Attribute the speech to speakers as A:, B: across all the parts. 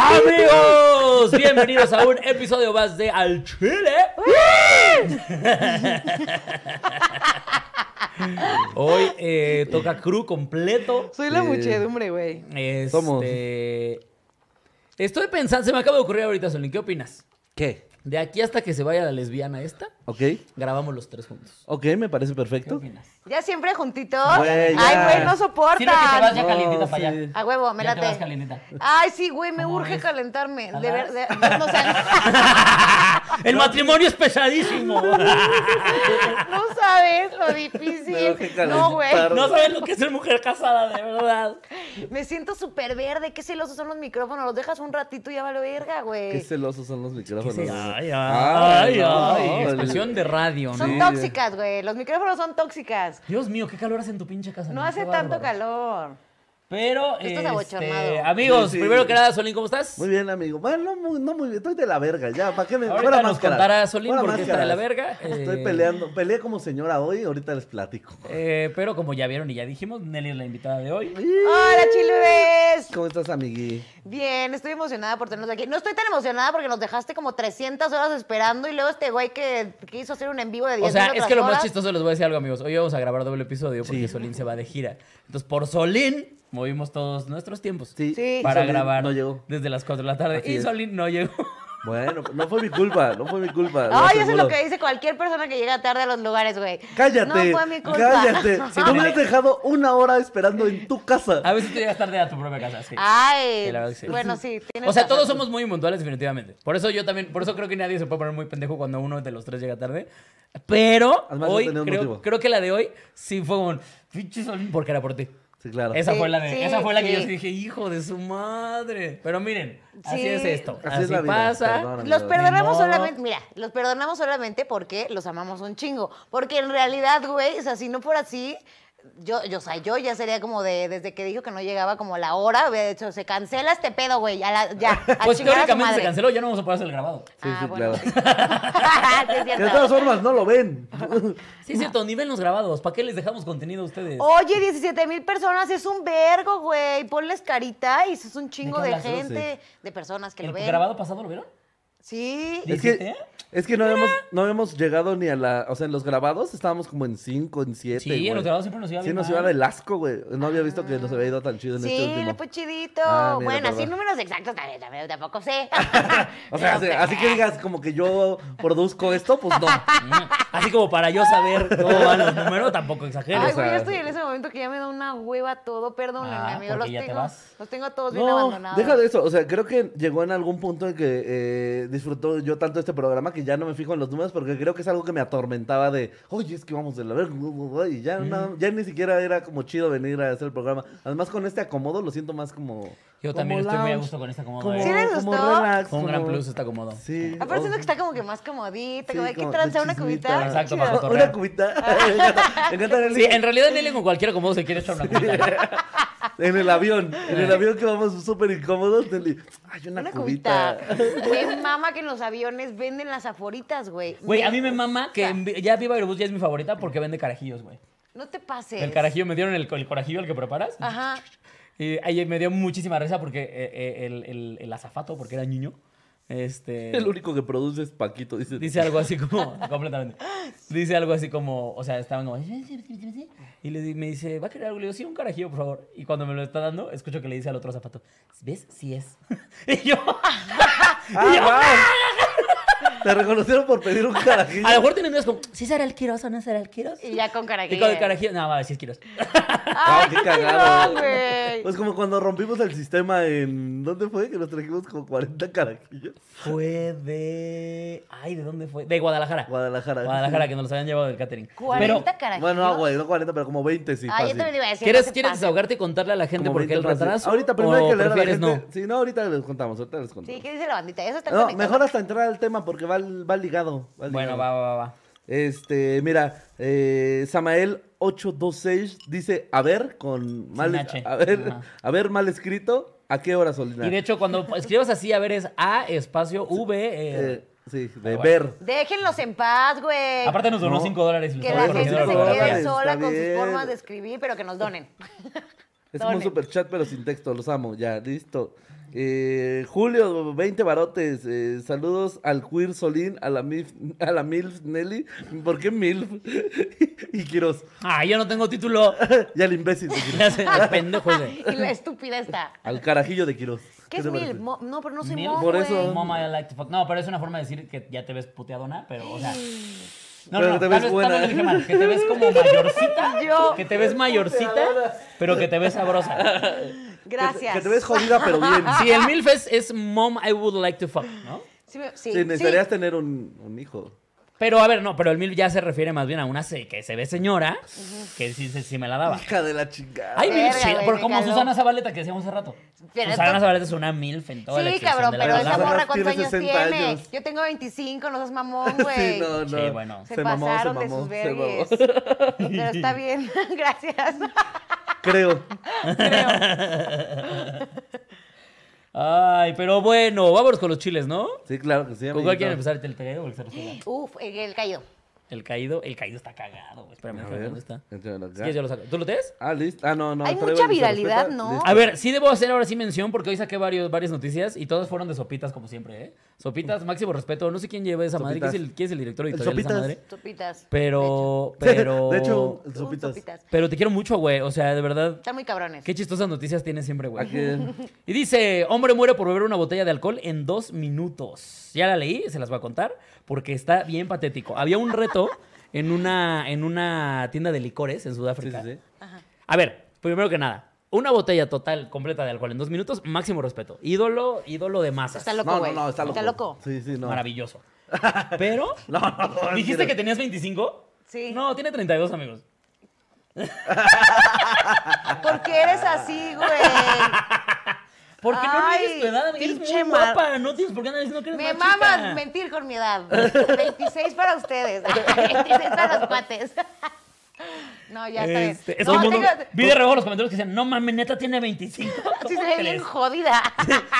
A: Amigos, bienvenidos a un episodio más de Al Chile. Hoy eh, toca crew completo.
B: Soy la muchedumbre, güey.
A: Este,
C: Somos.
A: Estoy pensando, se me acaba de ocurrir ahorita, Solín, ¿qué opinas?
C: ¿Qué?
A: De aquí hasta que se vaya la lesbiana esta,
C: ¿Ok?
A: grabamos los tres juntos.
C: Ok, me parece perfecto.
B: Ya siempre juntitos.
C: Güey, ya.
B: Ay, güey, no
A: Sirve que te vas
B: soportan.
A: ya
C: No,
A: calientita
C: sí.
A: para allá.
B: A huevo, me
A: Ya te vas
B: late.
A: calientita.
B: Ay, sí, güey, me
A: ¿Cómo
B: urge
A: ves?
B: calentarme. De
A: ¿Jalas?
B: verdad, no, no sabes.
A: Ah, El matrimonio es pesadísimo.
B: No sabes
C: Me
B: lo
C: urge
B: difícil. No, güey.
C: calentar.
A: No sabes lo que es ser mujer casada, de verdad.
B: Me siento súper verde. Qué celosos son los micrófonos. Los dejas un ratito y ya vale verga,
C: Qué
B: güey.
C: celosos son los micrófonos.
A: Ay, ay,
C: Ay,
A: ay,
C: no,
A: ay.
C: no,
A: Expresión de radio,
B: Son
A: ¿no?
B: tóxicas, güey. Los micrófonos son tóxicas.
A: Dios mío, qué calor hace en tu pinche casa.
B: No
A: qué
B: hace
A: bárbaro.
B: tanto calor.
A: Pero,
B: Esto es
A: este,
B: abochornado.
A: amigos,
C: Sí, sí.
A: primero que nada, Solín, ¿cómo estás?
C: Muy bien, amigo. Bueno, no muy, no muy bien. Estoy de la verga, ya. ¿Para qué me
A: Ahorita nos contará Solín por qué está de la verga. Eh,
C: Estoy peleando. Peleé como señora hoy, ahorita les platico.
A: Eh, pero como ya vieron y ya dijimos, Nelly es la invitada de hoy.
B: Hola, chile bebés.
C: ¿Cómo estás, amigui?
B: Bien, estoy emocionada por tenernos aquí. No estoy tan emocionada porque nos dejaste como 300 horas esperando y luego este güey que quiso hacer un en vivo de 10
A: O sea,
B: mil
A: es
B: otras
A: que lo más
B: horas.
A: chistoso, les voy a decir algo, amigos. Hoy vamos a grabar doble episodio porque Solín se va de gira. Entonces, por Solín, movimos todos nuestros tiempos.
B: Sí.
A: Para
C: Solín
A: grabar
C: No llegó.
A: desde las 4 de la tarde.
C: Así
A: y
C: es.
A: Solín no llegó.
C: Bueno, no fue mi culpa, no fue mi culpa.
B: Ay, eso es
C: aseguro.
B: lo que dice cualquier persona que llega tarde a los lugares, güey.
C: Cállate.
B: No fue mi culpa.
C: Cállate.
A: Sí,
C: Tú me
A: mira.
C: has dejado una hora esperando en tu casa.
A: A veces tú llegas tarde a tu propia casa. sí.
B: Ah, Ay.
A: Sí, la verdad que sí.
B: Bueno, sí. tienes
A: O sea,
B: razón.
A: todos somos muy impuntuales, definitivamente. Por eso yo también, por eso creo que nadie se puede poner muy pendejo cuando uno de los tres llega tarde. Pero
C: Además, no
A: hoy,
C: tenía un
A: creo,
C: motivo.
A: creo que la de hoy sí fue un pinche Solín, porque era por ti.
C: Sí, claro.
A: Esa
B: Sí,
A: fue la de,
B: sí,
A: esa fue la que
B: sí.
A: yo sí dije, hijo de su madre. Pero miren, así
B: Sí.
A: es esto.
C: Así
A: Así,
C: es la vida,
A: pasa.
C: perdón.
B: Los
C: Ni
B: perdonamos
A: modo.
B: solamente, mira, los perdonamos solamente porque los amamos un chingo. Porque en realidad, güey, o sea, si no por así, yo, yo, o sea, yo ya sería como de, desde que dijo que no llegaba como la hora, había dicho, se cancela este pedo, güey, ya, la- ya, a
A: Pues
B: chingar a su
A: teóricamente se
B: madre.
A: canceló, ya no vamos a poder hacer el grabado.
C: Sí,
B: Ah,
C: sí,
B: bueno.
C: claro.
B: Sí, es
C: Que de
B: cierto.
C: todas formas no lo ven.
A: Sí, es cierto, ni ven los grabados. ¿Para qué les dejamos contenido a ustedes?
B: Oye, 17 mil personas es un vergo, güey. Ponles carita y eso es un chingo
C: qué
B: de
C: hablas?
B: gente, de personas que
A: ¿El
B: lo ven.
A: grabado pasado lo vieron?
B: Sí.
C: Es
A: ¿Dijiste?
C: que, es que no, habíamos, no habíamos llegado ni a la. O sea, en los grabados estábamos como en 5, en 7.
A: Sí, en los grabados siempre nos iba
C: Este, Sí,
A: bien
C: nos
A: mal.
C: iba del asco, güey. No había visto que nos había ido tan chido en este
B: Ah. Sí, pues,
C: último.
B: le fue chidito.
C: Ah, mira,
B: bueno, así
C: perdón.
B: números exactos también, también tampoco sé.
C: O sea, así, así que digas como que yo produzco esto, pues no.
A: Así como para yo saber cómo van los números, tampoco exagero.
B: Ay,
C: o sea-
B: güey, yo estoy en ese momento que ya me da una hueva todo, perdónenme,
A: Ah,
B: amigo. Los
A: porque ya te
B: tengo,
A: vas.
B: los tengo a todos bien
C: No,
B: abandonados.
C: deja de eso. O sea, creo que llegó en algún punto en que eh, disfrutó yo tanto este programa que ya no me fijo en los números porque creo que es algo que me atormentaba de, oye, es que vamos de la verga. bu, bu, bu", Y ya, no- ya ni siquiera era como chido venir a hacer el programa. Además, con este acomodo lo siento más como.
A: Yo
C: como
A: también estoy muy a
C: lounge,
A: gusto con esta cómoda.
C: Como,
B: ¿Sí les
C: como
B: gustó?
C: relax.
A: Con un gran
C: como-
A: plus este está cómodo.
C: Sí.
B: Aparte siento
C: oh,
B: que está como que más comodita,
C: sí,
B: como de que
C: como
B: tranza
C: de
B: una
C: chismita.
B: cubita. Ah.
A: Exacto,
B: Chido.
A: para cotorrear.
C: Una cubita. Me encanta, me encanta Nelly.
A: Sí, en realidad Nelly con cualquier acomodo se quiere echar una cuenta.
C: En el avión. En el avión que vamos súper incómodos, Nelly. Hay una,
B: Una
C: cubita.
B: cubita. Qué mama que en los aviones venden las aforitas, güey.
A: Güey, a mí me mama que
B: gusta.
A: en vi- ya Viva Aerobús ya es mi favorita porque vende carajillos, güey.
B: No te pases.
A: El carajillo, me dieron el, el corajillo, el que preparas.
B: Ajá.
A: Y ahí me dio muchísima risa porque eh, eh, el, el- el azafato, porque era niño, este...
C: El único que produce es Paquito, dice.
A: Dice algo así como, completamente. Dice algo así como, o sea, estaban como, y le, di- me dice, ¿va a querer algo? Le digo, sí, un carajillo, por favor. Y cuando me lo está dando, escucho que le dice al otro zapato, ¿ves? Sí es. Y yo,
C: ¡Ah, wow! Te reconocieron por pedir un carajillo.
A: a lo mejor tienen dudas como, ¿sí será el Quiroz o no será el Quiroz?
B: Y ya con carajillo.
A: Y con el carajillo, no, va, sí es Quiroz.
B: Ay, qué
C: Ah, cagado.
B: chingón, güey.
C: Pues como cuando rompimos el sistema en... ¿Dónde fue? Que nos trajimos como 40 carajillos.
A: Fue de... Ay, ¿de dónde fue? De Guadalajara.
C: Guadalajara.
A: Guadalajara, que nos los habían llevado del catering.
B: 40
A: Pero,
B: carajillos.
C: Bueno, no, güey, no 40, pero como 20 sí,
B: Ay, yo
C: fácil.
B: también iba a decir. no
A: ¿quieres,
B: te
A: quieres
B: pases.
A: desahogarte y contarle a la gente
C: Como
A: por qué el
C: 20 fácil.
A: retraso?
C: Ahorita primero hay
A: ¿O
C: que leer a la
A: prefieres
C: gente. Sí, no, ahorita les contamos, ahorita les contamos.
B: Sí, ¿qué dice la bandita? Eso está
C: No,
B: conectado.
C: mejor hasta entrar al tema porque va, va ligado. va
A: no? Bueno,
C: ligado.
A: va, va, va.
C: Este, mira, eh, Samael 826 dice, a ver, con mal,
A: H.
C: a ver,
A: Ajá.
C: a ver, mal escrito, ¿a qué hora, Solina?
A: Y de hecho, cuando escribas así, a ver, es A espacio V. eh,
C: Eh, Sí, de
A: bueno.
C: ver.
B: Déjenlos en paz, güey.
A: Aparte nos donó
C: No.
A: 5 dólares y los
B: que
A: pagamos
B: la
C: Por
A: con
B: gente
A: dinero
B: se
A: de
C: dólares,
A: la
B: quede
A: biografía.
B: sola con sus
C: está
B: formas de
C: bien.
B: escribir, pero que nos donen.
C: Es como un
B: Donen.
C: super chat, pero sin texto, los amo, ya, listo. Eh, Julio, 20 barotes. eh, saludos al Queer Solín, a la MILF, a la MILF Nelly. ¿Por qué MILF? y Quiroz.
A: Ah, yo no tengo título.
C: y al imbécil de Quiroz.
A: Le hace el pendejo ese.
B: Y la estúpida está.
C: Al carajillo de Quiroz.
B: ¿Qué es
C: te
B: mil?
C: parece?
B: Mo- No, pero no soy
A: Mil.
B: mil.
C: Por eso.
A: Mom, I like to fuck. No, pero es una forma de decir que ya te ves puteadona, pero, o sea. No,
C: Pero
A: no,
C: que te
A: tal
C: ves
A: vez-
C: buena.
A: tal vez lo dije mal, que te ves como mayorcita,
B: Yo.
A: que te ves mayorcita, pero que te ves sabrosa.
B: Gracias.
C: Que te ves jodida, pero bien.
A: Sí, el MILF es, es mom I would like to fuck, ¿no?
B: Sí, me-
C: Sí,
B: sí, sí.
C: necesitarías tener un, un hijo.
A: Pero a ver, no, pero el MILF ya se refiere más bien a una se- que se ve señora, que sí, sí, sí me la daba.
C: Hija de la chingada.
A: Ah. Ay,
B: Verga,
A: MILF, sí,
B: güey,
A: por
B: me
A: como
B: caló.
A: Susana Zabaleta que decíamos hace rato.
B: Pero
A: Susana
B: esto-
A: Zabaleta es una MILF en toda la
B: Sí,
A: extensión
B: cabrón,
A: de la
B: pero esa
A: palabra.
B: morra cuántos
C: Tiene
B: años
C: 60
B: tiene.
C: años.
B: Yo tengo 25, no seas mamón,
C: Sí,
B: güey.
C: no, no.
A: Sí, bueno.
B: Se, pasaron de sus vergues.
C: se mamó.
B: Pero está bien, gracias.
C: Creo.
A: Ay, pero bueno, vámonos con los chiles, ¿no?
C: Sí, claro que sí.
A: ¿Con cuál
C: amiguito.
A: quieren empezar? ¿El caído o el zarzuela?
B: Uf, el, el caído.
A: El caído, el caído está cagado, güey. Espérame,
C: A
A: déjame ver
C: ver,
A: dónde está.
C: échalo acá.
A: Si quieres, yo lo saco. ¿Tú lo tienes?
C: Ah, listo. Ah, no, no.
B: Hay
C: traigo
B: mucha
C: mi servilleta.
B: viralidad, ¿no?
C: Listo.
A: A ver, sí debo hacer ahora sí mención porque hoy saqué varios, varias noticias y todas fueron de sopitas, como siempre, ¿eh? Sopitas, máximo respeto. No sé quién lleva esa madre. ¿Quién es, el,
C: Sopitas.
A: quién es el director
C: El
A: editorial de esa
C: Sopitas.
A: madre?
B: Sopitas.
A: Pero, pero.
C: De hecho,
B: de hecho. Uh,
C: sopitas.
B: sopitas.
A: Pero te quiero mucho, güey. O sea, de verdad.
B: Están muy cabrones.
A: Qué chistosas noticias tienes siempre,
C: ¿A
A: güey.
C: quién?
A: Y dice, hombre muere por beber una botella de alcohol en dos minutos. Ya la leí, se las voy a contar, porque está bien patético. Había un reto en una, en una tienda de licores en
C: Sí, sí,
A: Sudáfrica.
C: sí.
A: A ver, primero que nada, una botella total completa de alcohol en dos minutos, máximo respeto. Ídolo, ídolo de masas.
B: Está
C: No,
B: loco,
C: no,
B: güey.
C: no, está loco.
B: Está loco.
C: Sí, sí, no.
A: Maravilloso. Pero,
C: No, no, no,
A: ¿dijiste
C: mentira.
A: que tenías 25?
B: Sí.
A: No, tiene 32, amigos.
B: ¿Por qué eres así, güey?
A: Porque no
B: Ay,
A: eres tu edad, amiga, eres
B: pinche
A: muy
B: mar-
A: guapa. No tienes por qué andar diciendo que eres
B: Me
A: más chica.
B: mamas mentir con mi edad. 26 para ustedes. 26 para los cuates. No, ya está bien.
A: Este, es
B: No,
A: todo el mundo-
B: tengo-
A: Vi de reojo los comentarios que decían, no mames, neta tiene 25.
B: Sí,
A: ¿Cómo
B: se ve
A: crees?"
B: bien jodida.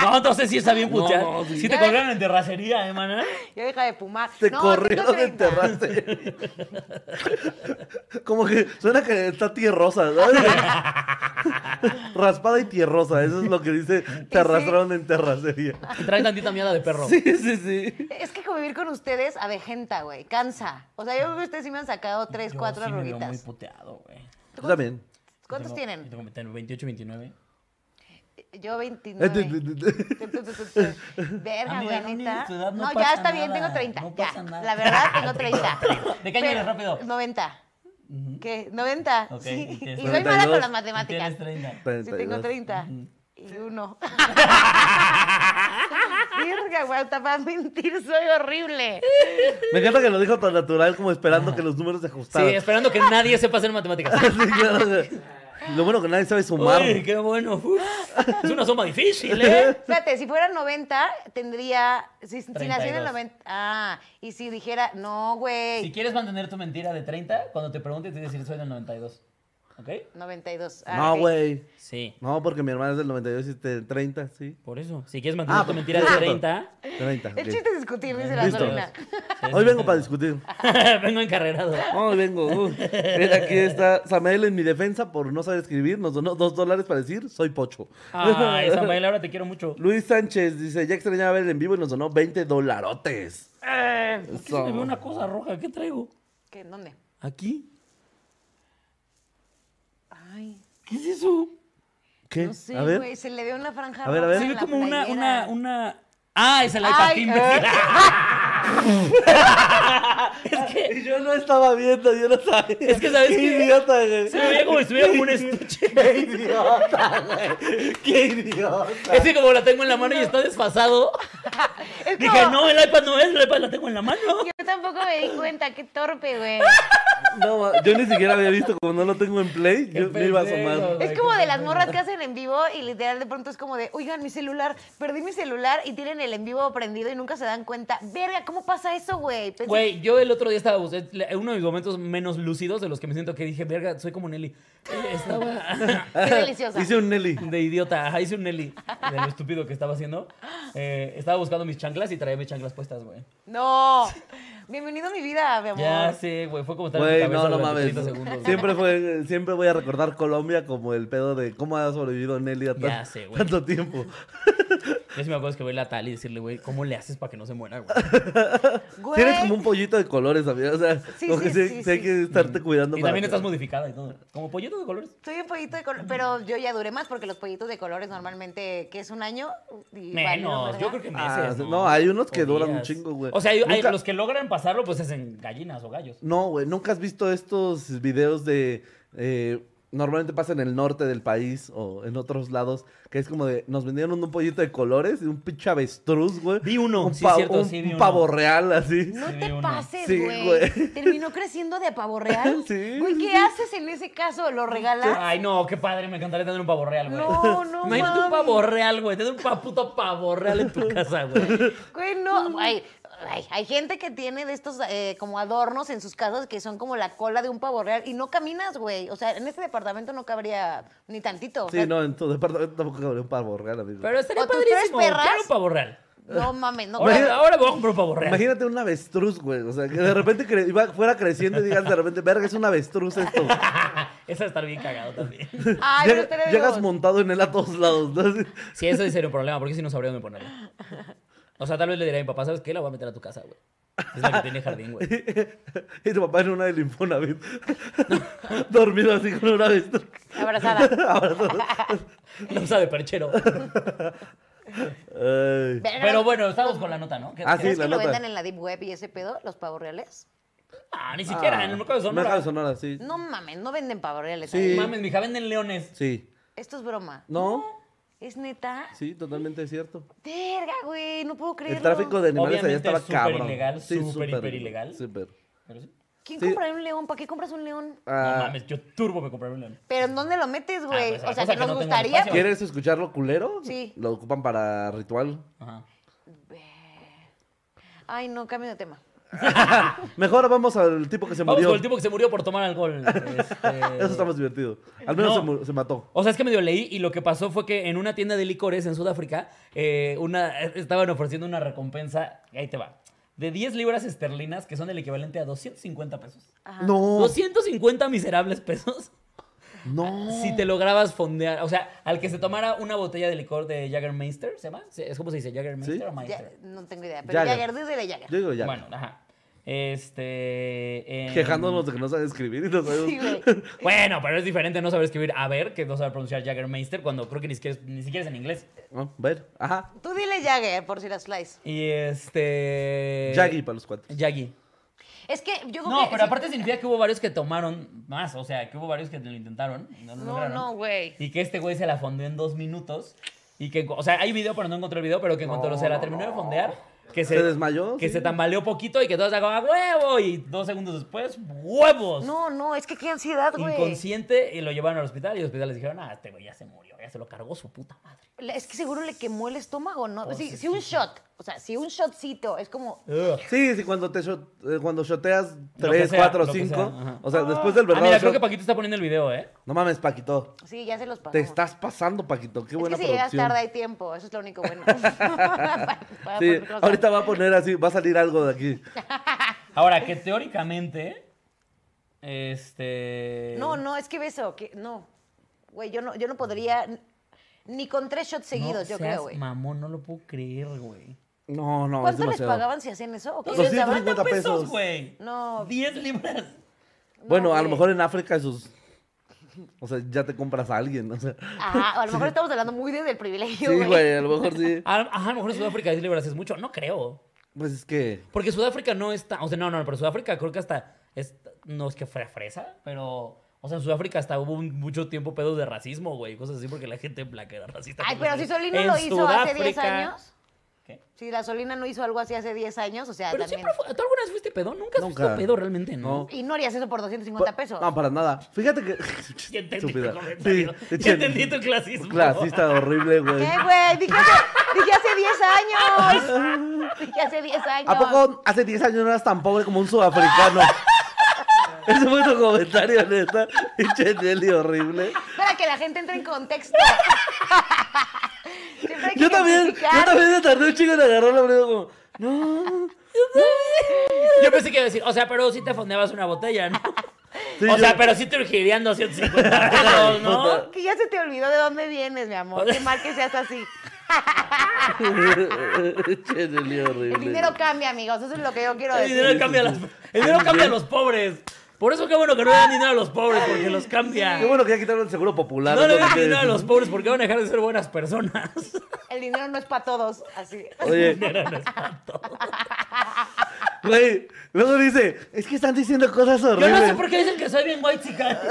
A: No, entonces sí está bien
C: No,
A: putear.
C: no,
A: sí.
C: sí.
A: te colgaron en terracería, eh, mana.
B: Ya deja de fumar.
C: Te
B: No,
C: corrió
B: tengo
C: de
B: 30.
C: enterrarse. Como que suena que está tierrosa. ¿no? Raspada y tierrosa, eso es lo que dice te arrastraron en terracería.
B: Ah.
A: Y Trae tantita mierda de perro.
C: Sí, sí, sí.
B: Es que convivir con ustedes avejenta, güey. Cansa. O sea, yo creo que ustedes sí me han sacado 3,
A: Yo
B: 4
A: sí me veo muy
B: arruguitas.
A: puteado, güey.
C: Tú también.
B: ¿Cuántos
A: Tengo-
B: tienen?
A: yo Tengo, tengo 28, 29. Este,
B: Yo 29. Verga,
A: Amiga,
B: güey,
A: no, ni
B: neta.
A: de tu edad, no
B: No,
A: pasa
B: ya está bien,
A: nada.
B: tengo 30.
A: No
B: ya,
A: pasa nada.
B: la verdad, tengo 30.
A: ¿De qué año eres, rápido?
B: 90. ¿Qué? 90.
A: Ok, y
B: sí. Y,
A: tienes
B: soy mala
C: 32.
B: con las
A: Y
B: matemáticas.
A: Tienes 30.
B: Sí, tengo 30. Y uno. Verga, güey, hasta para mentir soy horrible.
C: Me encanta que lo dijo tan natural como esperando que los números se
A: Sí,
C: ajustaran.
A: esperando que nadie sepa hacer matemáticas.
C: Sí, claro. Lo bueno que nadie sabe sumar.
A: Uy, qué bueno. Uf. Es una suma difícil, ¿eh?
B: Espérate, si fuera 90, tendría. Si, si nací en
A: 32.
B: el 90. Ah, y si dijera, no,
A: Si
B: güey.
A: quieres mantener tu mentira de 30, cuando te pregunten, tienes que decir, soy del 92. ¿Ok?
B: 92. Ah,
C: No,
B: ok.
C: güey.
A: Sí.
C: No, porque mi hermana es del 92 y te- 30, sí.
A: Por eso. Si quieres
B: Ah,
A: mantener tu
C: pues,
A: mentira de
C: cierto.
A: 30.
C: 30. ok.
B: El chiste es discutir, dice la
C: Listo.
B: sobrina.
C: Hoy vengo para discutir.
A: Vengo encarrerado.
C: Hoy vengo. uh. Mira, aquí está Samael en mi defensa por no saber escribir. Nos donó dos dólares para decir soy pocho.
A: Ay, Samuel, ahora te quiero mucho.
C: Luis Sánchez dice, ya extrañaba ver el en vivo y nos donó 20 dolarotes.
A: ¿Por qué se me ve una cosa roja? ¿Qué traigo?
B: ¿Qué? ¿Dónde?
A: ¿Aquí?
B: Ay,
A: ¿Qué es eso?
C: ¿Qué?
B: no sé,
C: a ver.
B: güey. Se le ve una franja.
C: A ver, a
B: roja
C: ver.
A: Se
B: en
A: ve
B: la
A: como una,
B: playera.
A: una, una. Ah, es el iPad, qué
B: Ay, ah.
A: imbécil. Es que
C: Yo no estaba viendo, yo no sabía.
A: Es que, ¿sabes
C: qué?
A: qué?
C: idiota, güey.
A: se me veía como si estuviera como un estuche.
C: Qué idiota, güey. Qué idiota.
A: Es que como la tengo en la mano y está desfasado.
B: Es
A: Dije,
B: como-
A: no, el iPad no es, el iPad la tengo en la mano.
B: Yo tampoco me di cuenta, qué torpe, güey.
C: No, ma- yo ni siquiera había visto, como no lo tengo en play,
A: Qué
C: yo me iba a
A: pendejo,
C: asomar.
A: güey.
B: Es como de las morras que hacen en vivo y literal de pronto es como de, oigan, mi celular, perdí mi celular y tienen el en vivo prendido y nunca se dan cuenta. Verga, ¿cómo pasa eso, güey? Pensé-
A: Güey, yo el otro día estaba bus- eh, uno de mis momentos menos lúcidos de los que me siento que dije, verga, soy como Nelly. Eh, Estaba
B: Qué deliciosa.
C: Hice un Nelly.
A: de idiota, ajá, hice un Nelly de lo estúpido que estaba haciendo. Eh, estaba buscando mis chanclas y traía mis chanclas puestas, güey.
B: No. Bienvenido a mi vida, mi amor.
A: Ya sé, güey, fue como estar
C: Güey,
A: en mi cabeza
C: no, no
A: durante
C: mames.
A: 30 segundos. güey.
C: Siempre, fue, siempre voy a recordar Colombia como el pedo de cómo ha sobrevivido Nelly a tan-
A: Ya sé, güey.
C: tanto tiempo.
A: Yo sí me acuerdo escribirle a Tal y decirle, güey, ¿cómo le haces para que no se muera, güey?
B: Güey.
C: Tienes como un pollito de colores, amigo. O sea,
B: Sí,
C: como
B: sí,
C: que sí,
B: sí,
C: sí hay
B: sí.
C: que estarte cuidando.
A: Mm. Y
C: para
A: también
C: que-
A: estás modificada y todo. Como pollito de colores.
B: Soy un pollito de color, pero yo ya duré más porque los pollitos de colores normalmente, que es un año? Y valieron,
A: Menos,
B: ¿verdad?
A: yo creo que meses.
C: Ah, no, hay unos que duran un chingo, güey.
A: O sea, hay, hay
C: Nunca-
A: los que logran pasarlo, pues es en gallinas o gallos.
C: No, güey, nunca has visto estos videos de... eh, normalmente pasa en el norte del país o en otros lados, que es como de... Nos vendieron un pollito de colores y un pinche avestruz, güey.
A: Vi uno,
C: un
A: sí, cierto,
C: un,
A: sí, vi
C: un
A: uno.
C: pavo real, así.
B: No
A: Sí,
B: te
A: vi uno.
B: pases,
C: Sí,
B: güey.
C: güey.
B: Terminó creciendo de pavo real.
C: Sí,
B: Güey,
C: sí,
B: ¿qué
C: sí.
B: haces en ese caso? ¿Lo regalas?
A: Ay, no, qué padre, me encantaría tener un pavo real, güey.
B: No, no,
A: Imagínate un
B: mami.
A: pavo real, güey. Tener un pa- puto pavo real en tu casa, güey.
B: Güey, no. Ay, ay, hay gente que tiene de estos eh, como adornos en sus casas que son como la cola de un pavo real y no caminas, güey. O sea, en este departamento no cabría ni tantito. O sea,
C: Sí, no, en tu departamento tampoco cabría un pavo real, amigo.
A: Pero estaría
B: ¿O tus
A: padrísimo.
B: tres perras?
A: Quiero un pavo real.
B: No mames, no.
A: Ahora, ahora voy a comprar un pavo real.
C: Imagínate un avestruz, güey. O sea, que de repente cre- iba- fuera creciendo y digas de repente, verga, es un avestruz esto.
A: Esa estar bien cagado también.
B: Ay,
C: Llega-
B: no te lo
C: llegas
B: digo.
C: montado en él a todos lados. ¿no? Así-
A: Sí, eso sí sería un problema, porque si no sabría dónde ponerlo. O sea, tal vez le diría a mi papá, ¿sabes qué? La voy a meter a tu casa, güey. Es la que tiene jardín, güey.
C: y tu papá en una del Infonavit. Dormido así con un avestruz.
B: Abrazada.
A: La usa de perchero.
C: Ay.
B: Verga.
A: Pero bueno, estamos con la nota, ¿no? ¿Qué-
C: Ah, sí,
A: qué-
B: ¿Crees
C: la
B: que lo
C: nota.
B: vendan en la deep web y ese pedo, los pavos reales?
A: Ah, ni siquiera, en el mercado de Sonora.
C: Mercado de Sonora, sí.
B: No mames, no venden pavos reales.
C: Sí.
A: No
B: ahí.
A: Mames, mija, venden leones.
C: Sí.
B: Esto es broma.
C: ¿No?
B: ¿Es neta?
C: Sí, totalmente cierto.
B: Verga, güey, no puedo creerlo.
C: El tráfico de animales allá
A: Obviamente
C: estaba
A: es súper
C: cabrón.
A: ilegal, súper,
C: súper
A: hiper ilegal.
C: Súper.
A: Pero sí.
B: ¿Quién
C: Sí.
B: compraría un león? ¿Para qué compras un león?
C: Ah,
A: No mames, yo turbo me compré un león.
B: ¿Pero en dónde lo metes, güey?
A: pues, la
B: o sea,
A: cosa
B: que
A: que
B: nos
A: no tengo
B: gustaría.
A: espacio.
C: ¿Quieres escucharlo culero?
B: Sí.
C: Lo ocupan para ritual.
A: Ajá.
B: Ay, no, cambio de tema.
C: Mejor vamos al tipo que se
A: Vamos
C: murió.
A: con el tipo que se murió por tomar alcohol. Este-
C: Eso está más divertido. Al menos
A: No.
C: se, mu- se mató.
A: O sea, es que medio leí y lo que pasó fue que en una tienda de licores en Sudáfrica eh, una, estaban ofreciendo una recompensa, ahí te va, de 10 libras esterlinas, que son el equivalente a 250 pesos.
B: Ajá.
C: No,
A: 250 miserables pesos
C: no.
A: si te lograbas fondear. O sea, al que se tomara una botella de licor de Jagermeister, ¿se llama? ¿Es como se dice? ¿Jagermeister
C: Sí.
A: o
B: Ya,
A: Meister?
B: no tengo idea. Pero
C: Jagger.
B: Jagger, desde la Jagger.
C: Yo digo ya.
A: Bueno, ajá. Este. em,
C: Quejándonos de que no sabe escribir y no sabemos.
B: Sí, güey.
A: Bueno, pero es diferente no saber escribir a ver que no saber pronunciar Jagermeister cuando creo que ni siquiera, es- ni siquiera es en inglés.
C: Ah, ver, ajá.
B: Tú dile Jagger por si las slice.
A: Y este.
C: Jaggy pues. para los cuatro.
A: Yagi.
B: Es que yo creo que.
A: No, pero
B: sí-
A: aparte significa que hubo varios que tomaron más, o sea, que hubo varios que lo intentaron. y No, lo
B: No,
A: lograron.
B: no, güey.
A: Y que este güey se la fondeó en dos minutos. Y que, o sea, hay video, pero no encontré el video, pero que en cuanto se la terminó de fondear, que se,
C: ¿Se desmayó?
A: que
C: Sí.
A: se tambaleó poquito y que todos hagan huevo. Y dos segundos después, huevos.
B: No, no, es que qué ansiedad, güey.
A: Inconsciente y lo llevaron al hospital. Y el hospital les dijeron, ah, este güey ya se murió, ya se lo cargó su puta madre.
B: Le- Es que seguro le quemó el estómago, ¿no?
A: Oh,
B: sí,
A: sí,
B: sí, un shot. O sea, si un shotcito es como.
A: Ugh.
C: Sí, sí, cuando te shot- eh, cuando shoteas
A: Lo que
C: 3,
A: sea,
C: 4,
A: lo que
C: 5.
A: sea, ajá.
C: O sea, después del
A: Ah,
C: verdadero
A: mira, creo
C: shot-
A: que Paquito está poniendo el video, ¿eh?
C: No mames, Paquito.
B: Sí, ya se los pagó.
C: Te estás pasando, Paquito. Qué
B: es
C: buena
B: que si llegas
C: producción.
B: tarde hay tiempo, eso es lo único bueno. Para- para
C: Sí,
B: poner cosas.
C: ahorita va a poner así, va a salir algo de aquí.
A: Ahora, que teóricamente. Este.
C: Eh.
B: No, no, es que beso, que no. Güey, yo no, yo no podría n- ni con tres shots seguidos, yo creo, güey.
A: Mamón, no lo puedo creer, güey.
C: No, no, es
B: ¿Cuánto les
C: demasiado.
B: pagaban si hacían eso? ¿O qué?
C: Los
B: ¿Les daban?
C: 250 pesos.
A: güey.
B: No.
A: 10 libras.
B: No,
C: bueno, a lo
B: güey.
C: mejor en África esos. O sea, ya te compras a alguien. O sea.
B: Ajá, o Ah, a lo mejor estamos hablando muy desde el privilegio,
C: Sí, güey, a lo mejor sí.
A: A- Ah, Ajá, a lo mejor en Sudáfrica 10 libras es mucho. No creo.
C: Pues es que.
A: Porque Sudáfrica no está. O sea, no, no, pero Sudáfrica creo que hasta. es- no es que fuera fresa, pero. O sea, en Sudáfrica hasta hubo un- mucho tiempo pedos de racismo, güey. Cosas así porque la gente blanca era racista.
B: Ay,
A: con los
B: pero si
A: negros.
B: Solino
A: En
B: lo hizo hace 10
A: Sudáfrica-
B: años.
A: ¿Qué?
B: Si la Solina no hizo algo así hace 10 años, o sea,
A: Pero
B: también.
A: siempre fue- ¿Tú alguna vez fuiste pedo? Nunca has
C: Nunca.
A: visto pedo realmente, ¿no?
C: No.
B: Y no harías eso por 250
C: Pa-
B: pesos.
C: No, pues, para nada. Fíjate que.
A: Ya entendí
C: Estúpida.
A: tu
C: Sí,
A: comentario.
C: de
A: Ya
C: hecho,
A: entendí tu clasismo.
C: Clasista horrible, güey.
B: ¿Qué, güey? Dije hace, dije hace 10 años. Dije hace 10 años.
C: ¿A poco hace 10 años no eras tan pobre como un sudafricano? Ese fue tu comentario, neta. Pinche Nelly horrible.
B: Para que la gente entre en contexto. Siempre hay que
C: Yo también, yo
B: justificar.
C: también me tardé un chico en agarrar la moneda como, no.
A: Yo pensé que iba a decir, o sea, pero sí te fondeabas una botella, ¿no?
C: Sí,
A: o sea,
C: yo-
A: pero sí te urgirían 250 pesos, ¿no?
B: Que ya se te olvidó de dónde vienes, mi amor. Qué mal que seas así.
C: Pinche Nelly horrible.
B: El dinero cambia, amigos. Eso es lo que yo quiero
A: El
B: decir.
A: dinero cambia a las- el dinero cambia a los pobres. Por eso qué bueno que no le dan dinero a los pobres, porque los cambia.
C: Qué bueno que ya quitaron el seguro popular.
A: No
C: es
A: le
C: lo
A: dan
C: que
A: dinero a
C: quiero
A: los pobres porque van a dejar de ser buenas personas.
B: El dinero no es para todos. Así.
C: decir. Oye,
A: Dinero no es para todos.
C: güey, luego dice, es que están diciendo cosas
A: Yo
C: horribles.
A: no sé por qué dicen que soy bien white chica.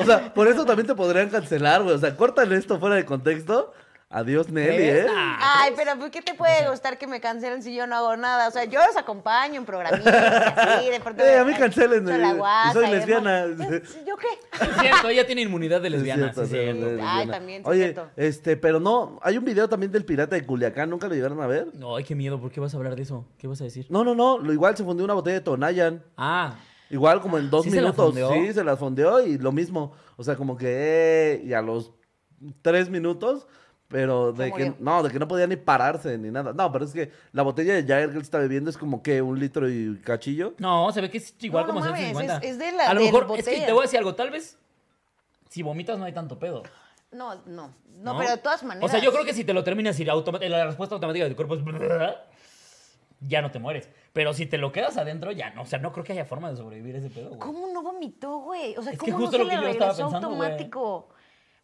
C: O sea, por eso también te podrían cancelar, güey. O sea, cortan esto fuera de contexto. Adiós, Nelly, ¿eh?
A: ¿Ves? Ah, Nah.
B: Ay, pero pues, ¿qué te puede gustar que me cancelen si yo no hago nada? O sea, yo los acompaño en programitas y así, de pronto.
C: Eh, a mí cancelen,
B: Soy la
C: eh, y
B: guasa
C: soy
B: y
C: lesbiana.
B: demás. ¿Yo qué?
A: Es cierto, ella tiene inmunidad de
C: Es
A: lesbiana.
C: cierto,
A: sí,
C: sí,
A: cierto.
C: es
B: Ay,
C: lesbiana.
B: también, sí,
C: Oye,
B: cierto.
C: este, pero no, hay un video también del pirata de Culiacán, ¿nunca lo llegaron a ver?
A: No, ay, qué miedo, ¿por qué vas a hablar de eso? ¿Qué vas a decir?
C: No, no, no, lo igual se fundió una botella de Tonayan.
A: Ah,
C: Igual como en dos
A: ¿Sí se la
C: minutos.
A: fondeó?
C: sí, se las fondeó y lo mismo. O sea, como que eh, y a los tres minutos, pero de
B: Se
C: que
B: murió.
C: no, de que no podía ni pararse ni nada. No, pero es que la botella de Jagger que él está bebiendo es como que un litro y cachillo.
A: no, se ve que es igual
B: No, no
A: como
B: mames,
A: 150.
B: es- es de la-
A: a lo
B: del
A: mejor, es
B: botella.
A: que te voy a decir algo, tal vez si vomitas no hay tanto pedo.
B: No, no, no, pero de todas maneras.
A: O sea, yo creo que si te lo terminas y la, automa- la respuesta automática de tu cuerpo es. "Brrr", Ya no te mueres. Pero si te lo quedas adentro, ya no. O sea, no creo que haya forma de sobrevivir a ese pedo, güey.
B: ¿Cómo no vomitó, güey? O sea,
A: Es que
B: ¿cómo
A: justo
B: no
A: lo
B: se
A: que
B: le
A: yo estaba
B: regresó
A: pensando, güey.
B: automático?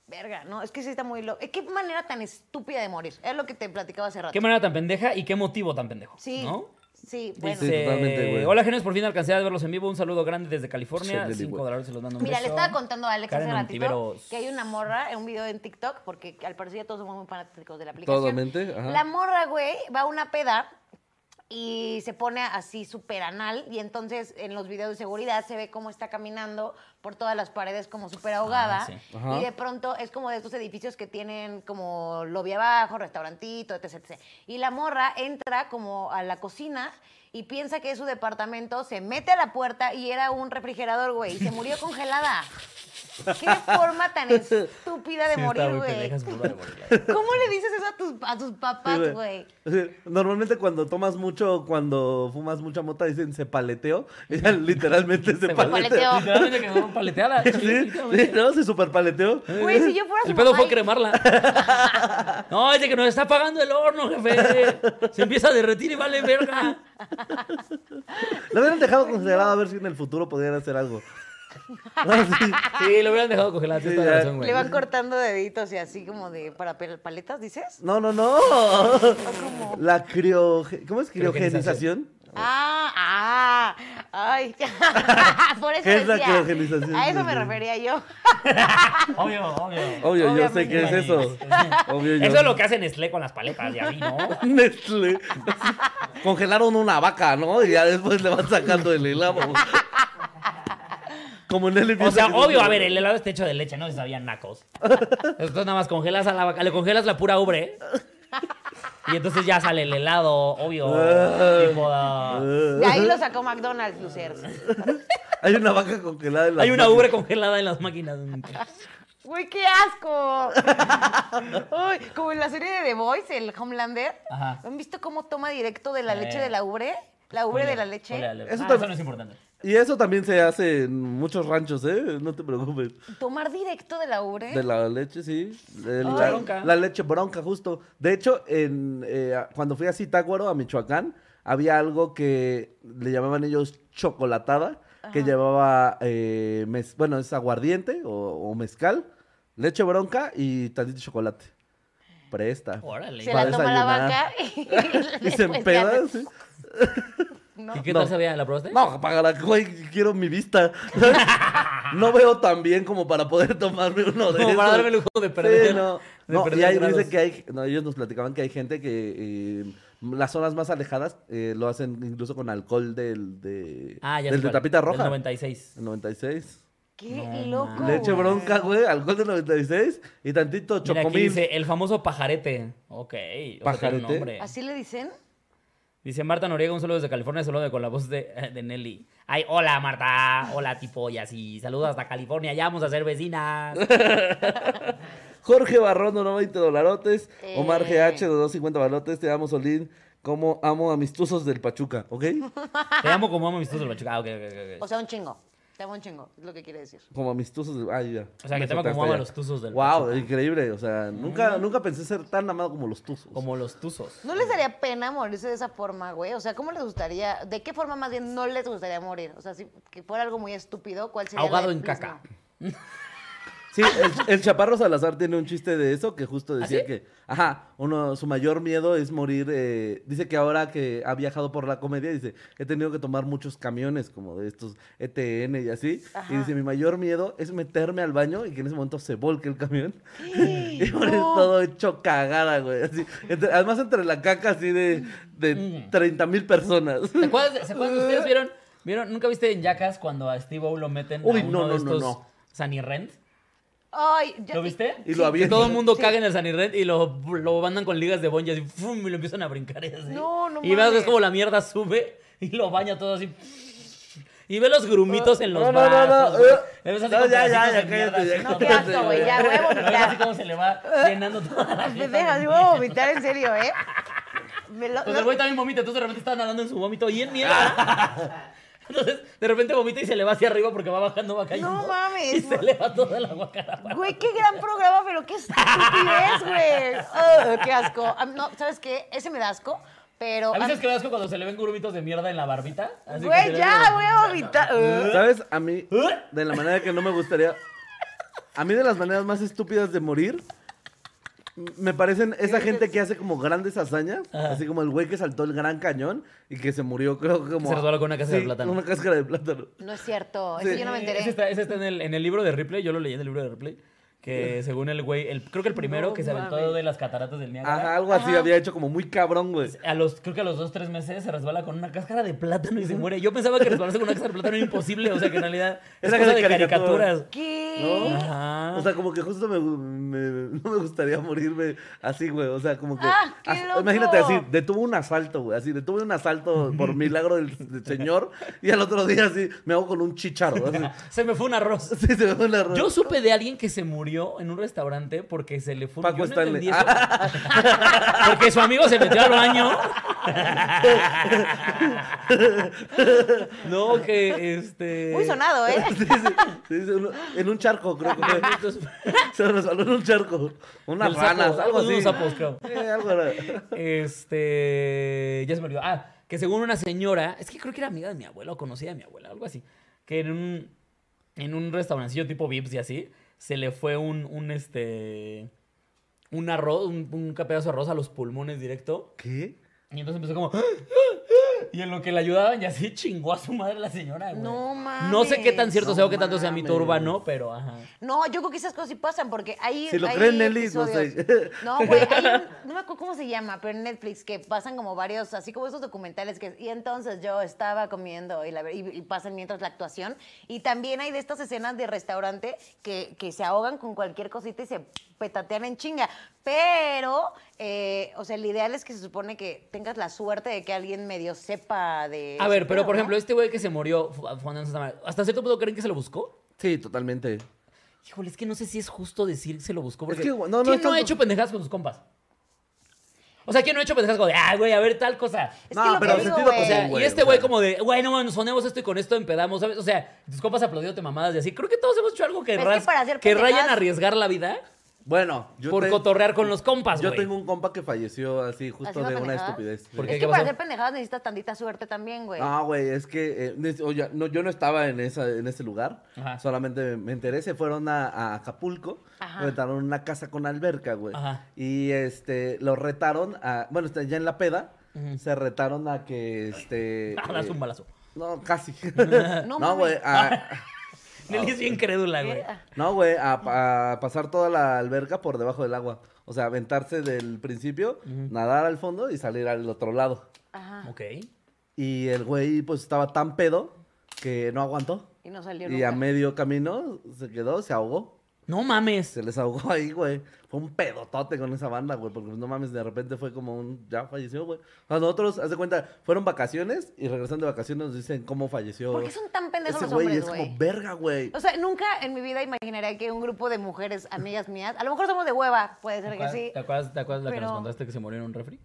B: Verga, no, es que sí está muy loco. ¿Qué manera tan estúpida de morir? Es lo que te platicaba hace rato.
A: Qué manera tan pendeja y qué motivo tan pendejo.
B: sí,
A: ¿No?
B: sí, bueno.
C: Sí, totalmente, güey.
A: Hola, genios, por fin alcancé a verlos en vivo. Un saludo grande desde California.
C: Excelente,
A: Cinco
C: güey.
A: dólares se los mando un
B: Mira, le
A: beso.
B: estaba contando a Alex
A: Karen
B: hace ratito
A: Ontiveros.
B: que hay una morra en un video en TikTok, porque al parecer ya todos somos muy fanáticos de la aplicación.
C: Totalmente, ajá.
B: La morra, güey, va a una peda y se pone así súper anal y entonces en los videos de seguridad se ve cómo está caminando por todas las paredes como súper ahogada
A: Ah, sí.
C: Ajá.
B: y de pronto es como de estos edificios que tienen como lobby abajo, restaurantito, etc, etc. Y la morra entra como a la cocina y piensa que es su departamento, se mete a la puerta y era un refrigerador, güey, y se murió congelada. Qué forma tan estúpida de
A: Sí, está
B: morir,
A: muy
B: güey.
A: pendeja, es burda de morir, la
B: ¿Cómo le dices eso a tus, a tus
C: Sí,
B: papás, güey?
C: Sí, Normalmente cuando tomas mucho, cuando fumas mucha mota, dicen se paleteó. Ella literalmente se
A: Se
C: paleteó.
B: paleteó.
A: Literalmente quedó paleteada.
C: Sí, sí, ¿no? Se super paleteó.
B: Güey, si yo fuera su
A: El pedo
B: mamá
A: fue
B: y-
A: cremarla. No, es de que nos está apagando el horno, jefe. Se empieza a derretir y vale verga.
C: La hubieran dejado congelada a ver si en el futuro podían hacer algo. No, sí.
A: Sí, lo hubieran dejado congelado. Tienes
C: Sí,
A: toda la
C: ya.
A: razón, güey.
B: le van cortando deditos y así como de para pel- paletas, dices.
C: No, no, no.
B: cómo?
C: La crio... ¿Cómo es
A: Criogenización.
C: criogenización?
B: Ah, ah, ay, por eso
C: ¿Qué es la
B: decía.
C: criogenización?
B: A eso me refería yo.
A: Obvio, obvio.
C: Obvio, yo sé que es
A: Obviamente.
C: eso. Obvio, yo.
A: Eso es lo que hace Nestlé con las paletas de mí, ¿no?
C: Nestlé. Congelaron una vaca, ¿no? Y ya después le van sacando el helado. Como en el
A: O sea, obvio, a ver, el helado está hecho de leche, no se sabían nacos. Entonces nada más congelas a la vaca, le congelas la pura ubre. Y entonces ya sale el helado, obvio. tipo, ah,
B: De ahí lo sacó McDonald's, Lucers.
C: Hay una vaca congelada en la
A: Hay una ubre congelada en las máquinas.
B: Güey, qué asco. Uy, como en la serie de The Voice, el Homelander.
A: Ajá.
B: ¿Han visto cómo toma directo de la leche
A: Eh.
B: de la ubre? La ubre de la leche.
A: Eso,
C: Eso
A: Ah, eso
C: también-
A: no es importante.
C: Y eso también se hace en muchos ranchos, ¿eh? No te preocupes.
B: Tomar directo de la ubre.
C: De la leche, sí. De
A: Ay.
C: la,
A: Bronca.
C: la leche bronca, justo. De hecho, en, eh, a- cuando fui a Zitácuaro, a Michoacán, había algo que le llamaban ellos chocolatada, que llevaba, eh, mez- bueno, es aguardiente o, o mezcal, leche bronca y tantito chocolate. Presta.
A: Órale.
B: se
C: para
B: la toma la
C: desayunar.
B: vaca y,
C: Y se
B: después ya
C: empeda,
B: se-
C: sí.
B: No.
A: ¿Y qué
C: No.
A: tal sabía? ¿La probaste?
C: No, para la güey, quiero mi vista. no veo tan bien como para poder tomarme uno de
A: Como para
C: esos.
A: darme el lujo de
C: Sí,
A: perder-
C: no.
A: de
C: No, y
A: perder
C: ahí
A: grados.
C: dice que hay, no, ellos nos platicaban que hay gente que eh, las zonas más alejadas eh, lo hacen incluso con alcohol del de,
A: Ah, ya
C: del
A: sé
C: de
A: cuál.
C: tapita
A: Del
C: roja.
A: 96.
C: El 96.
B: Qué
A: No,
B: loco.
A: mames.
C: Le eche
B: güey.
C: bronca, güey, alcohol del 96 y tantito
A: Mira, aquí
C: chocomil.
A: dice el famoso pajarete. Ok. O sea, tiene un
C: ¿Pajarete?
A: nombre.
B: ¿Así le dicen?
A: Dice Marta Noriega, un saludo desde California, saludo con la voz de, de Nelly. Ay, hola Marta, hola tipo, y así, saludos hasta California, ya vamos a ser vecinas.
C: Jorge Barrón, donó 20 dolarotes. Omar
B: Eh.
C: GH, donó 50 balotes. Te amo, Solín. Como amo a mis tuzos del Pachuca, ¿ok?
A: Te amo como amo mis tuzos, Pachuca. Ah, ok, ok,
B: O
A: ok.
B: sea, un chingo. Te amo un chingo, es lo que quiere decir.
C: Como a mis tuzos del... Ay, ya.
A: O sea, que
C: Me
A: te amo
C: soltaste
A: como amo a
C: ya.
A: los tuzos del
C: Wow,
A: Pachuca. Mm.
C: increíble. O sea, nunca, nunca pensé ser tan amado como los tuzos.
A: Como los tuzos.
B: ¿No les daría pena morirse de esa forma, güey? O sea, ¿cómo les gustaría? ¿De qué forma más bien no les gustaría morir? O sea, si que fuera algo muy estúpido, ¿cuál sería? la
A: Ahogado
B: del
A: en caca.
B: mismo?
C: Sí, el, el Chaparro Salazar tiene un chiste de eso que justo decía
A: ¿Ah, sí?
C: que, ajá, uno, su mayor miedo es morir. eh, dice que ahora que ha viajado por la comedia, dice, he tenido que tomar muchos camiones como de estos ETN y así. Y dice, mi mayor miedo es meterme al baño y que en ese momento se volque el camión. y morir todo hecho cagada, güey. así. Entre- además, entre la caca así de, de
A: Mm.
C: 30 mil personas.
A: ¿Te acuerdas? de- ¿Se acuerdan? ¿Ustedes vieron? ¿Vieron? ¿Nunca viste en Jackass cuando a Steve O lo meten
C: Uy,
A: a uno
C: no,
A: de
C: no, no,
A: estos
C: no.
A: Sunny Rent?
B: Ay, ya-
A: ¿Lo viste?
C: Y lo
A: Que
C: avientan.
A: todo el mundo
B: Sí.
A: caga en el Sunny Red y lo, lo mandan con ligas de bonja así, ¡fum! y lo empiezan a brincar y así.
B: No, no
A: Y ves
B: mames.
A: como la mierda sube y lo baña todo así. Y ve los grumitos en los
C: No, no, no,
A: brazos.
C: no,
A: güey.
C: eh.
A: Le ves así
C: No,
A: como
C: ya, ya,
A: pedacitos
C: ya,
A: de mierda
C: cállate,
A: así
C: ya.
A: todo.
B: No, qué asco, güey, ya, voy a
A: Lo ves así
B: vomitar.
A: como se le va llenando toda la jeta
B: Me
A: de
B: dejas, yo voy a
A: mierda.
B: vomitar en serio, ¿eh? Me lo-
A: Entonces el güey también vomita, entonces de repente está nadando en su vómito y en
C: Ah.
A: mierda. Entonces de repente vomita y se le va hacia arriba porque va bajando, va cayendo.
B: No mames.
A: Y se le va toda la guacara. para
B: Güey, qué gran programa, pero qué estupidez, güey. Ah, qué asco. Ah, no, ¿sabes qué? Ese me da asco, pero.
A: ¿A
B: ah,
A: veces que me da asco cuando se le ven grumitos de mierda en la barbita? Así que se
B: Güey,
A: le
B: ya,
A: ven-
B: voy a vomitar. Ah.
C: ¿Sabes? A mí, de la manera que no me gustaría. A mí, de las maneras más estúpidas de morir, m- me parecen esa gente que hace como grandes hazañas. Así como el güey que saltó el gran cañón y que se murió, creo que como.
A: Se resbaló con una cáscara de
C: Sí,
A: plátano.
C: Una cáscara de plátano.
B: No es cierto,
C: Sí.
B: eso yo no me
A: Eh, Ese
B: enteré.
A: está, ese está en, el, en el libro de Ripley, yo lo leí en el libro de Ripley. Que según el güey, el, creo que el primero
B: No
A: que se aventó
B: mames.
A: de las cataratas del
C: Ajá,
A: Niágara.
C: algo así había hecho como muy cabrón, güey.
A: A los, creo que a los dos, tres meses se resbala con una cáscara de plátano y se muere. Yo pensaba que resbalarse con una cáscara de plátano era imposible. O sea, que en realidad es
C: Era
A: cosa de
C: de caricatura.
A: caricaturas.
B: ¿Qué?
A: Ajá.
C: O sea, como que justo me, gu- me- no me gustaría morirme así, güey. O sea, como que.
B: ¡Ah, qué
C: as-
B: loco!
C: Imagínate así, detuvo un asalto, güey. Así, detuve un asalto por milagro del, del señor. Y al otro día, así, me hago con un chicharo. así.
A: se me fue un arroz.
C: Sí, se me fue la ro-
A: Yo supe de alguien que se murió en un restaurante porque se le fue
C: Paco
A: yo no
C: Stanley.
A: entendí eso. Porque su amigo se metió al baño. No, que este.
B: Muy sonado, ¿eh?
C: Sí, sí, sí, sí, uno- en un charco, creo que fue.
A: Entonces,
C: Se resbaló en un charco. Unas
A: Del sapo,
C: ranas, algo
A: algo de
C: así.
A: unos sapos, creo.
C: Sí, algo era.
A: Este. Ya se me olvidó. Ah, que según una señora. Es que creo que era amiga de mi abuela o conocida de mi abuela, algo así. Que en un. En un restaurancillo tipo Vips y así. Se le fue un. un este. Un arroz. Un, un pedazo de arroz a los pulmones directo.
C: ¿Qué?
A: Y entonces empezó como. Y en lo que le ayudaban y así chingó a su madre la señora, güey.
B: No mames.
A: No sé qué tan cierto
C: No
A: sea o qué tanto sea mito
C: mames.
A: urbano, pero ajá.
B: No, yo creo que esas cosas sí pasan porque ahí.
C: Si lo
B: hay
C: creen, Nelly, no sé.
B: episodios. No, güey, hay un- no me acuerdo cómo se llama, pero en Netflix que pasan como varios, así como esos documentales que. Y entonces yo estaba comiendo y, la, ver- y, y pasan mientras la actuación. Y también hay de estas escenas de restaurante que, que se ahogan con cualquier cosita y se petatean en chinga. Pero, eh, o sea, el ideal es que se supone que tengas la suerte de que alguien medio sepa de.
A: A
B: ese
A: ver, pero
B: pedo,
A: por
B: ¿no?
A: ejemplo, este güey que se murió fu- fumando en Santa María, ¿hasta cierto punto creen que se lo buscó?
C: Sí, totalmente.
A: Híjole, es que no sé si es justo decir que se lo buscó. Porque
C: que, no, no,
A: ¿Quién
C: es
A: no ha
C: tanto-
A: hecho pendejadas con sus compas? O sea, ¿quién no ha hecho pendejadas como de, ah, güey, a ver, tal cosa?
B: Es
C: No,
B: que lo
C: pero
B: que digo,
C: sentido
B: güey,
A: O sea,
C: común, güey,
A: y este güey
C: o sea.
A: como de, güey, no mames, sonemos esto y con esto empedamos, ¿sabes? O sea, tus compas aplaudiéndote mamadas y así. Creo que todos hemos hecho algo que,
B: Pero es
A: ras-
B: que para hacer
A: que rayan
B: pendejadas-
A: arriesgar la vida
C: Bueno, yo
A: por
C: te-
A: cotorrear con los compas,
C: Yo
A: güey.
C: tengo un compa que falleció así, justo
B: ¿Haciendo
C: de una
B: pendejadas?
C: estupidez.
A: ¿Por qué?
B: Es que
A: pasó?
B: para hacer pendejadas necesitas tantita suerte también, güey.
C: No, Ah, güey, es que eh, des- oye, no, yo no estaba en esa, en ese lugar.
A: Ajá.
C: Solamente me enteré, se fueron a, a Acapulco,
B: Ajá.
C: rentaron una casa con alberca, güey.
A: Ajá.
C: Y este, lo retaron a, bueno, está ya en la peda, se retaron a que este.
A: Ah, das
C: eh,
A: un balazo.
C: no, casi.
B: No
C: no, güey.
B: mames.
C: a-
A: Nelly es bien crédula, güey.
B: Ah,
C: No, güey, a, pa- a pasar toda la alberca por debajo del agua. O sea, aventarse del principio, nadar al fondo y salir al otro lado.
B: Ajá.
A: Ok.
C: Y el güey, pues estaba tan pedo que no aguantó.
B: Y no salió
C: Y a
B: nunca.
C: medio camino se quedó, se ahogó.
A: No mames.
C: Se les ahogó ahí, güey. Fue un pedotote con esa banda, güey. Porque pues, no mames, de repente fue como un. Ya falleció, güey. O sea, nosotros, haz de cuenta, fueron vacaciones y regresando de vacaciones nos dicen cómo falleció.
B: ¿Por qué son tan pendejos
C: ese
B: los
C: güey? Y
B: hombres,
C: Es
B: güey?
C: como verga, güey.
B: O sea, nunca en mi vida imaginaría que un grupo de mujeres, amigas mías, a lo mejor somos de hueva, puede ser que sí.
A: ¿Te acuerdas, te acuerdas la que
B: pero-
A: nos contaste que se murió en un refri?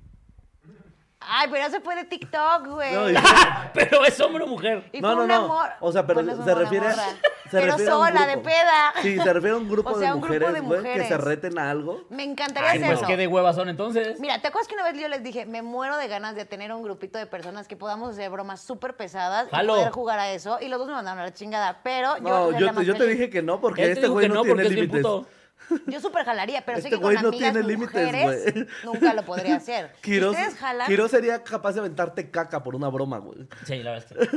B: Ay, pero eso fue de TikTok, güey.
C: No, y-
A: Pero es hombre o mujer.
B: Y
C: no,
B: fue
C: no,
B: un
C: no.
B: amor.
C: O sea, pero
B: Bueno, es
C: se
B: una
C: refiere.
B: morra.
C: Se
B: pero
C: refiere a un
B: sola, de
C: grupo.
B: peda.
C: Sí, se refiere a un grupo
B: O sea,
C: de
B: un grupo
C: mujeres,
B: de
C: güey, que se
B: mujeres.
C: reten a algo.
B: Me encantaría
A: Ay,
B: hacer
A: pues
B: eso.
A: qué de huevas son entonces.
B: Mira, ¿te acuerdas que una vez yo les dije, me muero de ganas de tener un grupito de personas que podamos hacer bromas súper pesadas
A: Jalo.
B: y poder jugar a eso? Y los dos me mandaron a la chingada, pero
C: No,
B: yo, era
C: yo,
B: la
C: te,
B: más
C: yo te
B: feliz.
C: dije que no, porque
A: Él te
C: este
A: dijo
C: güey
A: que
C: no, tiene
A: porque es bien
C: límites.
A: puto.
B: Yo súper jalaría, pero
C: Este
B: sé que con
C: güey no
B: amigas
C: tiene límites,
B: mujeres
C: güey.
B: nunca lo podría hacer. Si
C: Quiroz,
B: ustedes jalan,
C: Quiroz sería capaz de aventarte caca por una broma, güey.
A: Sí, la verdad es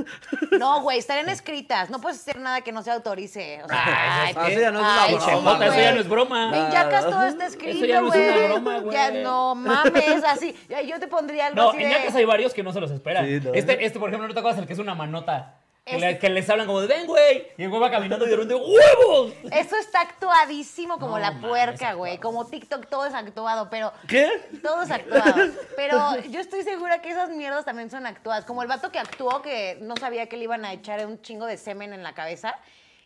A: que.
B: no, güey, estarían escritas. No puedes hacer nada que no se autorice. O sea,
A: Ah, eso
C: Ah,
A: ¿Qué?
C: sí, ya no es una
B: Ay,
C: broma,
B: sí,
C: güey.
A: Jota, eso ya no es broma.
B: En Yacas todo está escrito,
A: Eso
B: güey.
A: ya no es una broma, güey.
B: Ya no mames, así. Ya, Yo te pondría algo
A: No,
B: así
A: en
B: de-
A: Yacas hay varios que no se los esperan.
C: Sí, no.
A: este, este, por ejemplo, no te acuerdas el que es una manota. Que,
B: Este-
A: le- que les hablan como de ven, güey. Y el güey va caminando y de repente, ¡huevos!
B: Eso está actuadísimo como
A: No
B: la
A: mames,
B: puerca,
A: actuado.
B: güey. Como TikTok, todo es actuado, pero...
C: ¿Qué?
B: Todo es actuado. Pero yo estoy segura que esas mierdas también son actuadas. Como el vato que actuó que no sabía que le iban a echar un chingo de semen en la cabeza.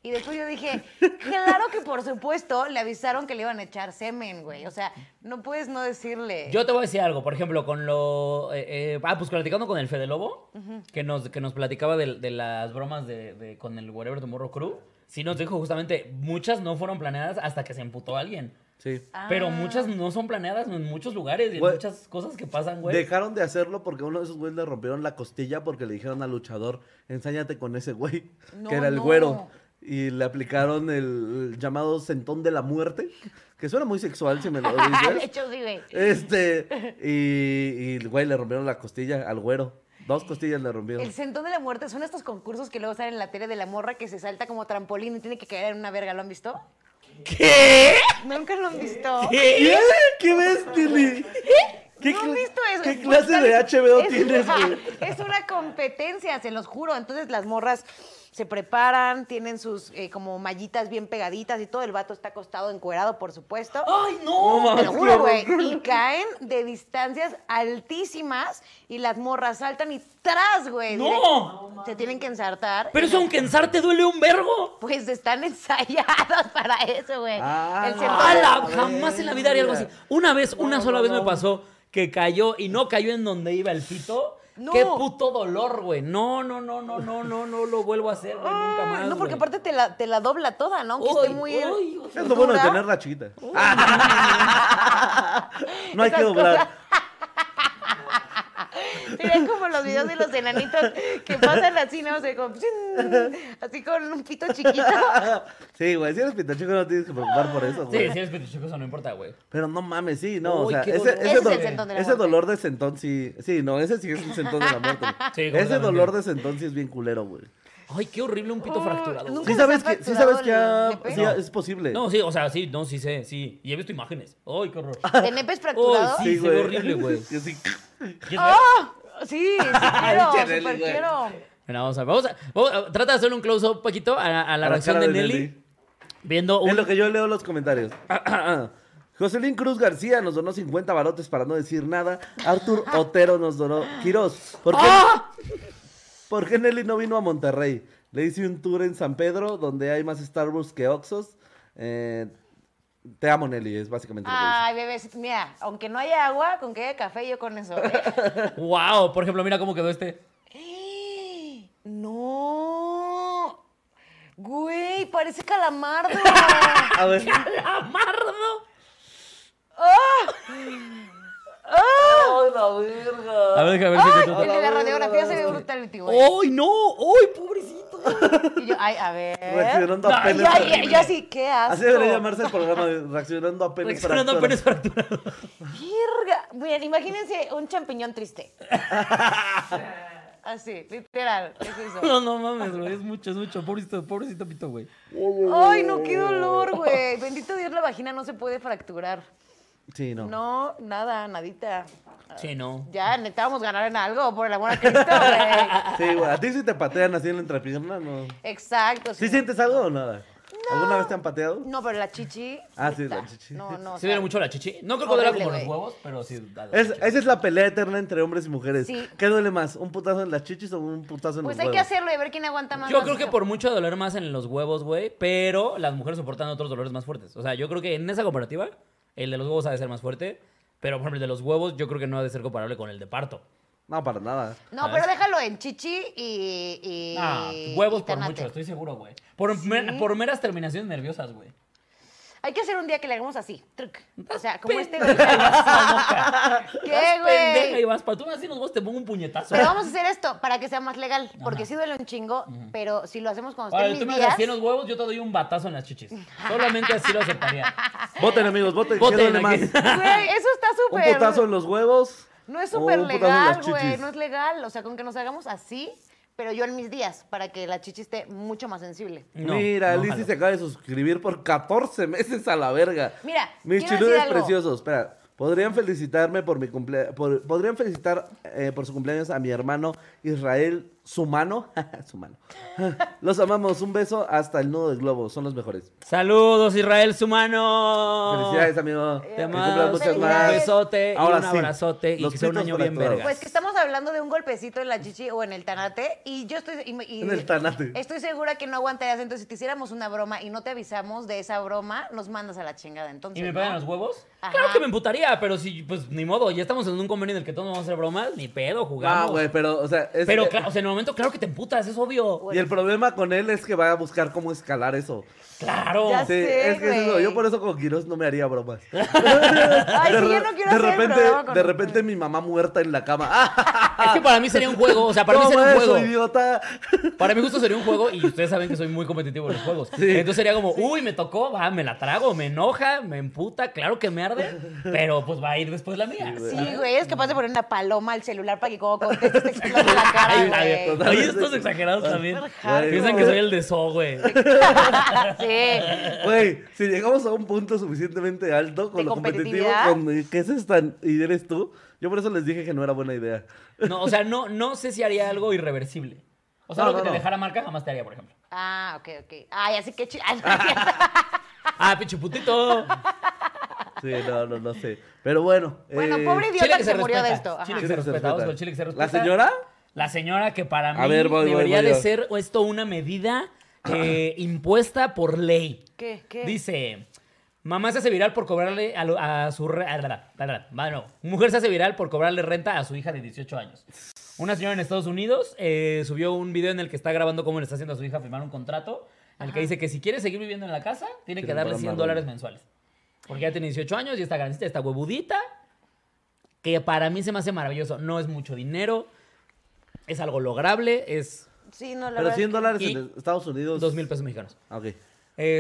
B: Y después yo dije, claro que por supuesto le avisaron que le iban a echar semen, güey. O sea, no puedes no decirle.
A: Yo te voy a decir algo, por ejemplo, con lo. eh, eh, ah, pues platicando con el Fede Lobo, que, nos, que nos platicaba de, de las bromas de, de- con el Whatever Tomorrow Crew. Sí, nos dijo justamente, muchas no fueron planeadas hasta que se emputó alguien.
C: Sí.
B: Ah,
A: Pero muchas no son planeadas en muchos lugares y en
C: Güey.
A: muchas cosas que pasan, güey.
C: Dejaron de hacerlo porque a uno de esos güeyes le rompieron la costilla porque le dijeron al luchador, ensáñate con ese güey,
B: No,
C: que era el
B: no.
C: güero. Y le aplicaron el llamado sentón de la muerte, que suena muy sexual si me lo
B: De
C: dices.
B: hecho, sí, güey.
C: este, y, y el güey le rompieron la costilla al güero. Dos costillas le rompieron.
B: El sentón de la muerte son estos concursos que luego salen en la tele de la morra que se salta como trampolín y tiene que caer en una verga. ¿Lo han visto?
A: ¿Qué?
B: Nunca lo han visto.
C: ¿Qué? ¿Qué ves, Tilly? ¿Qué,
B: ¿Eh? ¿No han
C: cla-
B: visto eso?
C: ¿Qué
B: Es-
C: clase de
B: es-
C: HBO
B: es
C: tienes,
B: una-
C: güey?
B: Es una competencia, se los juro. Entonces las morras se preparan, tienen sus eh, como mallitas bien pegaditas y todo. El vato está acostado, encuerado, por supuesto.
C: Oh,
A: ¡Ay,
C: No
A: no!
C: mames.
B: Te lo juro, güey.
C: claro.
B: Y caen de distancias altísimas y las morras saltan y ¡tras, güey!
A: ¡No!
B: Directo. Se tienen que ensartar.
A: Pero eso aunque ensarte duele un vergo.
B: Pues están ensayadas para eso, güey.
C: Ah,
B: El sentón-
A: ¡Hala!
C: güey.
A: Jamás en la vida haría algo así. Una vez, una
C: No,
A: sola
C: no,
A: vez
C: no.
A: me pasó que cayó y no cayó en donde iba el pito.
B: No.
A: ¡Qué puto dolor, güey! No, no, no, no, no, no, no lo vuelvo a hacer, güey. Nunca más.
B: no, porque
A: güey.
B: aparte te la, te la dobla toda, ¿no? Que
A: Uy,
B: esté muy...
A: uy, uy.
C: Es lo bueno de
B: dura. Uh.
C: tenerla chiquita. Ah. no hay que
B: Esas
C: doblar.
B: Miren como los videos de los enanitos que pasan así, ¿no? O sea, como, ¡chin! así con un pito chiquito.
C: Sí, güey, si eres pitachico no tienes que preocupar por eso, güey.
A: Sí, si eres pitochico, eso no importa, güey.
C: Pero no mames, sí, no, o
A: Uy,
C: sea,
A: qué
C: ese,
A: dolor.
C: ese
B: Ese es
C: do-
B: el sentón de la
C: ese
B: muerte.
C: dolor de sentón sí, sí, no, ese sí es un sentón de la muerte. güey.
A: Sí,
C: ese
A: completamente.
C: dolor de sentón sí es bien culero, güey.
A: ¡Ay, qué horrible un pito
B: Oh,
A: fracturado! güey.
B: nunca
C: Sí
B: les
C: sabes
B: ha
C: que, sí
B: fracturado
C: sabes que
B: el
C: ha-
B: nepe?
C: sí,
A: No.
C: es posible.
A: No, sí, o sea, sí, no, sí sé, sí. Y he visto imágenes. ¡Ay, qué horror!
B: ¿De nepes fracturado?
A: sí, se ve horrible, güey.
C: Sí, sí.
B: ¡Ah! Sí, sí quiero,
C: Ay, Cheleli,
B: súper
C: güey.
B: quiero.
A: Mira, vamos a, vamos a- vamos a- trata de hacer un close-up, Paquito, a, a la
C: A
A: reacción
C: cara
A: de Nelly, Viendo
C: Es
A: un...
C: lo que yo leo los comentarios. Jocelyn Cruz García nos donó 50 barotes para no decir nada. Artur Otero nos donó. Quirós, ¿por qué,
A: ¡Ah!
C: ¿por qué Nelly no vino a Monterrey? Le hice un tour en San Pedro donde hay más Starbucks que Oxos. Eh, te amo, Nelly, es básicamente lo que dice.
B: Ay, bebés, mira, aunque no haya agua, con que haya café, yo con eso. ¿eh?
A: ¡Wow! Por ejemplo, mira cómo quedó este.
B: ¡No! Güey, parece calamardo.
C: A ver,
A: ¡Calamardo!
C: verga!
A: A ver, déjame ver si
B: El
A: encuentro.
B: de la radiografía se ve brutality, güey.
A: ¡Ay, no! ¡Ay, pobrecito!
B: Y yo, ay, a ver.
C: Reaccionando a
A: No,
C: penes.
B: Yo,
A: ya,
B: yo,
C: fracturados.
B: yo así, ¿qué asco?
C: Así debería llamarse el programa, de reaccionando a penes.
A: Reaccionando
C: fracturas.
A: apenas fracturado.
B: Virga. Miren, imagínense un champiñón triste. Así, literal. Es eso.
A: No, no mames, güey. Es mucho, es mucho. Pobrecito, pobrecito pito, güey.
B: Ay, no, qué dolor, güey. Bendito Dios, la vagina no se puede fracturar.
C: Sí, no.
B: No, nada, nadita.
A: Sí, no.
B: Ya, necesitábamos ganar en algo, por el amor a Cristo, güey.
C: Sí, güey. A ti si te patean así en la entrepierna, no.
B: Exacto.
C: ¿Sí sientes algo o nada? ¿Alguna vez te han pateado?
B: No, pero la chichi.
C: Ah, sí, la
B: puta.
C: chichi.
B: No, no. o
A: ¿Se
B: sea,
A: viene mucho la chichi? No creo que duela
B: Horrible,
A: como los
B: güey.
A: huevos, pero sí. da la
C: Es-
A: chichi.
C: esa es la pelea eterna entre hombres y mujeres.
B: Sí.
C: ¿Qué duele más? ¿Un putazo en las chichis o un putazo en
B: Pues
C: los
B: hay que
C: huevos?
B: hacerlo y ver quién aguanta más.
A: Yo
B: macizo.
A: creo que por mucho doler más en los huevos, güey, pero las mujeres soportan otros dolores más fuertes. O sea, yo creo que en esa comparativa, el de los huevos ha de ser más fuerte, pero por ejemplo, el de los huevos yo creo que no ha de ser comparable con el de parto.
C: No, para nada.
B: No, pero déjalo en chichi y. y-
A: Ah,
B: y
A: huevos por
B: tanate.
A: mucho, estoy seguro, güey. Por, mer- por meras terminaciones nerviosas, güey.
B: Hay que hacer un día que le hagamos así. truc. O sea, como este.
A: Pendeja, vas a boca. Vas
B: ¿Qué,
A: pendeja y
B: güey?
A: vas para tú, así los huevos te pongo un puñetazo.
B: Pero vamos a hacer esto para que sea más legal. Porque sí duele un chingo, pero si lo hacemos cuando
A: Ahora,
B: estén
A: tú
B: mis
A: me das
B: días.
A: 100 los huevos, yo te doy un batazo en las chichis. Solamente así lo aceptaría.
C: Voten, amigos, voten.
A: Voten
C: ¿Qué duele más?
A: aquí.
B: Güey, eso está
C: ¿Un
B: súper.
C: putazo en los huevos?
B: No es
C: o
B: súper
C: un putazo en las
B: legal, güey.
C: chichis?
B: No es legal. O sea, con que nos hagamos así, pero yo en mis días, para que la chichi esté mucho más sensible.
A: No,
C: Mira,
A: no,
C: Lizzy
A: jalo.
C: se acaba de suscribir por 14 meses a la verga.
B: Mira,
C: mis
B: quiero
C: chiludes
B: decir algo.
C: preciosos. Espera, podrían felicitarme por mi cumpleaños. podrían felicitar eh, por su cumpleaños a mi hermano Israel Sumano. Sumano. los amamos. Un beso hasta el nudo del globo. Son los mejores.
A: Saludos, Israel Sumano.
B: Oh.
C: Felicidades, amigo.
A: Te
C: Que cumplan
A: mando
C: muchas
A: un
C: más.
B: Felicidades.
A: besote
C: Ahora
A: y un
C: sí,
A: abrazote y
C: los
A: que sea un
C: pitos
A: año
C: para
A: bien
C: todas.
A: verga.
B: Pues que estamos hablando de un golpecito en la chichi o en el tanate y yo estoy y me- y-
C: En el tanate.
B: Estoy segura que no aguantarías, entonces si te hiciéramos una broma y no te avisamos de esa broma, nos mandas a la chingada entonces.
A: ¿Y me
B: ¿no?
A: pegan los huevos?
B: Ajá.
A: Claro que me emputaría, pero si, pues ni modo, ya estamos en un convenio en el que todos no vamos a hacer bromas, ni pedo, jugamos.
C: No, Ah, güey, pero, o sea. es-
A: pero
C: eh,
A: claro, o sea, en el momento, claro que te emputas, es obvio.
B: Pues,
C: Y el problema con él es que va a buscar cómo escalar eso.
A: Claro.
B: Ya sé.
C: Sí, es que es eso.
B: güey.
C: Yo por eso con Quiroz no me haría bromas.
B: Ay, sí, yo no quiero
C: de
B: hacer
C: repente,
B: programa con
C: de
B: él.
C: repente mi mamá muerta en la cama. ¡Ah!
A: Es que para mí sería un juego, o sea, para mí
C: ¿Cómo
A: sería un
C: es,
A: juego.
C: idiota?
A: Para mi gusto sería un juego y ustedes saben que soy muy competitivo en los juegos.
C: Sí.
A: Entonces sería como, uy, me tocó, va, me la trago, me enoja, me emputa, claro que me arde, pero pues va a ir después la mía.
B: Sí, güey, es
A: Mm.
B: capaz de poner una paloma al celular para que como contestes te explote la cara,
A: Ay,
B: güey.
C: total.
A: Oye, estos exagerados también.
B: Hardcore.
A: Piensan que soy el de So, güey.
B: Sí.
C: Güey, si llegamos a un punto suficientemente alto con
B: ¿De
C: lo competitivo,
B: competitividad?
C: con el que es tan y eres tú, yo por eso les dije que no era buena idea.
A: No, o sea, no, no sé si haría algo irreversible. O sea,
C: No,
A: algo
C: no,
A: que
C: no.
A: te dejara marca jamás te haría, por ejemplo.
B: Ah, ok, ok. Ay, así que chi- Ay, no es cierto.
A: Ah, pinche putito.
C: Sí, no, no, no sé. Pero bueno.
B: Bueno,
C: eh,
B: pobre idiota
A: Chile
B: que
A: que
B: se
A: se
B: murió de
A: respeta.
B: esto. Ajá.
A: Chile que se respeta, vamos con Chile que se
C: ¿La
A: respeta.
C: señora?
A: La señora que para
C: A
A: mí
C: ver, voy, voy,
A: debería
C: voy,
A: de
C: voy.
A: ser esto una medida eh, impuesta por ley.
B: ¿Qué? ¿Qué?
A: Dice, mamá se hace viral por cobrarle a, lo- a su... re- a la- a la- va, no. mujer se hace viral por cobrarle renta a su hija de 18 años. Una señora en Estados Unidos eh, subió un video en el que está grabando cómo le está haciendo a su hija firmar un contrato, en el que dice que si quiere seguir viviendo en la casa, tiene
C: Que
A: que,
C: le
A: darle
C: pagan
A: 100
C: más
A: dólares
C: lana.
A: mensuales. Porque ya tiene 18 años y está grandecita, está huevudita, que para mí se me hace maravilloso. No es mucho dinero, es algo lograble, es
B: Sí, no, la
C: Pero
B: verdad.
C: 100
B: es que-
C: dólares
A: Y-
C: en Estados Unidos.
A: 2 mil pesos mexicanos.
C: Ah, Ok.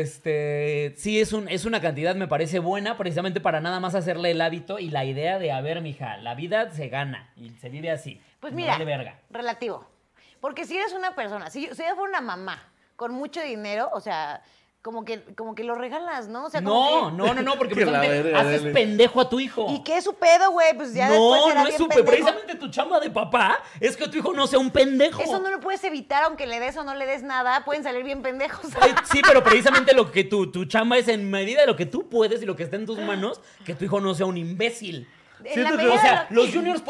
A: Este, sí, es, un, es una cantidad, me parece buena, precisamente para nada más hacerle el hábito y la idea de, a ver, mija, la vida se gana y se vive así.
B: Pues
A: Me
B: mira,
A: vale verga.
B: Pues
C: eh,
A: pues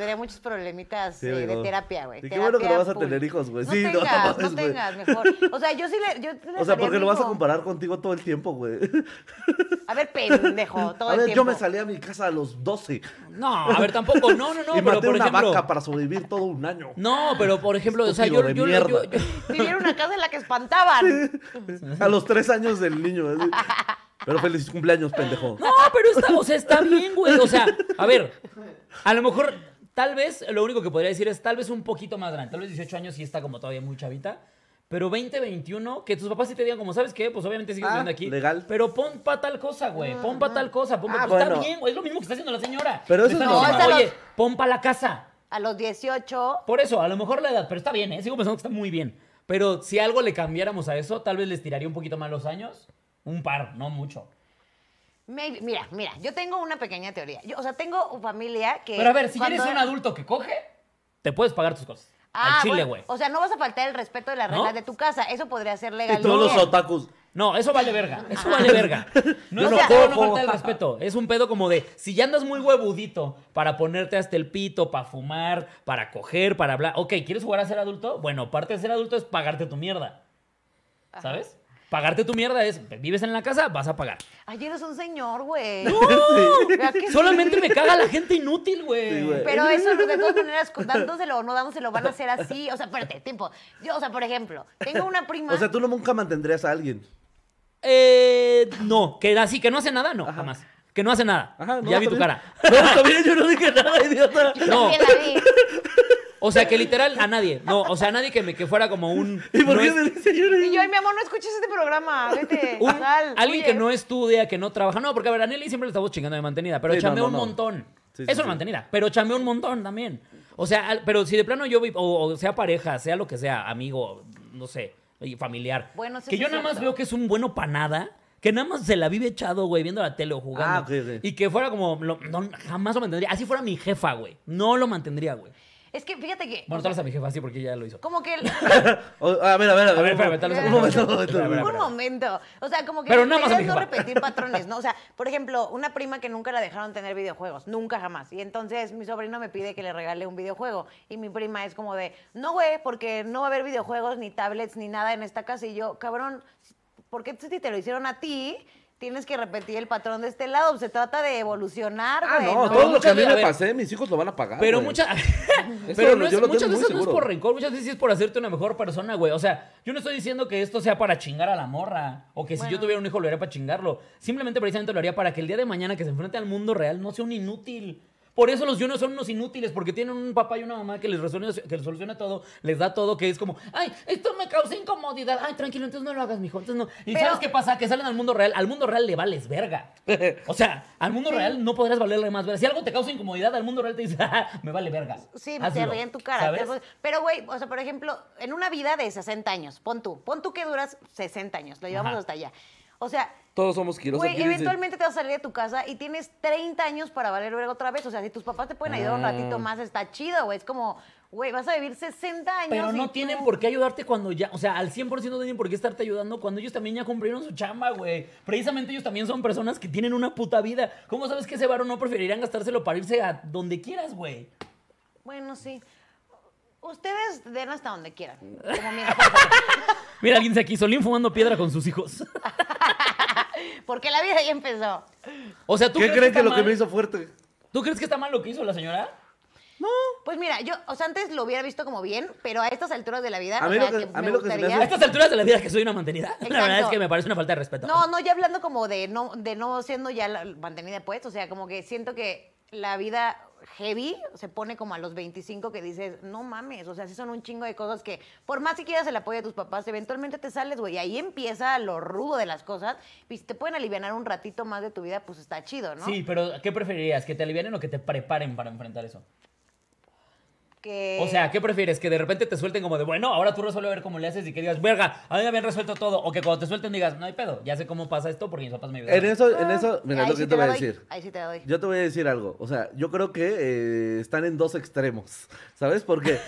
B: tendría muchos problemitas
C: Sí,
B: eh,
C: güey,
B: de
C: no.
B: terapia, güey.
C: Y qué bueno que no
B: Terapia
C: vas a
B: full.
C: tener hijos, güey.
B: No
C: Sí, no
B: tengas, no,
C: mames, güey.
B: tengas, mejor. O sea, yo sí le. Yo le
C: O sea,
B: daría
C: porque lo vas a
B: mimo.
C: comparar contigo todo el tiempo, güey.
B: A ver, pendejo, todo
C: A
B: el
C: ver, yo
B: tiempo.
C: me salí a mi casa a los 12
A: No, a ver, tampoco. No, no,
C: y
A: no. pero
C: maté
A: por
C: una
A: ejemplo.
C: vaca para sobrevivir todo un año.
A: No, pero por ejemplo, o sea,
C: Estúpido
A: yo,
C: de
A: yo, yo-
C: mierda.
A: yo-
B: Vivieron una casa en la que espantaban.
C: A los 3 años del niño. así. Pero feliz cumpleaños, pendejo.
A: No, pero está, o sea, está bien, güey. O sea, a ver, a lo mejor, tal vez, lo único que podría decir es tal vez un poquito más grande. Tal vez 18 años sí está como todavía muy chavita. Pero 20, 21, que tus papás sí te digan, como, ¿sabes qué? Pues obviamente sigues
C: Ah,
A: viviendo aquí.
C: legal.
A: Pero pon pa' tal cosa, güey. Pon pa' tal cosa. Pon pa-
C: Ah,
A: pues Está
C: bueno.
A: bien, güey. Es lo mismo que está haciendo la señora.
C: Pero
A: Le
C: eso es
A: están diciendo,
B: normal.
A: Oye, pon pa' la casa.
B: A los 18.
A: Por eso, a lo mejor la edad, pero está bien, ¿eh? Sigo pensando que está muy bien. Pero si algo le cambiáramos a eso, tal vez les tiraría un poquito más los años. Un par, no mucho.
B: maybe- Mira, mira, yo tengo una pequeña teoría. Yo, o sea, tengo familia que.
A: Pero a ver, si
B: cuando
A: eres un
B: era-
A: adulto que coge, te puedes pagar tus cosas.
B: Ah,
A: Al chile,
B: bueno,
A: güey.
B: O sea, no vas a faltar el respeto de las
A: ¿No?
B: reglas de tu casa. Eso podría ser legal.
C: Y todos los
B: Bien.
C: otakus.
A: No, eso vale verga. Eso vale verga. No
C: Yo
A: es
C: no
A: que no
C: cojo.
A: falta el respeto. Es un pedo como de, si ya andas muy huevudito para ponerte hasta el pito, para fumar, para coger, para hablar. Ok, ¿quieres jugar a ser adulto? Bueno, parte de ser adulto es pagarte tu mierda. ¿Sabes? Pagarte tu mierda es, vives en la casa, vas a pagar.
B: Ay, eres un señor, güey.
A: ¡No!
B: Vea que sí.
A: Solamente me caga la gente inútil, güey.
C: Sí, güey.
B: Pero eso de todas maneras, con- dándoselo o no dándoselo, van a hacer así. O sea, espérate, tiempo. Yo, o sea, por ejemplo, tengo una prima.
C: O sea, tú nunca mantendrías a alguien.
A: Eh, no, que así, que no hace nada, no, jamás. Que no hace nada.
C: Ajá, no,
A: ya vi
C: está
A: tu
C: bien.
A: cara.
C: No, también yo no dije nada, idiota.
B: Yo
A: no.
B: también la vi.
A: O sea, que literal a nadie. No, o sea, a nadie que me que fuera como un
C: ¿Y por
A: no
C: qué
A: es-
C: me dice yo? no-
B: Y yo, ay, mi amor, no escuches este programa. Vete.
A: un-
B: sal,
A: alguien que
B: huyes.
A: no estudia, que no trabaja. No, porque a ver, a Nelly siempre le estamos chingando de mantenida, pero
C: Sí, no,
A: chambeó
C: no,
A: un
C: no.
A: montón.
C: Sí, sí,
A: Eso es
C: sí.
A: mantenida, pero chambeó un montón también. O sea, al- pero si de plano yo vi- o, o sea pareja, sea lo que sea, amigo, no sé, y familiar.
B: Bueno, sí,
A: que
B: sí
A: yo
B: es
A: nada más
B: cierto.
A: veo que es un bueno para nada. Que nada más se la vive echado, güey, viendo la tele o jugando.
C: Ah, ok, ok.
A: Y que fuera como. lo- no, jamás lo mantendría. Así fuera mi jefa, güey. No lo mantendría, güey.
B: Es que fíjate que.
A: Bueno,
B: o sea,
A: tal vez a mi jefa sí, porque ella lo hizo.
B: como que. el-
C: O- a ver, a ver, a ver.
A: A ver,
C: un-
A: espérame, tal vez-
C: un momento, un momento.
A: Espera, espera,
B: Un momento. O sea, como que
A: Pero
B: la
A: nada más
B: idea
A: a mi
B: es no
A: jefa.
B: repetir patrones, ¿no? O sea, por ejemplo, una prima que nunca la dejaron tener videojuegos, nunca jamás. Y entonces mi sobrino me pide que le regale un videojuego. Y mi prima es como de, no, güey, porque no va a haber videojuegos, ni tablets, ni nada en esta casa. Y yo, cabrón, ¿por qué si te lo hicieron a ti? Tienes que repetir el patrón de este lado. Se trata de evolucionar,
C: Ah,
B: güey.
C: no,
A: no,
C: todo lo que a
A: muchas
C: mí
A: veces-
C: me
A: a ver.
C: pasé, mis hijos lo van a pagar.
A: Pero
C: güey.
A: muchas. pero no
C: yo
A: es-
C: lo tengo
A: muchas
C: muy
A: veces no es
C: seguro.
A: por rencor, muchas veces es por hacerte una mejor persona, güey. O sea, yo no estoy diciendo que esto sea para chingar a la morra. O que si yo tuviera un hijo lo haría para chingarlo. Simplemente precisamente lo haría para que el día de mañana que se enfrente al mundo real no sea un inútil. Por eso los juniors son unos inútiles, porque tienen un papá y una mamá que les, resuelve, que les soluciona todo, les da todo, que es como, ay, esto me causa incomodidad, ay, tranquilo, entonces no lo hagas, mijo, entonces no. Y
B: Pero-
A: ¿sabes qué pasa? Que salen al mundo real, al mundo real le vales verga. O sea, al mundo real no podrás valerle más verga. Si algo te causa incomodidad, al mundo real te dice, "Ah, me vale verga.
B: Sí, se
A: Hazlo,
B: ríe en tu cara.
A: ¿sabes?
B: Pero- Pero, güey, o sea, por ejemplo, en una vida de 60 años, pon tú, pon tú que duras 60 años, lo llevamos
A: Ajá.
B: hasta allá. O sea,
C: Todos somos quirosos.
B: güey, eventualmente te vas a salir de tu casa y tienes 30 años para valer verga otra vez. O sea, si tus papás te pueden ayudar un
A: Ah.
B: ratito más, está chido, güey. Es como, güey, vas a vivir 60 años.
A: Pero
B: y
A: no
B: tú-
A: tienen por qué ayudarte cuando ya, o sea, al 100% no tienen por qué estarte ayudando cuando ellos también ya cumplieron su chamba, güey. Precisamente ellos también son personas que tienen una puta vida. ¿Cómo sabes que ese varón no preferirán gastárselo para irse a donde quieras, güey?
B: Bueno, sí. Ustedes den hasta donde quieran. Como mi esposa.
A: Mira, alguien se aquí, Solín fumando piedra con sus hijos.
B: Porque la vida ya empezó.
A: O sea, ¿tú
C: ¿Qué
A: crees
C: creen
A: está
C: que lo que
A: mal?
C: me hizo fuerte?
A: ¿Tú crees que está mal lo que hizo la señora?
B: Pues mira, yo, o sea, antes lo hubiera visto como bien, pero a estas alturas de la vida,
C: A
B: o
C: mí lo
B: sea,
C: que- a
B: me
C: mí lo que se me
B: gustaría-
A: A
C: hace-
A: estas alturas de la vida que soy una mantenida, la verdad
B: Exacto.
A: es que me parece una falta de respeto.
B: No, no, ya hablando como de no, de no siendo ya la- mantenida pues, o sea, como que siento que la vida heavy se pone como a los 25 que dices, no mames, o sea, sí son un chingo de cosas que por más que quieras el apoyo de tus papás, eventualmente te sales, güey, y ahí empieza lo rudo de las cosas, y si te pueden aliviar un ratito más de tu vida, pues está chido, ¿no?
A: Sí, pero ¿qué preferirías? ¿Que te alivianen o que te preparen para enfrentar eso?
B: Que...
A: O sea, ¿qué prefieres? ¿Que de repente te suelten como de, bueno, ahora tú resuelve a ver cómo le haces y que digas, verga, a mí me habían resuelto todo? O que cuando te suelten digas, no hay pedo, ya sé cómo pasa esto porque mis papás me
C: En
A: ayudaron.
C: eso, en eso, mira
B: ahí
C: lo
B: sí
C: que te voy
B: la
C: a
B: doy,
C: decir.
B: Ahí sí te la doy.
C: Yo te voy a decir algo. O sea, yo creo que eh, están en dos extremos. ¿Sabes? Porque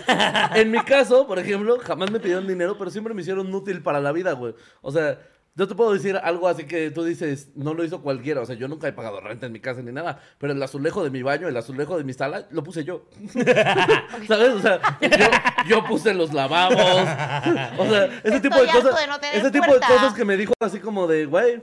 C: en mi caso, por ejemplo, jamás me pidieron dinero, pero siempre me hicieron útil para la vida, güey. O sea, Yo te puedo decir algo así que tú dices, no lo hizo cualquiera. O sea, yo nunca he pagado renta en mi casa ni nada. Pero el azulejo de mi baño, el azulejo de mi sala, lo puse yo. ¿Sabes? O sea, yo, yo puse los lavabos. O sea, ese
B: Estoy
C: tipo de
B: harto
C: cosas.
B: de no tener
C: ese tipo de
B: puerta.
C: cosas que me dijo así como de, güey,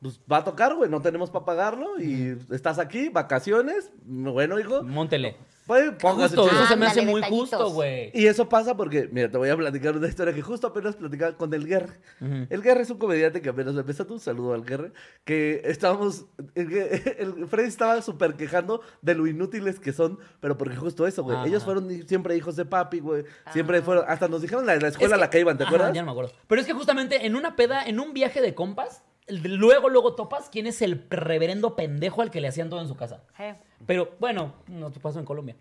C: pues va a tocar, güey, no tenemos para pagarlo. Y estás aquí, vacaciones. Bueno, hijo,
A: Móntele.
C: pues póngase
A: Justo,
C: chido.
A: eso se me hace
B: Ándale,
A: muy
B: detallitos.
A: justo, güey.
C: Y eso pasa porque, mira, te voy a platicar una historia que justo apenas platicaba con el Guerre. El Guerre es un comediante que apenas lo empezó. Un saludo al Guerre. Que estábamos. El, Guerre- el Freddy estaba súper quejando de lo inútiles que son, pero porque justo eso, güey.
A: Ajá. Ah.
C: Ellos fueron siempre hijos de papi, güey. Siempre fueron. Hasta nos dijeron la de la escuela a la que iban, ¿te
A: Ajá,
C: acuerdas?
A: ya no me acuerdo. Pero es que justamente en una peda, en un viaje de compas, luego, luego topas quién es el reverendo pendejo al que le hacían todo en su casa.
B: Eh,
A: Pero bueno, no te pasó en Colombia.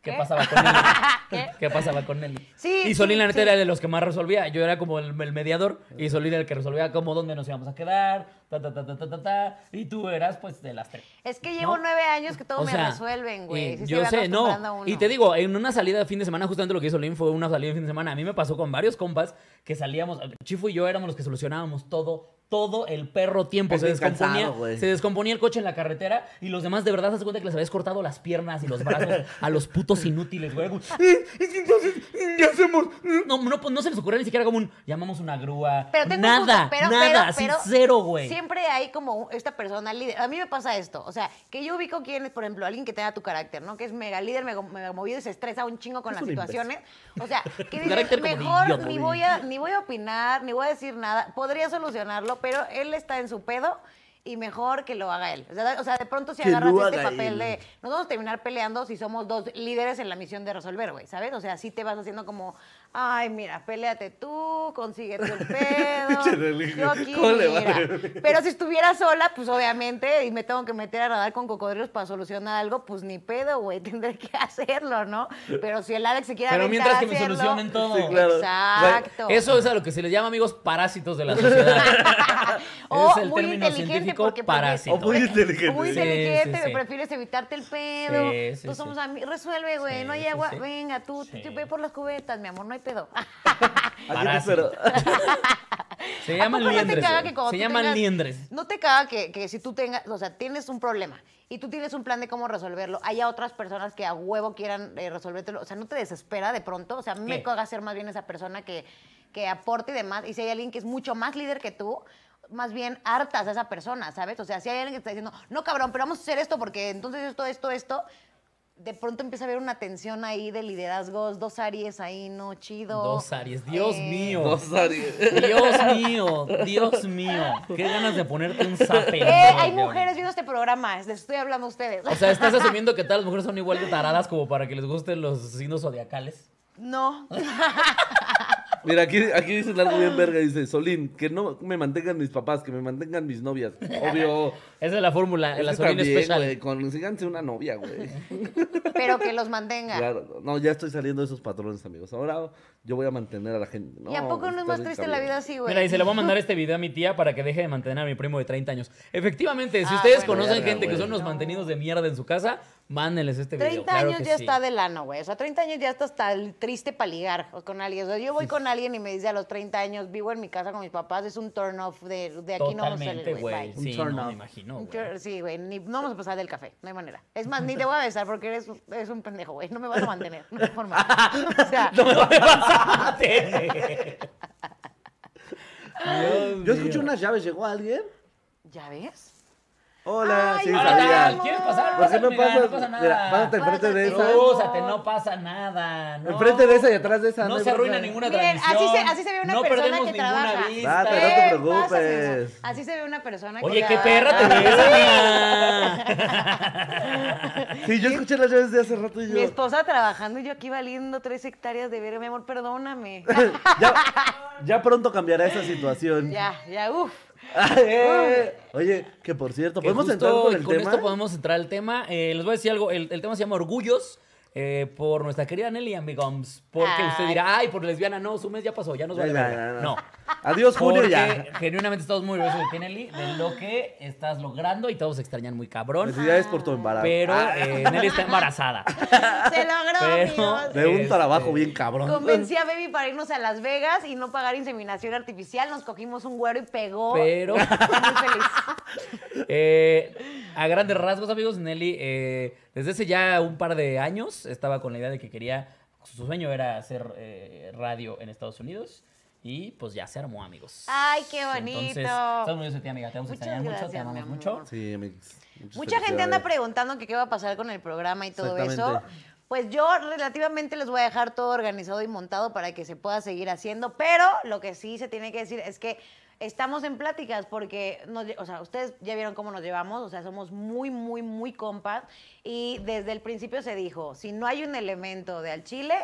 A: ¿Qué
B: ¿Qué?
A: pasaba con Nelly?
B: ¿Qué?
A: ¿Qué pasaba con Nelly?
B: Sí,
A: y Solín,
B: sí,
A: la neta,
B: sí.
A: era de los que más resolvía. Yo era como el, el mediador y Solín era el que resolvía como dónde nos íbamos a quedar, ta, ta, ta, ta, ta, ta, ta. Y tú eras, pues, de las tres.
B: Es que llevo
A: ¿No?
B: nueve años que todo
A: O
B: me
A: sea,
B: resuelven, güey.
A: y
B: Sí se
A: yo
B: va
A: sé,
B: acostumbrando
A: no.
B: uno.
A: Y te digo, en una salida de fin de semana, justamente lo que hizo Lin fue una salida de fin de semana. A mí me pasó con varios compas que salíamos, Chifu y yo éramos los que solucionábamos todo. Todo el perro tiempo
C: Es
A: se
C: bien
A: descomponía,
C: cansado, güey.
A: se descomponía el coche en la carretera y los demás de verdad se das cuenta que les habías cortado las piernas y los brazos a los putos inútiles, güey. Como, "Eh, es que Entonces, ¿qué hacemos? No, no, pues, no se les ocurrió ni siquiera como un llamamos una grúa.
B: Pero tengo un
A: nada,
B: punto, pero,
A: nada,
B: pero,
A: así
B: pero
A: cero, güey.
B: Siempre hay como un- esta persona líder. A mí me pasa esto. O sea, que yo ubico quién es, por ejemplo, alguien que tenga tu carácter, ¿no? Que es mega líder, mega, mega movido y se estresa un chingo con
C: Es
B: las
C: un imbécil.
B: situaciones. O sea, que dice,
A: carácter como de
B: mejor
A: idiota,
B: ni
A: de
B: voy, a, ni voy a opinar, ni voy a decir nada. Podría solucionarlo, pero él está en su pedo. Y mejor que lo haga él. O sea, o sea, de pronto si
C: Que lo
B: agarras este
C: haga
B: papel
C: él.
B: de nos vamos a terminar peleando si somos dos líderes en la misión de resolver, güey, ¿sabes? O sea, así te vas haciendo como, ay, mira, peleate tú, consigue tú el
C: Che, del-
B: pedo. yo aquí,
C: ¿cómo le va?
B: mira. Pero si estuviera sola, pues obviamente, y me tengo que meter a nadar con cocodrilos para solucionar algo, pues ni pedo, güey, tendré que hacerlo, ¿no? Pero si el Alex se quiere
A: Pero
B: aventar
A: mientras
B: a
A: que me
B: hacerlo-
A: solucionen todo.
C: Sí, claro.
B: Exacto.
A: Eso es a lo que se les llama, amigos, parásitos de la sociedad.
B: o
A: es el
B: muy
A: término
B: inteligente
A: científico
B: porque pues,
A: parásito.
C: O Oh, muy inteligente.
B: muy
C: Sí, sí,
B: inteligente,
A: sí.
B: prefieres evitarte el pedo.
A: Sí, sí,
B: Tú
A: sí.
B: somos amigos. Resuelve, güey.
A: Sí,
B: no hay
A: sí,
B: agua.
A: sí.
B: Venga, tú,
A: Sí.
B: tú ve por las cubetas, mi amor, no hay pedo.
C: Aquí te espero.
A: Se
B: ¿A poco
A: llaman
B: no te
A: liendres.
B: caga
A: güey.
B: que cuando
A: se
B: tú
A: llaman
B: tengas-
A: liendres.
B: No te caga que, que si tú tengas, o sea, tienes un problema y tú tienes un plan de cómo resolverlo, haya otras personas que a huevo quieran eh, resolvértelo. O sea, no te desespera de pronto. O sea, a mí me
A: Eh.
B: caga ser más bien esa persona que, que aporte y demás. Y si hay alguien que es mucho más líder que tú, más bien hartas a esa persona, ¿sabes? O sea, si hay alguien que te está diciendo, no cabrón, pero vamos a hacer esto porque entonces esto, esto, esto. De pronto empieza a haber una tensión ahí de liderazgos, dos Aries ahí, no chido.
A: Dos Aries. Dios
B: Eh,
A: mío.
C: Dos Aries.
A: Dios mío. Dios mío. Qué ganas de ponerte un zape.
B: Eh,
A: güey,
B: hay
A: cabrón.
B: mujeres viendo este programa, les estoy hablando a ustedes.
A: O sea, estás asumiendo que todas las mujeres son igual de taradas como para que les gusten los signos zodiacales.
B: no.
C: Mira, aquí, aquí dicen algo
B: Ah.
C: bien verga. Dice, Solín, que no me mantengan mis papás, que me mantengan mis novias. Obvio.
A: Esa es la fórmula,
C: Es
A: la
C: que
A: Solín
C: también,
A: especial.
C: güey, consíganse una novia, güey.
B: Pero que los mantenga.
C: Claro, no, ya estoy saliendo de esos patrones, amigos. Ahora yo voy a mantener a la gente. No,
B: ¿Y a poco no es
C: está
B: más
C: bien
B: triste la vida
C: cabrón.
B: así, güey?
A: Mira, y se le voy a mandar este video a mi tía para que deje de mantener a mi primo de 30 años. Efectivamente, si
B: Ah,
A: ustedes
B: bueno.
A: conocen
C: Verga,
A: gente que
C: güey.
A: son los mantenidos de mierda en su casa, mándenles este video.
B: 30
A: claro
B: años
A: que
B: ya
A: sí.
B: está del ano, güey. O sea, 30 años ya está hasta el triste para ligar o con alguien. O sea, yo voy con alguien y me dice a los 30 años, vivo en mi casa con mis papás, es un turn off de, de aquí no vamos a
A: Totalmente,
B: salir, güey.
A: güey.
B: bye.
A: Sí,
C: turn
A: no
C: off.
A: me imagino,
B: Un
A: güey.
B: tur- Sí, güey, ni- no vamos a pasar del café, no hay manera. Es más, ni te voy a besar porque eres, eres un pendejo, güey. No me vas a mantener, no hay forma. O sea,
A: No me vas a meter.
C: Yo escuché unas llaves, llegó alguien.
B: ¿ya ves?
C: Hola,
B: Ay,
C: sí,
B: hola,
C: sabía.
B: amor.
A: ¿Quieres pasar?
C: ¿Por qué
A: Pásale,
C: no
A: amiga,
C: pasas?
A: no pasa nada.
C: Mira, pásate enfrente de
B: Pásate.
C: esa.
A: Úsate, no pasa nada. No.
C: Enfrente de esa y atrás de esa, no
A: No,
C: hay
A: se arruina
C: bronca.
A: ninguna
B: Miren, así
A: transmisión.
B: se- así se ve una
A: no
B: persona
A: perdemos
B: que
A: ninguna
B: trabaja.
A: vista.
C: Date, Ah, no
B: ¿Qué
C: te
B: pasa,
C: preocupes.
B: César? Así se ve una persona
A: Oye,
B: que
A: qué perra te
B: trabaja.
A: ves, amiga.
C: Sí, yo escuché las llaves de hace rato y yo.
B: Mi esposa trabajando y yo aquí valiendo tres hectáreas de verga, mi amor, perdóname.
C: ya, ya pronto cambiará esa situación.
B: ya, ya, uff.
C: Ay,
A: Ah,
C: eh. Oye, que por cierto,
A: Que
C: ¿podemos
A: justo
C: entrar con el
A: con
C: tema?
A: esto podemos entrar al tema. Eh, les voy a decir algo. El, el tema se llama Orgullos. eh, por nuestra querida Nelly Amigums. Porque usted
B: Ay.
A: dirá, ay, por lesbiana, no, su mes ya pasó, ya nos
C: Ya,
A: vale.
C: ya,
A: verga".
C: ya,
A: no.
C: Adiós, Julio,
A: Porque
C: ya.
A: genuinamente estamos muy orgullosos de ti, Nelly, de lo que estás logrando y todos se extrañan muy cabrón.
C: Felicidades por tu embarazo.
A: Pero
C: Pues Ah,
A: eh, Nelly está embarazada.
B: Se logró,
A: Pero-
B: amigos.
C: de un
A: este-
C: trabajo bien cabrón.
B: Convencí a Baby para irnos a Las Vegas y no pagar inseminación artificial. Nos cogimos un güero y pegó.
A: Pero-
B: Estoy muy feliz.
A: Eh, a grandes rasgos, amigos, Nelly, eh, desde hace ya un par de años estaba con la idea de que quería, su sueño era hacer eh, radio en Estados Unidos. Y pues ya se armó, amigos.
B: Ay, qué bonito.
A: Entonces, estamos muy de ti, amiga. Te vamos a
B: Muchas
A: extrañar mucho, te
B: gracias, mi
A: amamos
B: amor.
A: mucho.
C: Sí, amigos. Muchas
B: Mucha gente anda
C: felicidades.
B: preguntando que qué va a pasar con el programa y todo eso.
C: Exactamente.
B: Pues yo relativamente les voy a dejar todo organizado y montado para que se pueda seguir haciendo, pero lo que sí se tiene que decir es que estamos en pláticas porque, nos lle- o sea, ustedes ya vieron cómo nos llevamos, o sea, somos muy, muy, muy compas y desde el principio se dijo, si no hay un elemento de al chile,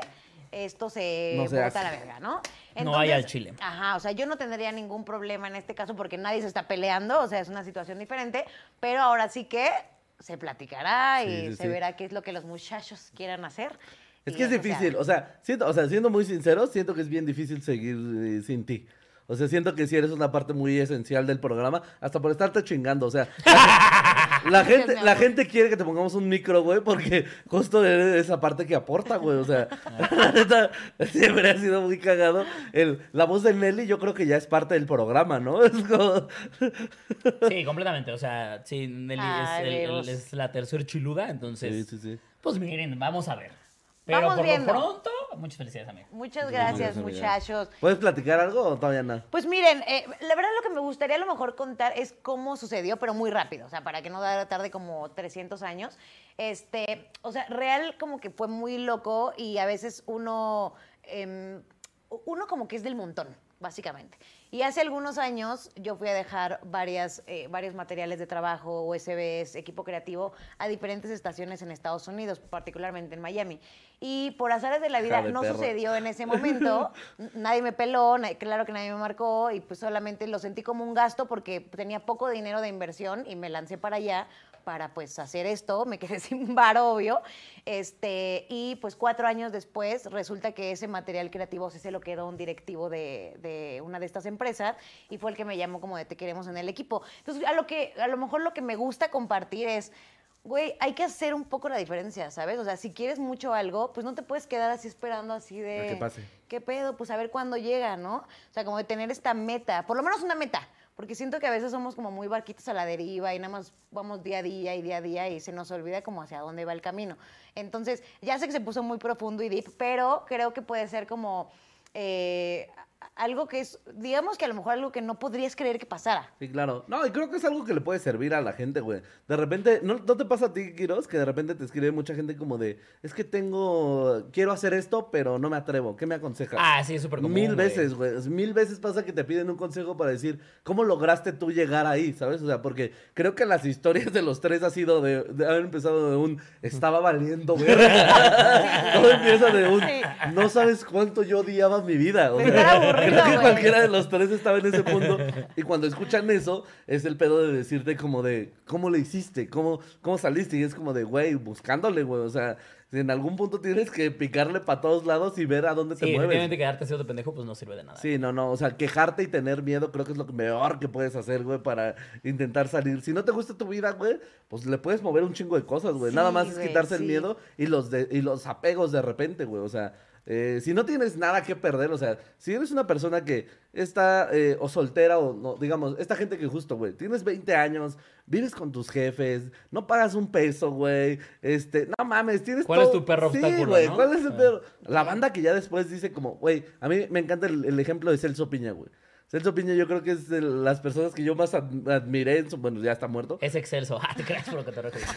B: esto se
C: No se
B: bota
C: hace.
B: a la verga, ¿no?
A: No hay al chile.
B: Ajá, o sea, yo no tendría ningún problema en este caso porque nadie se está peleando, o sea, es una situación diferente, pero ahora sí que se platicará y
C: Sí, sí,
B: se
C: sí.
B: verá qué es lo que los muchachos quieran hacer.
C: Es
B: y
C: que es
B: eso se
C: difícil,
B: hará.
C: o sea, siento, o sea, siendo muy sincero, siento que es bien difícil seguir eh, sin ti. O sea, siento que sí eres una parte muy esencial del programa, hasta por estarte chingando, o sea. La
B: Gracias,
C: gente,
B: mi
C: la
B: amor.
C: gente quiere que te pongamos un micro, güey, porque justo eres esa parte que aporta, güey. O sea, la neta, siempre ha sido muy cagado. El, la voz de Nelly yo creo que ya es parte del programa, ¿no? Es como...
A: Sí, completamente. O sea, sí, Nelly
B: Ay,
A: es, el- el-
B: amigos.
A: es la tercer chiluda,
C: Sí,
A: entonces.
C: sí, sí.
A: Pues miren, vamos a ver. Pero
B: Vamos
A: por
B: viendo.
A: lo pronto, muchas felicidades, amiga.
B: Muchas gracias,
C: amiga.
B: muchachos.
C: ¿Puedes platicar algo o todavía no?
B: Pues miren, eh, la verdad lo que me gustaría a lo mejor contar es cómo sucedió, pero muy rápido, o sea, para que no dar tarde como 300 años. Este, o sea, real como que fue muy loco y a veces uno, em, uno como que es del montón, básicamente. Y hace algunos años yo fui a dejar varias, eh, varios materiales de trabajo, USBs, equipo creativo, a diferentes estaciones en Estados Unidos, particularmente en Miami. Y por azares de la vida
C: Hija de
B: no
C: perra.
B: sucedió dio en ese momento. n- nadie me peló, na- claro que nadie me marcó y pues solamente lo sentí como un gasto porque tenía poco dinero de inversión y me lancé para allá para pues hacer esto, me quedé sin bar, obvio, este, y pues cuatro años después resulta que ese material creativo sí se lo quedó un directivo de, de una de estas empresas y fue el que me llamó como de te queremos en el equipo. Entonces, a lo, que, a lo mejor lo que me gusta compartir es, Güey, hay que hacer un poco la diferencia, ¿sabes? O sea, si quieres mucho algo, pues no te puedes quedar así esperando así de...
C: A que pase.
B: Eh, ¿Qué pedo? Pues a ver cuándo llega, ¿no? O sea, como de tener esta meta, por lo menos una meta, porque siento que a veces somos como muy barquitos a la deriva y nada más vamos día a día y día a día y se nos olvida como hacia dónde va el camino. Entonces, ya sé que se puso muy profundo y deep, pero creo que puede ser como... eh, algo que es, digamos que a lo mejor algo que no podrías creer que pasara.
C: Sí, claro. No, y creo que es algo que le puede servir a la gente, güey. De repente, ¿no, no te pasa a ti, Quiroz, que de repente te escribe mucha gente como de, es que tengo, quiero hacer esto, pero no me atrevo. ¿Qué me aconsejas?
A: Ah, sí, es súper común.
C: Mil
A: güey.
C: veces, güey. Es- Mil veces pasa que te piden un consejo para decir, ¿cómo lograste tú llegar ahí? ¿Sabes? O sea, porque creo que las historias de los tres ha sido de, de haber empezado de un, estaba valiendo, güey. Todo empieza de un,
B: Sí.
C: no sabes cuánto yo odiaba mi vida. O
B: Pero era aburrido,
C: creo que
B: güey.
C: cualquiera de los tres estaba en ese punto. Y cuando escuchan eso, es el pedo de decirte como de, ¿cómo le hiciste? ¿Cómo, cómo saliste? Y es como de, güey, buscándole, güey. O sea, en algún punto tienes que picarle para todos lados y ver a dónde
A: Sí,
C: te mueves.
A: efectivamente, quedarte haciendo pendejo, pues no sirve de nada.
C: Sí, no, no, o sea, quejarte y tener miedo creo que es lo peor que puedes hacer, güey, para intentar salir. Si no te gusta tu vida, güey, pues le puedes mover un chingo de cosas, güey.
B: Sí,
C: Nada más es
B: güey,
C: quitarse
B: sí.
C: el miedo y los, de- y los apegos de repente, güey. O sea, eh, si no tienes nada que perder, o sea, si eres una persona que está eh, o soltera o, no, digamos, esta gente que justo, güey, tienes 20 años, vives con tus jefes, no pagas un peso, güey, este, no mames, tienes
A: ¿Cuál es
C: todo-
A: tu perro
C: Sí,
A: obstáculo,
C: güey,
A: no?
C: ¿cuál es el
A: Ah.
C: perro? La banda que ya después dice como, güey, a mí me encanta el, el ejemplo de Celso Piña, güey. Celso Piña yo creo que es de las personas que yo más ad- admiré, en su- bueno, ya está muerto,
A: Es excelso. Ah, te creas por lo que te recuerdo.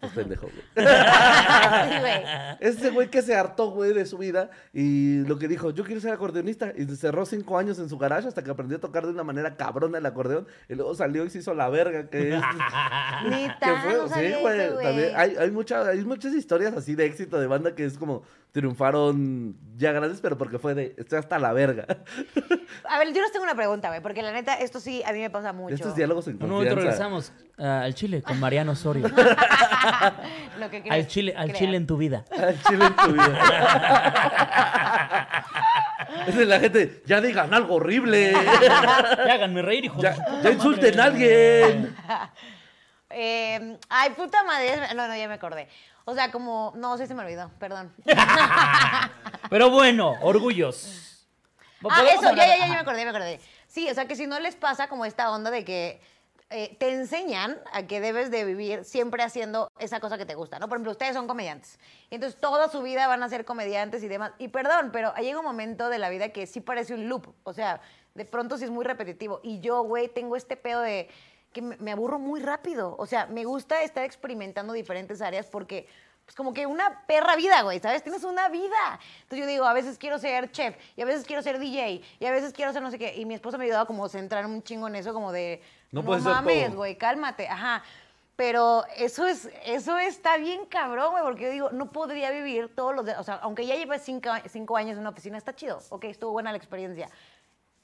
C: pues pendejo, güey.
B: Sí, güey.
C: Ese güey que se hartó, güey, de su vida y lo que dijo, yo quiero ser acordeonista. Y cerró cinco años en su garage hasta que aprendió a tocar de una manera cabrona el acordeón. Y luego salió y se hizo la verga que es...
B: Neta,
C: que fue-
B: no sabía
C: sí,
B: eso,
C: güey.
B: güey.
C: También hay, hay, mucha- hay muchas historias así de éxito de banda que es como, triunfaron ya grandes, pero porque fue de, estoy hasta la verga.
B: A ver, yo les tengo una pregunta, güey, porque la neta, esto sí a mí me pasa mucho.
C: Estos diálogos en
A: Un momento
C: confianza.
A: regresamos ah, al Chile con Mariano Osorio.
B: Lo que crees,
A: al Chile, al
B: creas.
A: Chile en tu vida.
C: Al chile en tu vida. Es de la gente, ya digan algo horrible.
A: Ya háganme reír, hijo.
C: Ya, ya insulten a alguien.
B: Eh, ay, puta madre. No, no, ya me acordé. O sea, como. No, sí se me olvidó, perdón.
A: Pero bueno, orgullos.
B: Ah,
A: ¿Podemos
B: eso, ya,
A: hablar?
B: ya, ya, ya me
A: Ajá.
B: acordé, me acordé. Sí, o sea, que si no les pasa como esta onda de que eh, te enseñan a que debes de vivir siempre haciendo esa cosa que te gusta, ¿no? Por ejemplo, ustedes son comediantes. Y entonces toda su vida van a ser comediantes y demás. Y perdón, pero llega un momento de la vida que sí parece un loop. O sea, de pronto sí es muy repetitivo. Y yo, güey, tengo este pedo de que me me aburro muy rápido. O sea, me gusta estar experimentando diferentes áreas porque pues como que una perra vida, güey, ¿sabes? Tienes una vida. Entonces yo digo, a veces quiero ser chef, y a veces quiero ser DJ, y a veces quiero ser no sé qué. Y mi esposa me ayudaba como a centrar un chingo en eso, como de,
C: No
B: no,
C: puedes ser
B: mames,
C: todo".
B: güey, cálmate, ajá. Pero eso es, eso está bien cabrón, güey, porque yo digo, no podría vivir todos los días. O sea, aunque ya lleves cinco, cinco años en una oficina, está chido. Ok, estuvo buena la experiencia.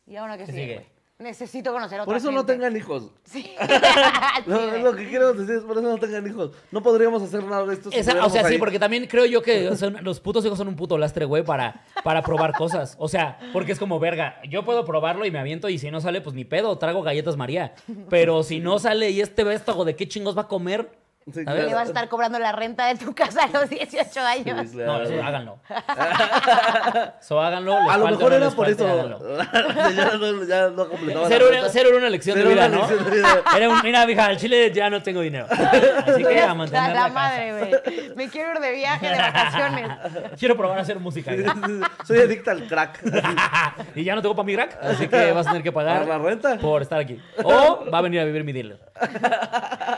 B: Y ahora que
A: ¿Qué
B: sigue,
A: sigue?
B: güey. Necesito conocer a otra
C: Por eso no
B: gente.
C: tengan hijos.
B: Sí.
C: No,
B: Sí, güey.
C: lo que quiero decir es, por eso no tengan hijos. No podríamos hacer nada de esto. si
A: Esa- o
C: estuviéramos
A: sea, sí,
C: ahí.
A: porque también creo yo que son- los putos hijos son un puto lastre, güey, para, para probar cosas. O sea, porque es como, verga, yo puedo probarlo y me aviento y si no sale, pues ni pedo, trago galletas María. Pero si no sale y este vástago de qué chingos va a comer,
C: Sí,
A: A ver.
B: Le vas a estar cobrando la renta de tu casa a los 18 años.
C: Sí,
A: no,
C: claro.
A: eso háganlo. So, háganlo. les
C: A lo
A: falte o
C: mejor
A: no
C: era
A: les
C: por
A: falte,
C: eso.
A: háganlo.
C: ya, no, ya no completaba.
A: Cero,
C: la
A: era,
C: meta.
A: cero era una lección
C: Cero
A: de vida,
C: era
A: ¿no?
C: una lección de vida.
A: Era un, mira, vieja, al chile ya no tengo dinero. Así que a
B: A
A: mantener la,
B: la
A: casa.
B: madre, güey. Me quiero ir de viaje, de vacaciones.
A: Quiero probar a hacer música. güey.
C: Soy adicta al crack.
A: y ya no tengo para mi rack, así que vas a tener que pagar
C: ¿Para la renta?
A: por estar aquí. O va a venir a vivir mi dealer.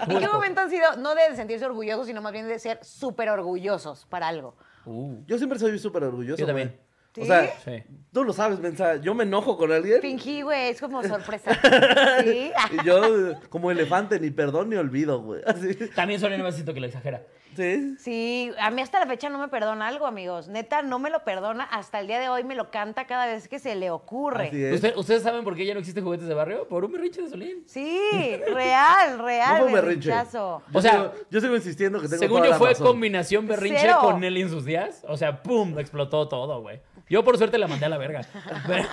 B: ¿En qué momento han sido, no de sentirse orgullosos, sino más bien de ser súper orgullosos para algo?
A: Uh,
C: Yo siempre soy súper orgulloso.
A: Yo también.
C: güey.
B: ¿Sí?
C: O sea,
A: Sí.
C: tú lo sabes, mensa. Yo me enojo con alguien.
B: Fingí, güey, es como sorpresa. ¿Sí?
C: Y yo, eh, como elefante, ni perdón ni olvido, güey. Así.
A: También soy un besito que lo exagera.
C: Sí.
B: Sí, a mí hasta la fecha no me perdona algo, amigos. Neta, no me lo perdona. Hasta el día de hoy me lo canta cada vez que se le
C: Así
B: ocurre.
C: es.
A: ¿Usted- ¿Ustedes saben por qué ya no existen juguetes de barrio? Por un berrinche de Solín.
B: Sí, real, real.
C: No fue un berrinche.
B: berrinchazo.
C: Yo
A: O sea,
C: sigo- yo sigo insistiendo que tengo
A: Según
C: toda
A: yo
C: la
A: fue
C: razón.
A: combinación berrinche
B: Cero.
A: con Nelly en sus días. O sea, ¡pum! Explotó todo, güey. Yo por suerte la mandé a la verga. Pero-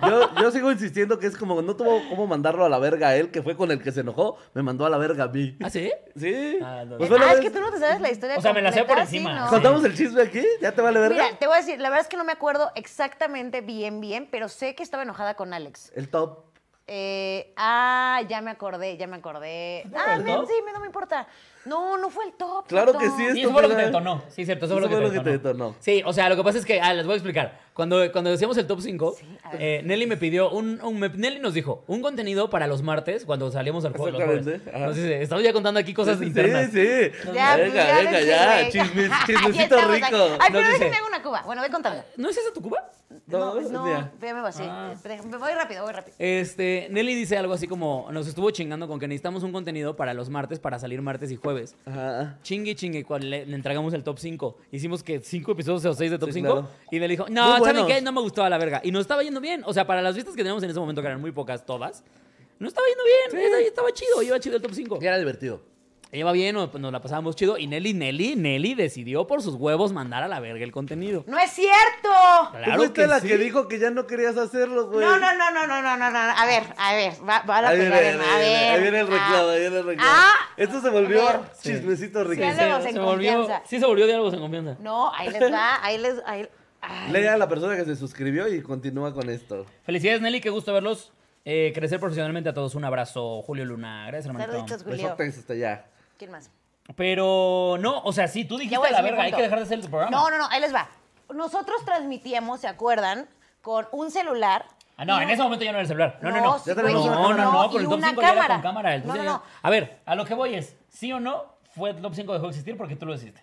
C: Yo, yo sigo insistiendo que es como no tuvo cómo mandarlo a la verga a él, que fue con el que se enojó, me mandó a la verga a mí.
A: ¿Ah, sí?
C: Sí.
A: Ah, no.
C: Pues fue la
B: Ah, es
C: vez-
B: que tú no te sabes la historia
A: O sea, me la sé por
B: completa, sí,
A: encima.
B: ¿no?
A: Con
C: ¿Contamos el chisme aquí? ¿Ya te vale verga?
B: Mira, te voy a decir, la verdad es que no me acuerdo exactamente bien, bien, pero sé que estaba enojada con Alex.
C: El top.
B: Eh, ah, ya me acordé, ya me acordé. Ah,
A: el
B: men,
A: top?
B: sí, men, no me importa. No, no fue el top.
C: Claro
B: puto.
C: que sí, es-
A: Y
C: Esto
A: eso fue lo que
C: fue
A: te
C: la-
A: detonó. Sí, cierto, eso,
C: Eso
A: fue lo que, te, detonó.
C: detonó.
A: Sí, o sea, lo que pasa es que, ah, les voy a explicar. Cuando, cuando decíamos el top 5,
B: Sí, a ver.
A: Nelly me pidió un, un- me- Nelly nos dijo un contenido para los martes cuando salíamos al juego. de Los jueves.
C: Exactamente, ajá.
A: Nos dice, estamos ya contando aquí cosas
C: sí,
A: internas.
C: sí.
B: Ya, pues,
C: venga,
B: ya
C: venga,
B: ves,
C: ya.
B: güey.
C: Chismes,
B: Ya
C: chismecito
B: estamos aquí.
C: rico.
B: Ay,
A: Nos
B: pero
A: dice-
B: déjenme hago una cuba. Bueno, voy contando.
A: ¿No es esa tu Cuba?
B: No,
C: No,
B: no,
C: mira.
B: ya me vacío.
A: Ah.
B: Me voy rápido, voy rápido.
A: Este, Nelly dice algo así como, nos estuvo chingando con que necesitamos un contenido para los martes, para salir martes y jueves.
C: Ajá.
A: Chingue, chingue, cuando le, le entregamos el top 5. Hicimos que 5 episodios o 6 de top
C: Sí,
A: 5.
C: claro.
A: Y le dijo, no,
C: Muy
A: ¿saben
C: buenos.
A: qué? No me gustaba la verga. Y nos estaba yendo bien. O sea, para las vistas que teníamos en ese momento, que eran muy pocas todas, no estaba yendo bien. Estaba- Estaba chido, iba chido el top 5.
C: Y era divertido.
A: Iba bien, nos, nos la pasábamos chido. Y Nelly, Nelly, Nelly decidió por sus huevos mandar a la verga el contenido.
B: ¡No es cierto!
C: Tú
A: Claro
C: fuiste
A: que
C: la
A: sí.
C: que dijo que ya no querías hacerlo, güey.
B: No, no, no, no, no, no, no, no. A ver, a ver, va, va la
C: Ahí viene,
B: pelea de- a
C: ahí viene,
B: ver.
C: ahí viene el reclamo,
B: Ah.
C: ahí viene el reclamo.
B: Ah,
C: Esto se
B: a
C: volvió
B: ver.
C: chismecito rico.
B: Sí, Diálogos en
A: volvió,
B: confianza.
A: sí, se volvió diálogos en confianza.
B: No, ahí les va, ahí les... Ahí, ay.
C: Lea a la persona que se suscribió y continúa con esto.
A: Felicidades, Nelly, qué gusto verlos. Eh, crecer profesionalmente a todos. Un abrazo, Julio Luna. Gracias, hermanito.
B: Saluditos, Pues, Julio.
C: Besotes hasta allá.
B: ¿Quién más?
A: Pero no, o sea, sí, tú dijiste
B: voy a
A: la
B: decir mi
A: verga, hay
B: punto.
A: que dejar de hacer el programa.
B: No, no, no, ahí les va. Nosotros transmitíamos, ¿se acuerdan? Con un celular.
A: Ah, no,
B: y
A: en
B: un-
A: ese momento ya no era el celular. No, no, no.
B: sí,
C: Ya tenemos
B: güey,
C: una
A: no, no,
C: cámara.
A: no, pero el
B: y
A: top
B: una
A: 5 ya era con cámara. el top
B: No, no,
A: cinco
B: no.
A: ya- A ver, a lo que voy es, sí o no, fue el top 5 dejó de existir porque tú lo hiciste.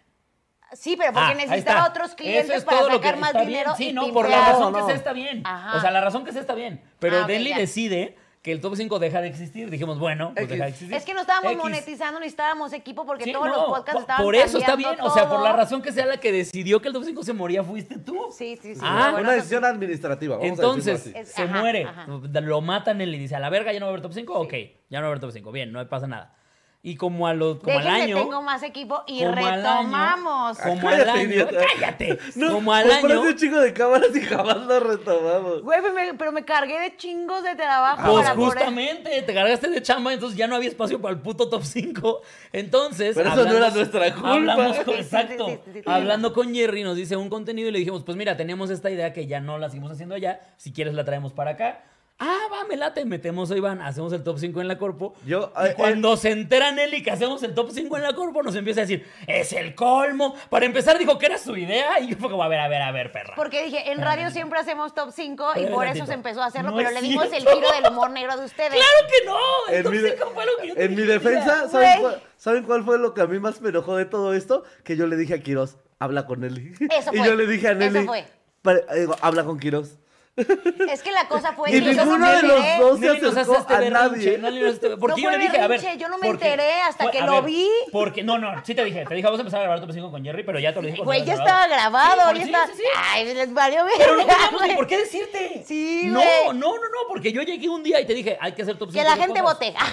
B: Sí, pero Ah, porque
A: Ah, ahí
B: necesitaba
A: está.
B: otros
A: Eso
B: clientes
A: es
B: para
A: todo lo
B: sacar
A: que
B: más
A: está bien.
B: dinero
A: Sí,
B: y
A: no, por la
B: pimpear.
A: razón
C: No,
A: que
C: no.
A: sea está bien.
B: Ajá.
A: O sea, la razón que sea está bien. Pero
B: Ah, ok,
A: Denly
B: ya.
A: decide que el top 5 deja de existir. Dijimos, bueno, pues
C: X.
A: deja de existir.
B: Es que no estábamos
A: X.
B: monetizando, necesitábamos equipo porque
A: Sí,
B: todos
A: no,
B: los podcasts
A: po-
B: estaban
A: Por eso está bien,
B: cambiando
A: o sea, por la
B: todo.
A: razón que sea la que decidió que el top 5 se moría fuiste tú.
B: Sí, sí, sí.
A: Ah,
B: bueno,
C: Una decisión administrativa. vamos a decirlo
A: Entonces,
C: así.
B: Es-
A: se
B: ajá,
A: muere,
B: ajá.
A: lo matan él y dice, a la verga, ya no va a haber top 5, ok, ya no va a haber top 5, bien, no pasa nada. Y como, a lo, como al
B: déjenme,
A: año...
B: tengo más equipo y
A: como al año-
B: retomamos.
A: como
C: Ah, Cállate,
A: al año...
C: idiota.
A: ¡Cállate!
C: No,
A: como al
C: nos
A: año...
C: parece un chingo de cámaras y jamás lo retomamos.
B: Güey, pero me, pero me cargué de chingos de trabajo.
A: Pues
B: Ah, para poder-
A: justamente, te cargaste de chamba, entonces ya no había espacio para el puto top 5. Entonces.
C: Pero eso no era nuestra culpa.
A: Hablamos
B: Sí,
A: con,
B: sí,
A: exacto.
B: sí, sí, sí.
A: Hablando con Jerry, nos dice un contenido y le dijimos: Pues mira, teníamos esta idea que ya no la seguimos haciendo allá. Si quieres, la traemos para acá. Ah, va, me late. Metemos a Iván, hacemos el top 5 en la Corpo.
C: Yo,
A: y
C: eh,
A: cuando se entera Nelly que hacemos el top 5 en la Corpo, nos empieza a decir: Es el colmo. Para empezar, dijo que era su idea. Y yo fue como: A ver, a ver, a ver, perra.
B: Porque dije, en radio siempre hacemos top 5 y
A: Espérame
B: por eso
A: tantito.
B: se empezó a hacerlo,
A: No
B: pero
A: es
B: le dimos el
A: cierto.
B: giro del humor negro de ustedes.
A: ¡Claro que no! El
C: En
A: top
C: mi, de-
A: 5 fue lo que yo te
C: en mi
A: dije.
C: defensa,
B: güey.
C: ¿saben cuál, saben cuál fue lo que a mí más me enojó de todo esto? Que yo le dije a Quiroz, habla con Nelly.
B: Eso
C: y
B: fue,
C: yo le dije a
B: eso
C: Nelly,
B: fue.
C: "Pare- eh, digo, habla con Quiroz.
B: Es que la cosa fue
C: Y
B: que yo no
C: ninguno
B: me
C: de los
B: enteré.
C: dos se
A: Nelly nos hace
C: acercó
A: este
C: a
A: berrinche,
C: nadie.
A: Nelly nos hace este-
B: No
A: Porque yo
B: fue
A: le dije, a ver.
B: berrinche, yo no me
A: porque-
B: enteré hasta
A: fue-
B: que
A: a
B: lo
A: ver,
B: vi.
A: Porque, no, no, sí te dije. Te dije, vamos a empezar a grabar top 5 con Jerry, pero ya te lo dije. cuando
B: Güey, ya
A: grabado.
B: estaba grabado.
A: Sí,
B: ya
A: sí,
B: estaba-
A: sí, sí.
B: Ay, les valió
A: Pero no
B: verga,
A: teníamos ni
B: güey.
A: por qué decirte.
B: Sí,
A: No,
B: güey.
A: no, no, no, porque yo llegué un día y te dije, hay que hacer top 5.
B: Que la gente
A: vote.
B: vote.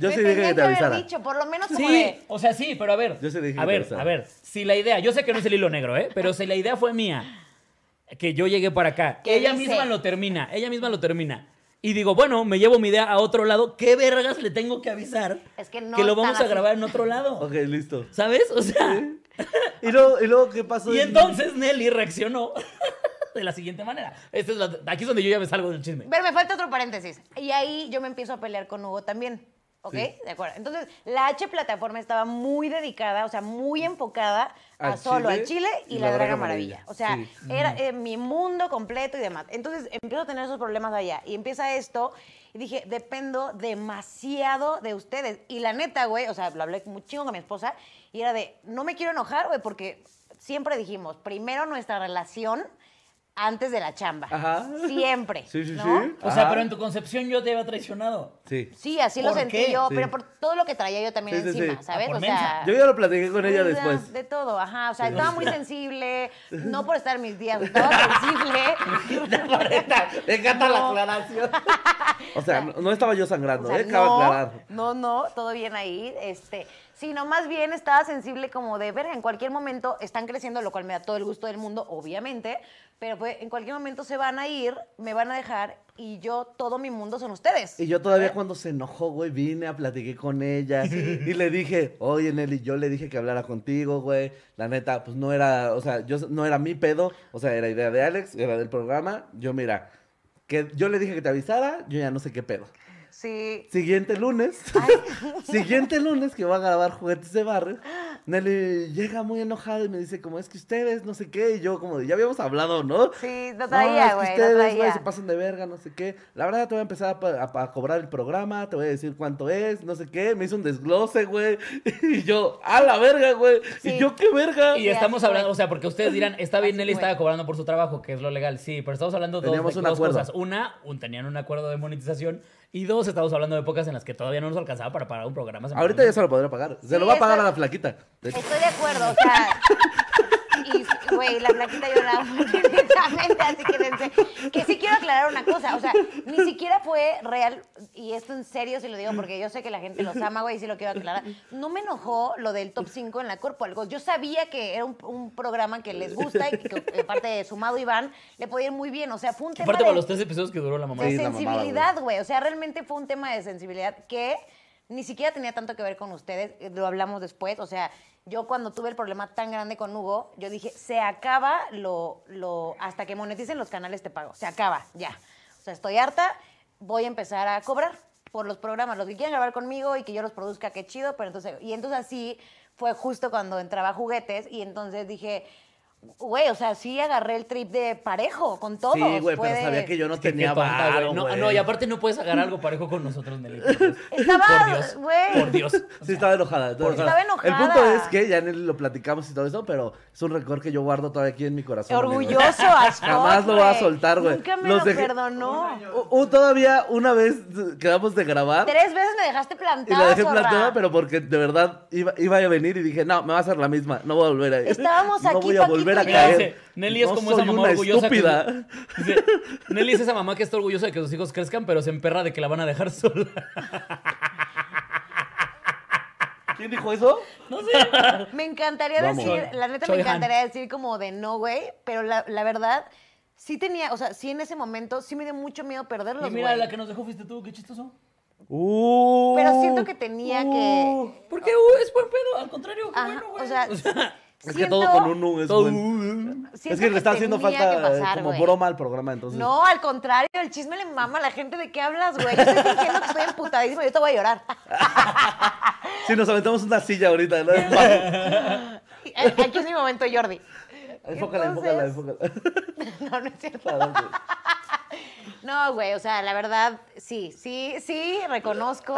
C: Yo
B: Me
C: sí dije que
B: tenían
C: te
B: haber
C: avisara.
B: dicho, por lo menos como
A: Sí,
B: de-
A: o sea, sí, pero a ver.
C: Yo sí dije
A: a
C: que
A: ver,
C: pensaba.
A: a ver, si la idea, yo sé que no es el hilo negro, ¿eh? Pero si la idea fue mía, que yo llegué para acá,
B: ¿Qué
A: ella
B: dice?
A: misma lo termina, ella misma lo termina. Y digo, bueno, me llevo mi idea a otro lado, ¿qué vergas le tengo que avisar?
B: Es que no
A: lo
B: están
A: vamos a
B: así.
A: grabar en otro lado.
C: Ok, listo.
A: ¿Sabes? O sea,
C: ¿Y luego, y luego qué pasó?
A: y entonces Nelly reaccionó de la siguiente manera. Esta es la- aquí es donde yo ya me salgo del chisme.
B: Pero me falta otro paréntesis. Y ahí yo me empiezo a pelear con Hugo también. ¿Ok?
C: Sí.
B: De acuerdo. Entonces, la H plataforma estaba muy dedicada, o sea, muy enfocada a
C: Al
B: solo
C: Chile
B: al Chile y, la, Draga Maravilla. O sea,
C: Sí.
B: era eh, mi mundo completo y demás. Entonces, empiezo a tener esos problemas allá. Y empieza esto. Y dije, dependo demasiado de ustedes. Y la neta, güey, o sea, lo hablé muy chingo con mi esposa. Y era de, no me quiero enojar, güey, porque siempre dijimos, primero nuestra relación antes de la chamba.
C: Ajá.
B: Siempre.
C: Sí, sí,
B: ¿no?
C: sí.
A: O sea,
C: Ajá.
A: pero en tu concepción yo te había traicionado.
C: Sí.
B: Sí, así lo
A: ¿Por
B: sentí
A: qué?
B: yo,
C: Sí.
B: pero por todo lo que traía yo también
C: Sí, sí,
B: encima,
C: sí.
B: ¿sabes?
A: Ah, por
B: o sea,
A: mensa.
C: Yo ya lo platiqué con ella
B: de-
C: después.
B: De todo, ajá. O sea, estaba muy sensible. No por estar en mis días, estaba sensible.
C: Me encanta la aclaración. O sea, no, no estaba yo sangrando,
B: O sea,
C: ¿eh? Acaba de
B: no,
C: aclarar.
B: no, no, todo bien ahí. Este, sino más bien estaba sensible como de verga, en cualquier momento están creciendo, lo cual me da todo el gusto del mundo, obviamente, pero pues en cualquier momento se van a ir, me van a dejar y yo, todo mi mundo son ustedes.
C: Y yo todavía cuando se enojó, güey, vine a platiqué con ella y le dije, oye Nelly, yo le dije que hablara contigo, güey. La neta, pues no era, o sea, yo no era mi pedo, o sea, era idea de Alex, era del programa. Yo mira, que yo le dije que te avisara, yo ya no sé qué pedo.
B: Sí.
C: Siguiente lunes,
B: Ay.
C: siguiente lunes que va a grabar juguetes de barrio, Nelly llega muy enojada y me dice como es que ustedes no sé qué y yo como de, ya habíamos hablado, ¿no?
B: Sí, no
C: No,
B: traía,
C: es
B: güey.
C: que
B: no
C: ustedes, güey,
B: traía.
C: se pasan de verga, no sé qué. La verdad, te voy a empezar a, pa- a- a cobrar el programa, te voy a decir cuánto es, no sé qué. Me hizo un desglose, güey. Y yo, a la verga, güey.
B: Sí.
C: Y yo, qué verga.
A: Y
B: Sí,
A: estamos
B: así
A: hablando,
B: fue.
A: o sea, porque ustedes dirán, está bien,
B: Así
A: Nelly
B: fue.
A: estaba cobrando por su trabajo, que es lo legal, sí, pero estamos hablando dos,
C: Teníamos
A: de-
C: un
A: dos
C: acuerdo.
A: cosas. Una, un- tenían un acuerdo de monetización, y dos, estamos hablando de épocas en las que todavía no nos alcanzaba para pagar un programa. semanal.
C: Ahorita ya se lo podrá pagar. Se
B: Sí,
C: lo va a pagar
B: esa-
C: a la flaquita. De-
B: Estoy de acuerdo, o sea. Y, güey, la plaquita lloraba infinitamente, así que dense. Que sí quiero aclarar una cosa, o sea, ni siquiera fue real, y esto en serio si lo digo, porque yo sé que la gente los ama, güey, y sí lo quiero aclarar. No me enojó lo del top 5 en la Corpo. algo- Yo sabía que era un, un programa que les gusta y que, que aparte de Sumado Iván le podía ir muy bien, o sea, fue un tema
A: Aparte,
B: de-
A: para los tres episodios que duró la mamá.
B: de
C: Sí, la mamada,
B: sensibilidad, güey. O sea, realmente fue un tema de sensibilidad que ni siquiera tenía tanto que ver con ustedes. eh, Lo hablamos después. O sea, yo cuando tuve el problema tan grande con Hugo, yo dije, se acaba lo, lo, hasta que moneticen los canales te pago. Se acaba, ya. O sea, estoy harta, voy a empezar a cobrar por los programas, los que quieran grabar conmigo y que yo los produzca, qué chido, pero entonces, y entonces así fue justo cuando entraba juguetes y entonces dije, güey, o sea, sí agarré el trip de parejo con todo.
C: Sí, güey, pero sabía que yo no
A: Qué
C: tenía
A: tonta, güey.
C: varo,
A: No,
C: güey.
A: no, y aparte no puedes agarrar algo parejo con nosotros, Nelly. Por Dios.
B: Estaba,
A: Por Dios.
B: güey.
A: Por Dios. O
C: Sí,
A: sea,
C: estaba enojada. estaba
B: Estaba enojada.
C: El punto es que ya ni lo platicamos y todo eso, pero es un rencor que yo guardo todavía aquí en mi corazón. amigo. ¿eh?
B: Orgulloso as fuck,
C: Jamás lo va a
B: güey.
C: soltar, güey.
B: Nunca me
C: Los
B: lo
C: dejé-
B: perdonó.
C: U- u- todavía una vez quedamos de grabar
B: Tres veces me dejaste
C: y
B: plantada,
C: la dejé
B: zorra.
C: planteada, pero porque de verdad iba, iba a venir y dije, no, me va a hacer la misma, no voy a volver a ir.
B: Estábamos
C: no
B: aquí,
C: voy a volver a
B: Paquito,
A: Mira,
B: ya.
C: caer.
A: dice, Nelly es
C: No
A: como
C: soy
A: esa mamá
C: una
A: orgullosa. que-
C: estúpida.
A: dice, Nelly es esa mamá que está orgullosa de que sus hijos crezcan, pero se emperra de que la van a dejar sola.
C: ¿Quién dijo eso?
A: No sé.
B: Me encantaría
C: Vamos.
B: decir, la neta
A: Soy
B: me
A: Han.
B: encantaría decir como de no, güey, pero la, la verdad sí tenía, o sea, sí en ese momento sí me dio mucho miedo perderlos,
A: Y mira,
B: güey.
A: la que nos dejó fuiste tú, qué chistoso.
C: Uh,
B: Pero siento que tenía que-
A: Porque uh, es buen pedo, al contrario, qué
B: Ajá,
A: bueno, güey.
B: o sea,
C: Es que
B: Siento-
C: todo con un U es
A: todo,
C: buen-
A: uh, uh.
B: siento
C: Es que le está haciendo
B: tenía
C: falta
B: que pasar,
C: eh, como
B: güey.
C: broma al programa, entonces.
B: No, al contrario, el chisme le mama a la gente de qué hablas, güey. Yo estoy diciendo que estoy emputadísima, yo te voy a llorar.
C: Si nos aventamos una silla ahorita, ¿no? Enfócala,
B: Aquí es mi momento, Jordi.
C: enfócala,
B: Entonces-
C: enfócala.
B: No, no es cierto. No, güey, o sea, la verdad, sí, sí, sí, reconozco.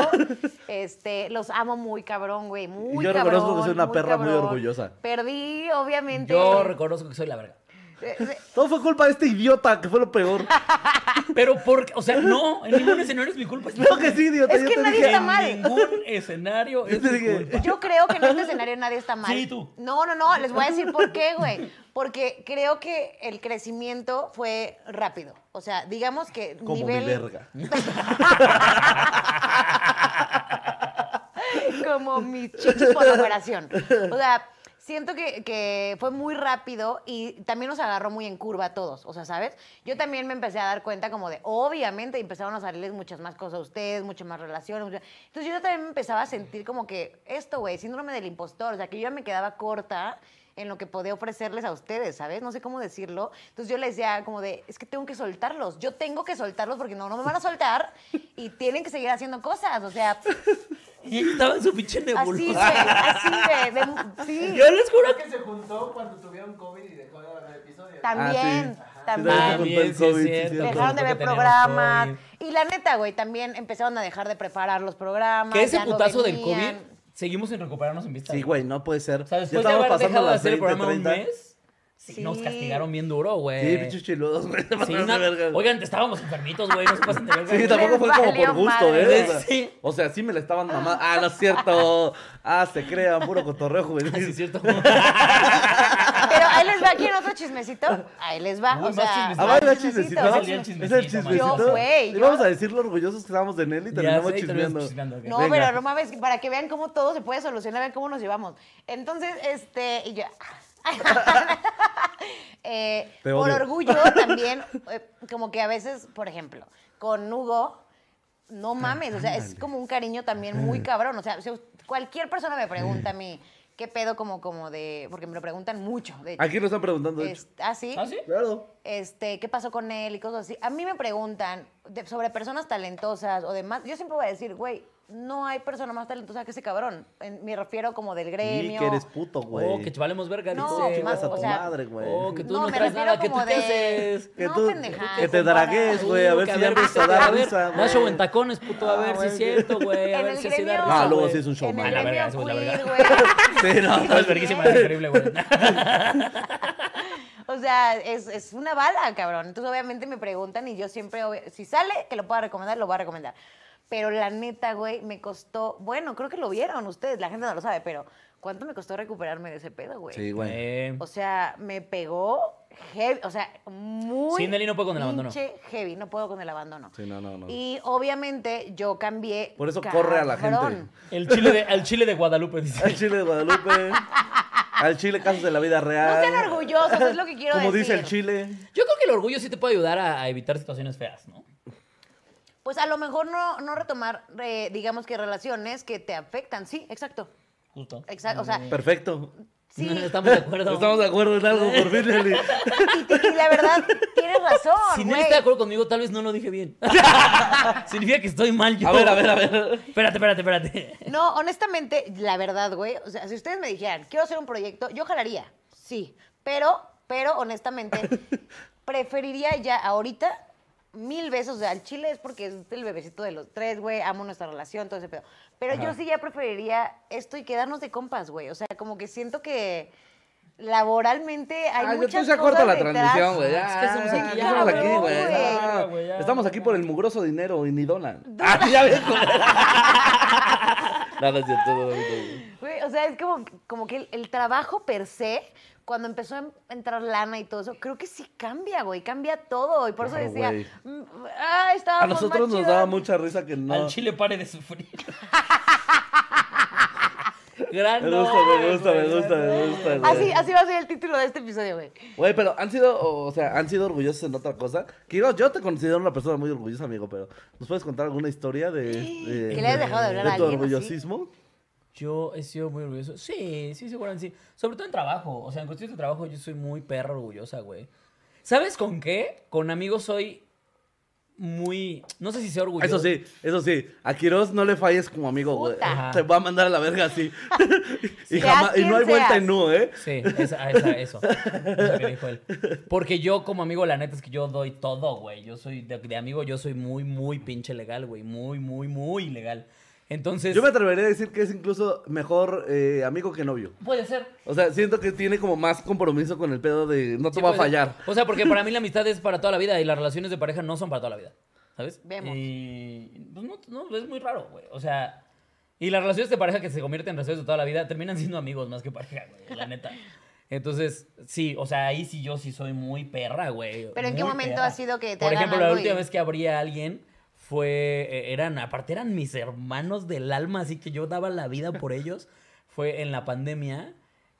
B: Este, los amo muy cabrón, güey, muy
C: Y yo
B: cabrón.
C: reconozco que soy una
B: muy
C: perra muy
B: cabrón.
C: orgullosa.
B: Perdí, obviamente.
A: Yo reconozco que soy la verga.
B: Eh, eh,
C: Todo fue culpa de este idiota, que fue lo peor.
A: Pero porque, o sea, no, en ningún escenario es mi culpa.
C: Claro que sí, idiota.
B: Es
C: yo
B: que
C: te
B: nadie
C: dije,
B: está
A: En
B: mal.
A: ningún escenario
C: Yo
A: es
C: te
A: mi
C: dije-
A: culpa.
B: Yo creo que en este escenario nadie está mal.
A: Sí, tú.
B: No, no, no, les voy a decir por qué, güey. Porque creo que el crecimiento fue rápido. O sea, digamos que
C: Como
B: nivel...
C: mi verga.
B: como mis chichis por operación. O sea, siento que, que fue muy rápido y también nos agarró muy en curva a todos. O sea, ¿sabes? Yo también me empecé a dar cuenta como de, obviamente, empezaron a salirles muchas más cosas a ustedes, muchas más relaciones. mucha- Entonces yo también me empezaba a sentir como que esto, güey, síndrome del impostor. O sea, que yo ya me quedaba corta en lo que podía ofrecerles a ustedes, ¿sabes? No sé cómo decirlo. Entonces yo les decía como de, es que tengo que soltarlos, yo tengo que soltarlos porque no, no me van a soltar y tienen que seguir haciendo cosas, o sea,
A: Y ella estaba en su pinche
B: Así, güey,
A: nebulosa.
B: así, güey. de- sí,
A: Yo les juro que
D: que se juntó cuando tuvieron COVID y dejó de grabar episodio.
B: también,
C: Ah, sí.
B: también.
C: Ajá.
A: También, sí, es
C: COVID, sí,
A: cierto.
C: cierto.
B: Dejaron de
A: Porque
B: ver
A: teníamos
B: programas.
A: COVID.
B: Y la neta, güey, también empezaron a dejar de preparar los programas.
A: Que ese
B: ya no
A: putazo del COVID,
B: venían.
A: seguimos sin recuperarnos en vista.
C: Sí, güey, no puede ser.
A: O sea,
C: Ya
A: después de
C: estábamos
A: haber
C: pasando
A: dejado de
C: las
A: hacer el
C: 20,
A: programa un
C: 30.
A: mes, sí,
B: Sí.
A: nos castigaron bien duro, güey.
C: Sí, pinches chiludos, güey. te
A: Sí,
C: pasaron
A: na-
C: de verga.
A: Oigan, te estábamos enfermitos, güey, no se pasen de verga.
C: Sí,
A: güey.
C: tampoco
B: Les
C: fue como
B: valió
C: por gusto,
B: madre.
C: ¿eh? O sea,
A: Sí.
C: O sea, sí me la estaban mamando. Ah, no es cierto. Ah, se crean, puro cotorreo
A: Ah, sí, es
C: juvenil.
A: cierto.
B: Pero ahí les va, ¿quieren otro chismecito? Ahí les va,
A: Uy, más
B: o sea...
A: chismecito.
C: Ah, va,
B: más
C: el chismecito.
A: Es
C: ¿Es
A: el
C: el
A: chismecito,
C: chismecito?
A: man. Yo,
B: güey,
C: Y
B: yo-
C: vamos a decir lo orgullosos que estábamos de Nelly y terminamos
A: sé, y terminamos
C: chismeando.
A: chismeando, ok.
B: No,
C: Venga.
B: pero no mames, para que vean cómo todo se puede solucionar, vean cómo nos llevamos. Entonces, este, y yo... Eh,
C: Te
B: por
C: odio.
B: orgullo también, eh, como que a veces, por ejemplo, con Hugo,
C: Ah,
B: no mames, o sea, es como un cariño también muy cabrón. O sea, si cualquier persona me pregunta a mí, ¿qué pedo como, como de...? Porque me lo preguntan mucho, de hecho.
C: Aquí lo están preguntando, de hecho.
B: Es- ¿Ah, sí?
A: ¿Ah, sí?
C: Claro.
B: este, qué pasó con él y cosas así. A mí me preguntan de- sobre personas talentosas o demás. Yo siempre voy a decir, güey, no hay persona más talentosa que ese cabrón. En- me refiero como del gremio.
C: Y que eres puto, güey.
A: Oh, que valemos verga,
B: No,
A: dice.
B: que vas a
A: Oh,
B: tu
C: madre, güey.
A: Oh, que tú
B: No,
A: no,
B: me
A: traes
B: refiero
A: nada, que tú
B: como
A: qué
B: de-
A: haces.
C: Que
B: No,
C: tú,
B: pendeja.
C: que te dragues, güey, a
A: Uh,
C: ver
A: que
C: si ya
A: ver,
C: empieza a
A: que
C: dar
A: ver,
C: risa,
A: Más show
C: güey.
A: en tacones, puto, a
C: Ah,
A: ver si
C: güey.
A: es cierto, güey. A
B: En
A: ver
B: el
A: si así da
B: gremio-
A: risa,
C: No, luego
A: güey.
C: sí es un show,
B: en el
C: man.
A: Ah, la verga, eso
B: gremio
A: es la
B: queer,
A: verga.
B: güey.
C: Sí, no,
A: No, es verguísima, es increíble, güey.
B: O sea, es, es una bala, cabrón. Entonces, obviamente me preguntan y yo siempre, obvia- si sale, que lo pueda recomendar, lo voy a recomendar. Pero la neta, güey, me costó, bueno, creo que lo vieron ustedes, la gente no lo sabe, pero ¿cuánto me costó recuperarme de ese pedo, güey?
C: Sí, güey.
A: Eh,
B: O sea, me pegó heavy, o sea, muy
A: Sí, Nelly no puede con el abandono.
B: pinche heavy, no puedo con el abandono.
C: Sí, no, no, no.
B: Y obviamente yo cambié.
C: Por eso corre a la
B: cabrón.
C: gente.
A: El chile de, el chile de Guadalupe, dice.
C: Al Chile de Guadalupe. Al Chile casos de la vida
B: No
C: real.
B: sean orgullosos, es lo que quiero
C: Como
B: decir.
C: dice el Chile.
A: Yo creo que el orgullo sí te puede ayudar a, a evitar situaciones feas, ¿no?
B: Pues a lo mejor no, no retomar, eh, digamos que relaciones que te afectan. Sí, exacto.
A: Justo.
B: Exacto. O sea,
C: Perfecto.
B: sí.
A: Estamos de acuerdo.
C: Estamos de acuerdo en algo, por fin, Nelly.
B: Y, y la verdad, tienes razón.
A: Si no
B: güey.
A: está de acuerdo conmigo, tal vez no lo dije bien. Significa que estoy mal yo.
C: A ver, a ver, a ver.
A: Espérate, espérate, espérate.
B: No, honestamente, la verdad, güey. O sea, si ustedes me dijeran, quiero hacer un proyecto, yo jalaría, sí. Pero Pero honestamente, preferiría ya ahorita mil besos al chile, es porque es el bebecito de los tres, güey, amo nuestra relación, todo ese pedo. Pero yo
A: Ajá.
B: sí ya preferiría esto y quedarnos de compas, güey. O sea, como que siento que laboralmente hay
C: Ah, yo entonces
B: muchas
C: ya corta
B: cosas
C: la
B: detrás.
C: transmisión, güey.
A: Es que estamos aquí, ya,
C: estamos
B: güey,
C: güey.
B: güey.
C: Ah,
A: Güey, ya,
C: Estamos aquí
A: ya.
C: por el mugroso dinero y ni donan. Ah, ya ves. güey. Nada, es cierto. no, no, no.
B: Güey, o sea, es como, como que el, el trabajo per se, cuando empezó a en- entrar lana y todo eso, creo que sí cambia, güey, cambia todo. Y por
C: Claro,
B: eso decía,
C: güey.
B: mm, ah, estábamos
C: A nosotros
B: más
C: nos
B: chidos".
C: daba mucha risa que
A: Al
C: no.
A: chile pare de sufrir. Gran
C: Me
A: no,
C: gusta, me
A: güey,
C: gusta, me
A: güey,
C: gusta,
A: gran
C: me
A: no.
C: gusta, güey.
B: Así, así va a ser el título de este episodio, güey.
C: Güey, pero han sido, o sea, han sido orgullosos en otra cosa. Quiero, yo te considero una persona muy orgullosa, amigo, pero ¿nos puedes contar alguna historia de, de-
B: ¿Que le hayas dejado de hablar a
C: tu
B: alguien,
C: orgullosismo?
A: Yo he sido muy orgulloso. Sí, sí, seguramente sí. Sobre todo en trabajo. O sea, en cuestiones de trabajo yo soy muy perra orgullosa, güey. ¿Sabes con qué? Con amigos soy muy... No sé si sea orgulloso.
C: Eso sí, eso sí, a Quiroz no le falles como amigo, güey.
B: Puta.
C: Te va a mandar a la verga así. y,
B: Seas
C: jamás- y
B: quien
C: no hay vuelta
B: seas.
C: en nu, ¿eh?
A: Sí, esa, esa- eso. Eso que dijo él. Porque yo, como amigo, la neta es que yo doy todo, güey. Yo soy, de, de amigo, yo soy muy, muy pinche legal, güey. Muy, muy, muy legal. Entonces,
C: Yo me atrevería a decir que es incluso mejor eh, amigo que novio.
A: puede ser.
C: O sea, siento que tiene como más compromiso con el pedo de no te
A: Sí,
C: va a
A: puede ser.
C: fallar.
A: O sea, porque para mí la amistad es para toda la vida y las relaciones de pareja no son para toda la vida. ¿Sabes?
B: Vemos.
A: Y, pues, no, no, es muy raro, güey. O sea, y las relaciones de pareja que se convierten en relaciones de toda la vida terminan siendo amigos más que pareja, güey. La neta. Entonces, sí, o sea, ahí sí yo sí soy muy perra, güey.
B: ¿Pero en qué
A: muy
B: momento
A: perra.
B: ha sido que te
A: Por
B: hagan
A: ejemplo, la
B: algo y-
A: última vez que abrí a alguien fue, eh, eran, aparte eran mis hermanos del alma, así que yo daba la vida por ellos. Fue en la pandemia.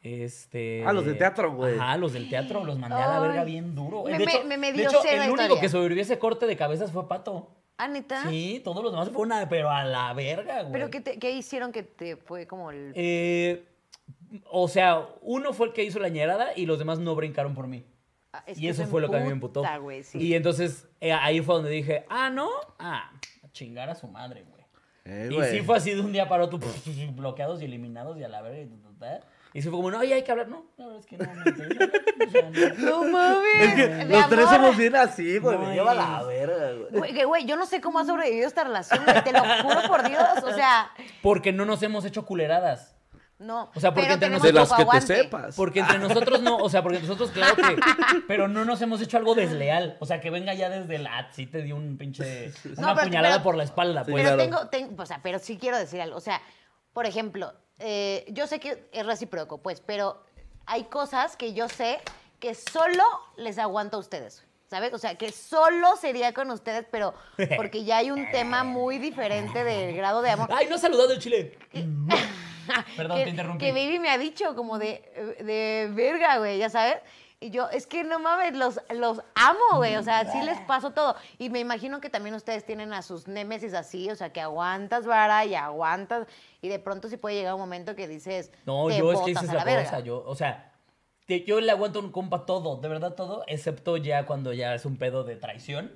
A: Este...
C: Ah, los de teatro, güey.
A: Ajá, los del teatro los mandé a la
B: Ay.
A: verga bien duro.
B: Me-
A: de
B: me-
A: hecho,
B: me- me
A: de
B: dio
A: hecho,
B: cero
A: el único
B: historia.
A: que sobrevivió ese corte de cabezas fue Pato.
B: Ah, neta.
A: Sí, todos los demás fue una, pero a la verga, güey.
B: ¿Pero qué, te- qué hicieron que te fue como el.
A: Eh, o sea, uno fue el que hizo la ñerada y los demás no brincaron por mí.
B: Ah, es
A: y
B: que
A: eso
B: se
A: fue lo que a mí me
B: emputa,
A: emputó.
B: güey, sí.
A: Y entonces eh, ahí fue donde dije, ah, no, ah, a chingar a su madre, güey.
C: Eh,
A: y
C: güey.
A: sí fue así de un día para otro, bloqueados y eliminados y a la verga. Y, ta, ta, ta. Y sí fue como, no, ya hay que hablar. No, la verdad es que no me interesa. O sea, no.
B: No mames.
C: Es que
B: mi
C: los tres
B: amor.
C: somos bien así, güey.
A: No
C: Me lleva
A: es.
C: la verga, güey.
B: Güey, que, güey, yo no sé cómo ha sobrevivido esta relación, güey, te lo juro por Dios. O sea,
A: Porque no nos hemos hecho culeradas.
B: no.
A: O sea, porque
B: pero
A: entre
B: tenemos
A: nosotros- De
C: las que te
B: autoaguante.
C: sepas.
A: Porque entre nosotros no, o sea, porque nosotros claro que, pero no nos hemos hecho algo desleal, o sea, que venga ya desde el, ah, sí te dio un pinche, una
B: pero-
A: puñalada
B: pero-
A: por la espalda, pues.
B: Pero
C: claro.
B: tengo, ten- o sea, pero sí quiero decir algo. O sea, por ejemplo, eh, yo sé que es recíproco, pues, pero hay cosas que yo sé que solo les aguanto a ustedes. ¿Sabes? O sea, que solo sería con ustedes, pero porque ya hay un tema muy diferente del grado de amor.
A: Ay, no has saludado el chile. Perdón,
B: que,
A: te interrumpí.
B: Que Baby me ha dicho como de, de verga, güey, ya sabes. Y yo, es que no mames, los, los amo, güey. O sea, sí les paso todo. Y me imagino que también ustedes tienen a sus némesis así, o sea, que aguantas, vara, y aguantas. Y de pronto sí puede llegar un momento que dices,
A: No,
B: te
A: yo es que
B: botas
A: esa es
B: a
A: la,
B: verga.
A: cosa, yo, o sea, te- yo le aguanto a un compa todo, de verdad todo, excepto ya cuando ya es un pedo de traición.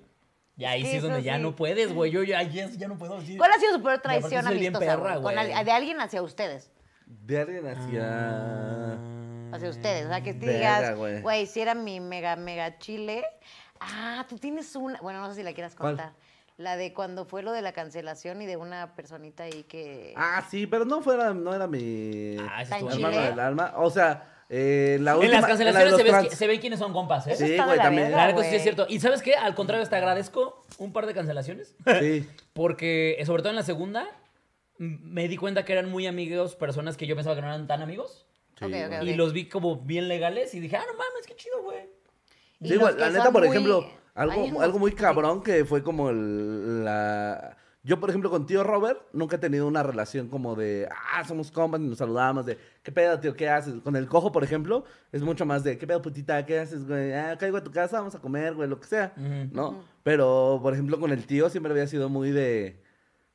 A: Ya ahí
B: que
A: sí es
B: eso
A: donde ya
B: sí.
A: no puedes, güey. Yo ya, ya, ya no puedo. sí.
B: ¿Cuál ha sido su peor
A: Y aparte
B: traición
A: soy bien
B: amistosa?
A: perra,
B: güey, con
A: güey.
B: al- de alguien hacia ustedes.
C: De alguien hacia.
B: Hacia ustedes. O sea, que te
C: Verga,
B: digas,
C: güey.
B: güey, si era mi mega, mega chile. Ah, tú tienes una. Bueno, no sé si la quieras
C: ¿Cuál?
B: contar. La de cuando fue lo de la cancelación y de una personita ahí que.
C: Ah, sí, pero no fuera, no era mi
A: Ah, ese
B: estuvo
C: hermano
B: chile.
C: del alma. O sea, eh, la
A: en
C: última.
A: las cancelaciones
C: los
A: se, ves
C: trans.
A: qui- se ven quiénes son compas, ¿eh?
B: Eso
C: Sí,
B: está de
C: güey,
B: la
C: también.
B: verga,
A: La neta sí
B: güey.
A: es cierto. ¿Y sabes qué? Al contrario, hasta agradezco un par de cancelaciones.
C: Sí.
A: Porque, eh, sobre todo en la segunda, m- me di cuenta que eran muy amigos personas que yo pensaba que no eran tan amigos.
C: Sí,
B: Ok,
C: güey.
B: ok, ok.
A: Y los vi como bien legales y dije, ah, no mames, qué chido, güey.
B: Y
C: Sí,
B: los
C: güey,
B: que
C: la neta,
B: son
C: por
B: muy-
C: ejemplo,
B: Hay
C: algo,
B: unos-
C: algo muy cabrón que fue como el- la... Yo, por ejemplo, con tío Robert nunca he tenido una relación como de, ah, somos compas y nos saludamos, de, ¿qué pedo, tío? ¿Qué haces? Con el cojo, por ejemplo, es mucho más de, ¿qué pedo, putita? ¿Qué haces, güey? Ah, caigo a tu casa, vamos a comer, güey, lo que sea,
A: Ujú.
C: ¿no? Pero, por ejemplo, con el tío siempre había sido muy de,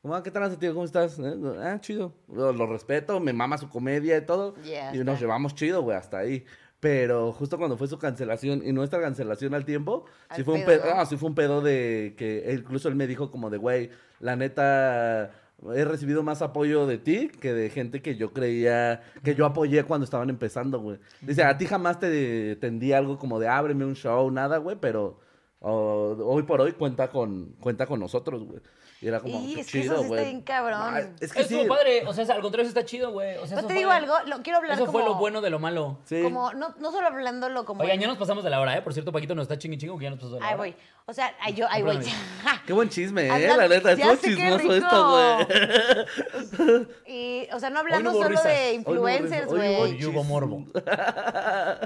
C: como, ah, ¿qué tal, tío? ¿Cómo estás? Eh, Ah, chido. Lo, lo respeto, me mama su comedia y todo.
B: Ya
C: y nos
B: está.
C: llevamos chido, güey, hasta ahí. Pero justo cuando fue su cancelación y nuestra cancelación al tiempo,
B: Al
C: sí fue, un
B: pedo,
C: pedo,
B: ¿no?
C: ah, sí fue un pedo de que él- incluso él me dijo como de, güey, la neta, He recibido más apoyo de ti que de gente que yo creía, que yo apoyé cuando estaban empezando, güey. Dice, a ti jamás te tendí algo como de ábreme un show, nada, güey, pero oh, hoy por hoy cuenta con, cuenta con nosotros, güey. Y era como,
B: Y
C: qué
B: es que eso
C: chido,
B: sí está
C: güey.
B: bien cabrón.
C: Ah, es que
A: Es
C: sí.
A: como padre, o sea, al contrario, eso está chido, güey. O sea,
B: Pero
A: eso
B: te digo
A: fue-
B: algo, lo- quiero hablar
A: Eso
B: como...
A: fue lo bueno de lo malo.
C: Sí.
B: Como, no, no solo hablándolo como...
A: Oigan,
B: en-
A: ya nos pasamos de la hora, ¿eh? Por cierto, Paquito nos está chingui chingo que ya nos pasó de la hora.
B: Ahí voy. O sea, ahí yo, ahí voy.
A: Perdóname.
C: Qué buen chisme, eh,
B: Hablan-
C: la neta.
B: Ya
C: Estuvo
B: sé, qué
C: chismoso
B: rico.
C: esto, güey.
B: Y, o sea, no
A: Hoy no
B: hablando
A: hubo
B: solo
A: risas.
B: de
A: Hoy
C: no hubo risas.
B: influencers,
C: Hoy no hubo
B: güey.
A: Y hubo morbo.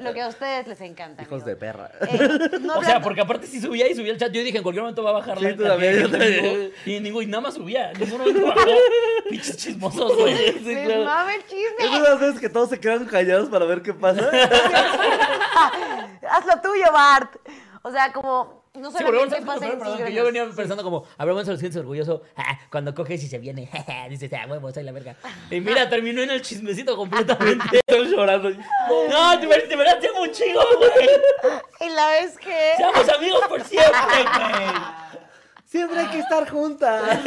B: Lo que a ustedes les encanta.
C: Hijos de
B: amigo.
C: perra.
B: Eh, no
A: O sea,
B: hablando-
A: porque aparte sí subía y subía el chat. Yo dije, en cualquier momento va a bajar
C: Sí,
A: la
C: tú
A: cantidad de
C: también, yo
A: gente en vivo.
C: también.
A: Y en ningún y nada más subía. En ningún momento bajó. Pinches chismosos, güey.
C: Sí,
B: Me
C: claro.
B: mama el
C: Es
B: chisme.
C: una de las veces que todos se quedan callados para ver qué pasa.
B: Haz lo tuyo, Bart. O sea, como no
A: Sí, porque bueno,
B: solamente
A: ¿sabes
B: pasa
A: qué
B: en
A: es lo peor? Perdón, que
B: Instagram.
A: yo venía pensando como, Abraham González sientes orgulloso ah, cuando coges y se viene. Dices, ah, huevo, soy la verga. Y mira, terminó en el chismecito completamente.
C: Estoy llorando.
A: No, te ver- de verdad te amo un chingo, güey.
B: Y la vez que...
A: Seamos amigos por siempre, güey.
C: Siempre hay que estar juntas.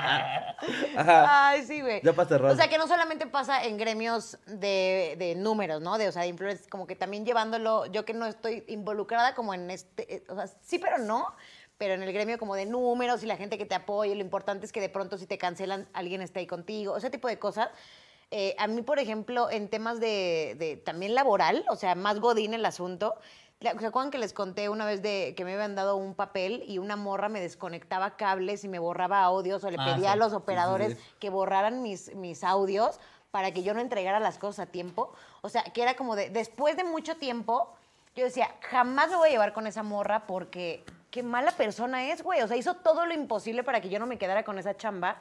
C: Ajá.
B: Ay, sí, güey.
C: Ya para cerrar.
B: O sea, que no solamente pasa en gremios de, de números, ¿no? De, o sea, de influencers, como que también llevándolo, yo que no estoy involucrada como en este, eh, o sea, sí, pero no, pero en el gremio como de números y la gente que te apoya, lo importante es que de pronto si te cancelan, alguien está ahí contigo, ese tipo de cosas. Eh, a mí, por ejemplo, en temas de, de también laboral, o sea, más godín el asunto, la- ¿Se acuerdan que les conté una vez de que me habían dado un papel y una morra me desconectaba cables y me borraba audios o le
A: Ah,
B: pedía a
A: sí.
B: los operadores que borraran mis, mis audios para que yo no entregara las cosas a tiempo? O sea, que era como de, después de mucho tiempo, yo decía, jamás me voy a llevar con esa morra porque qué mala persona es, güey. O sea, hizo todo lo imposible para que yo no me quedara con esa chamba.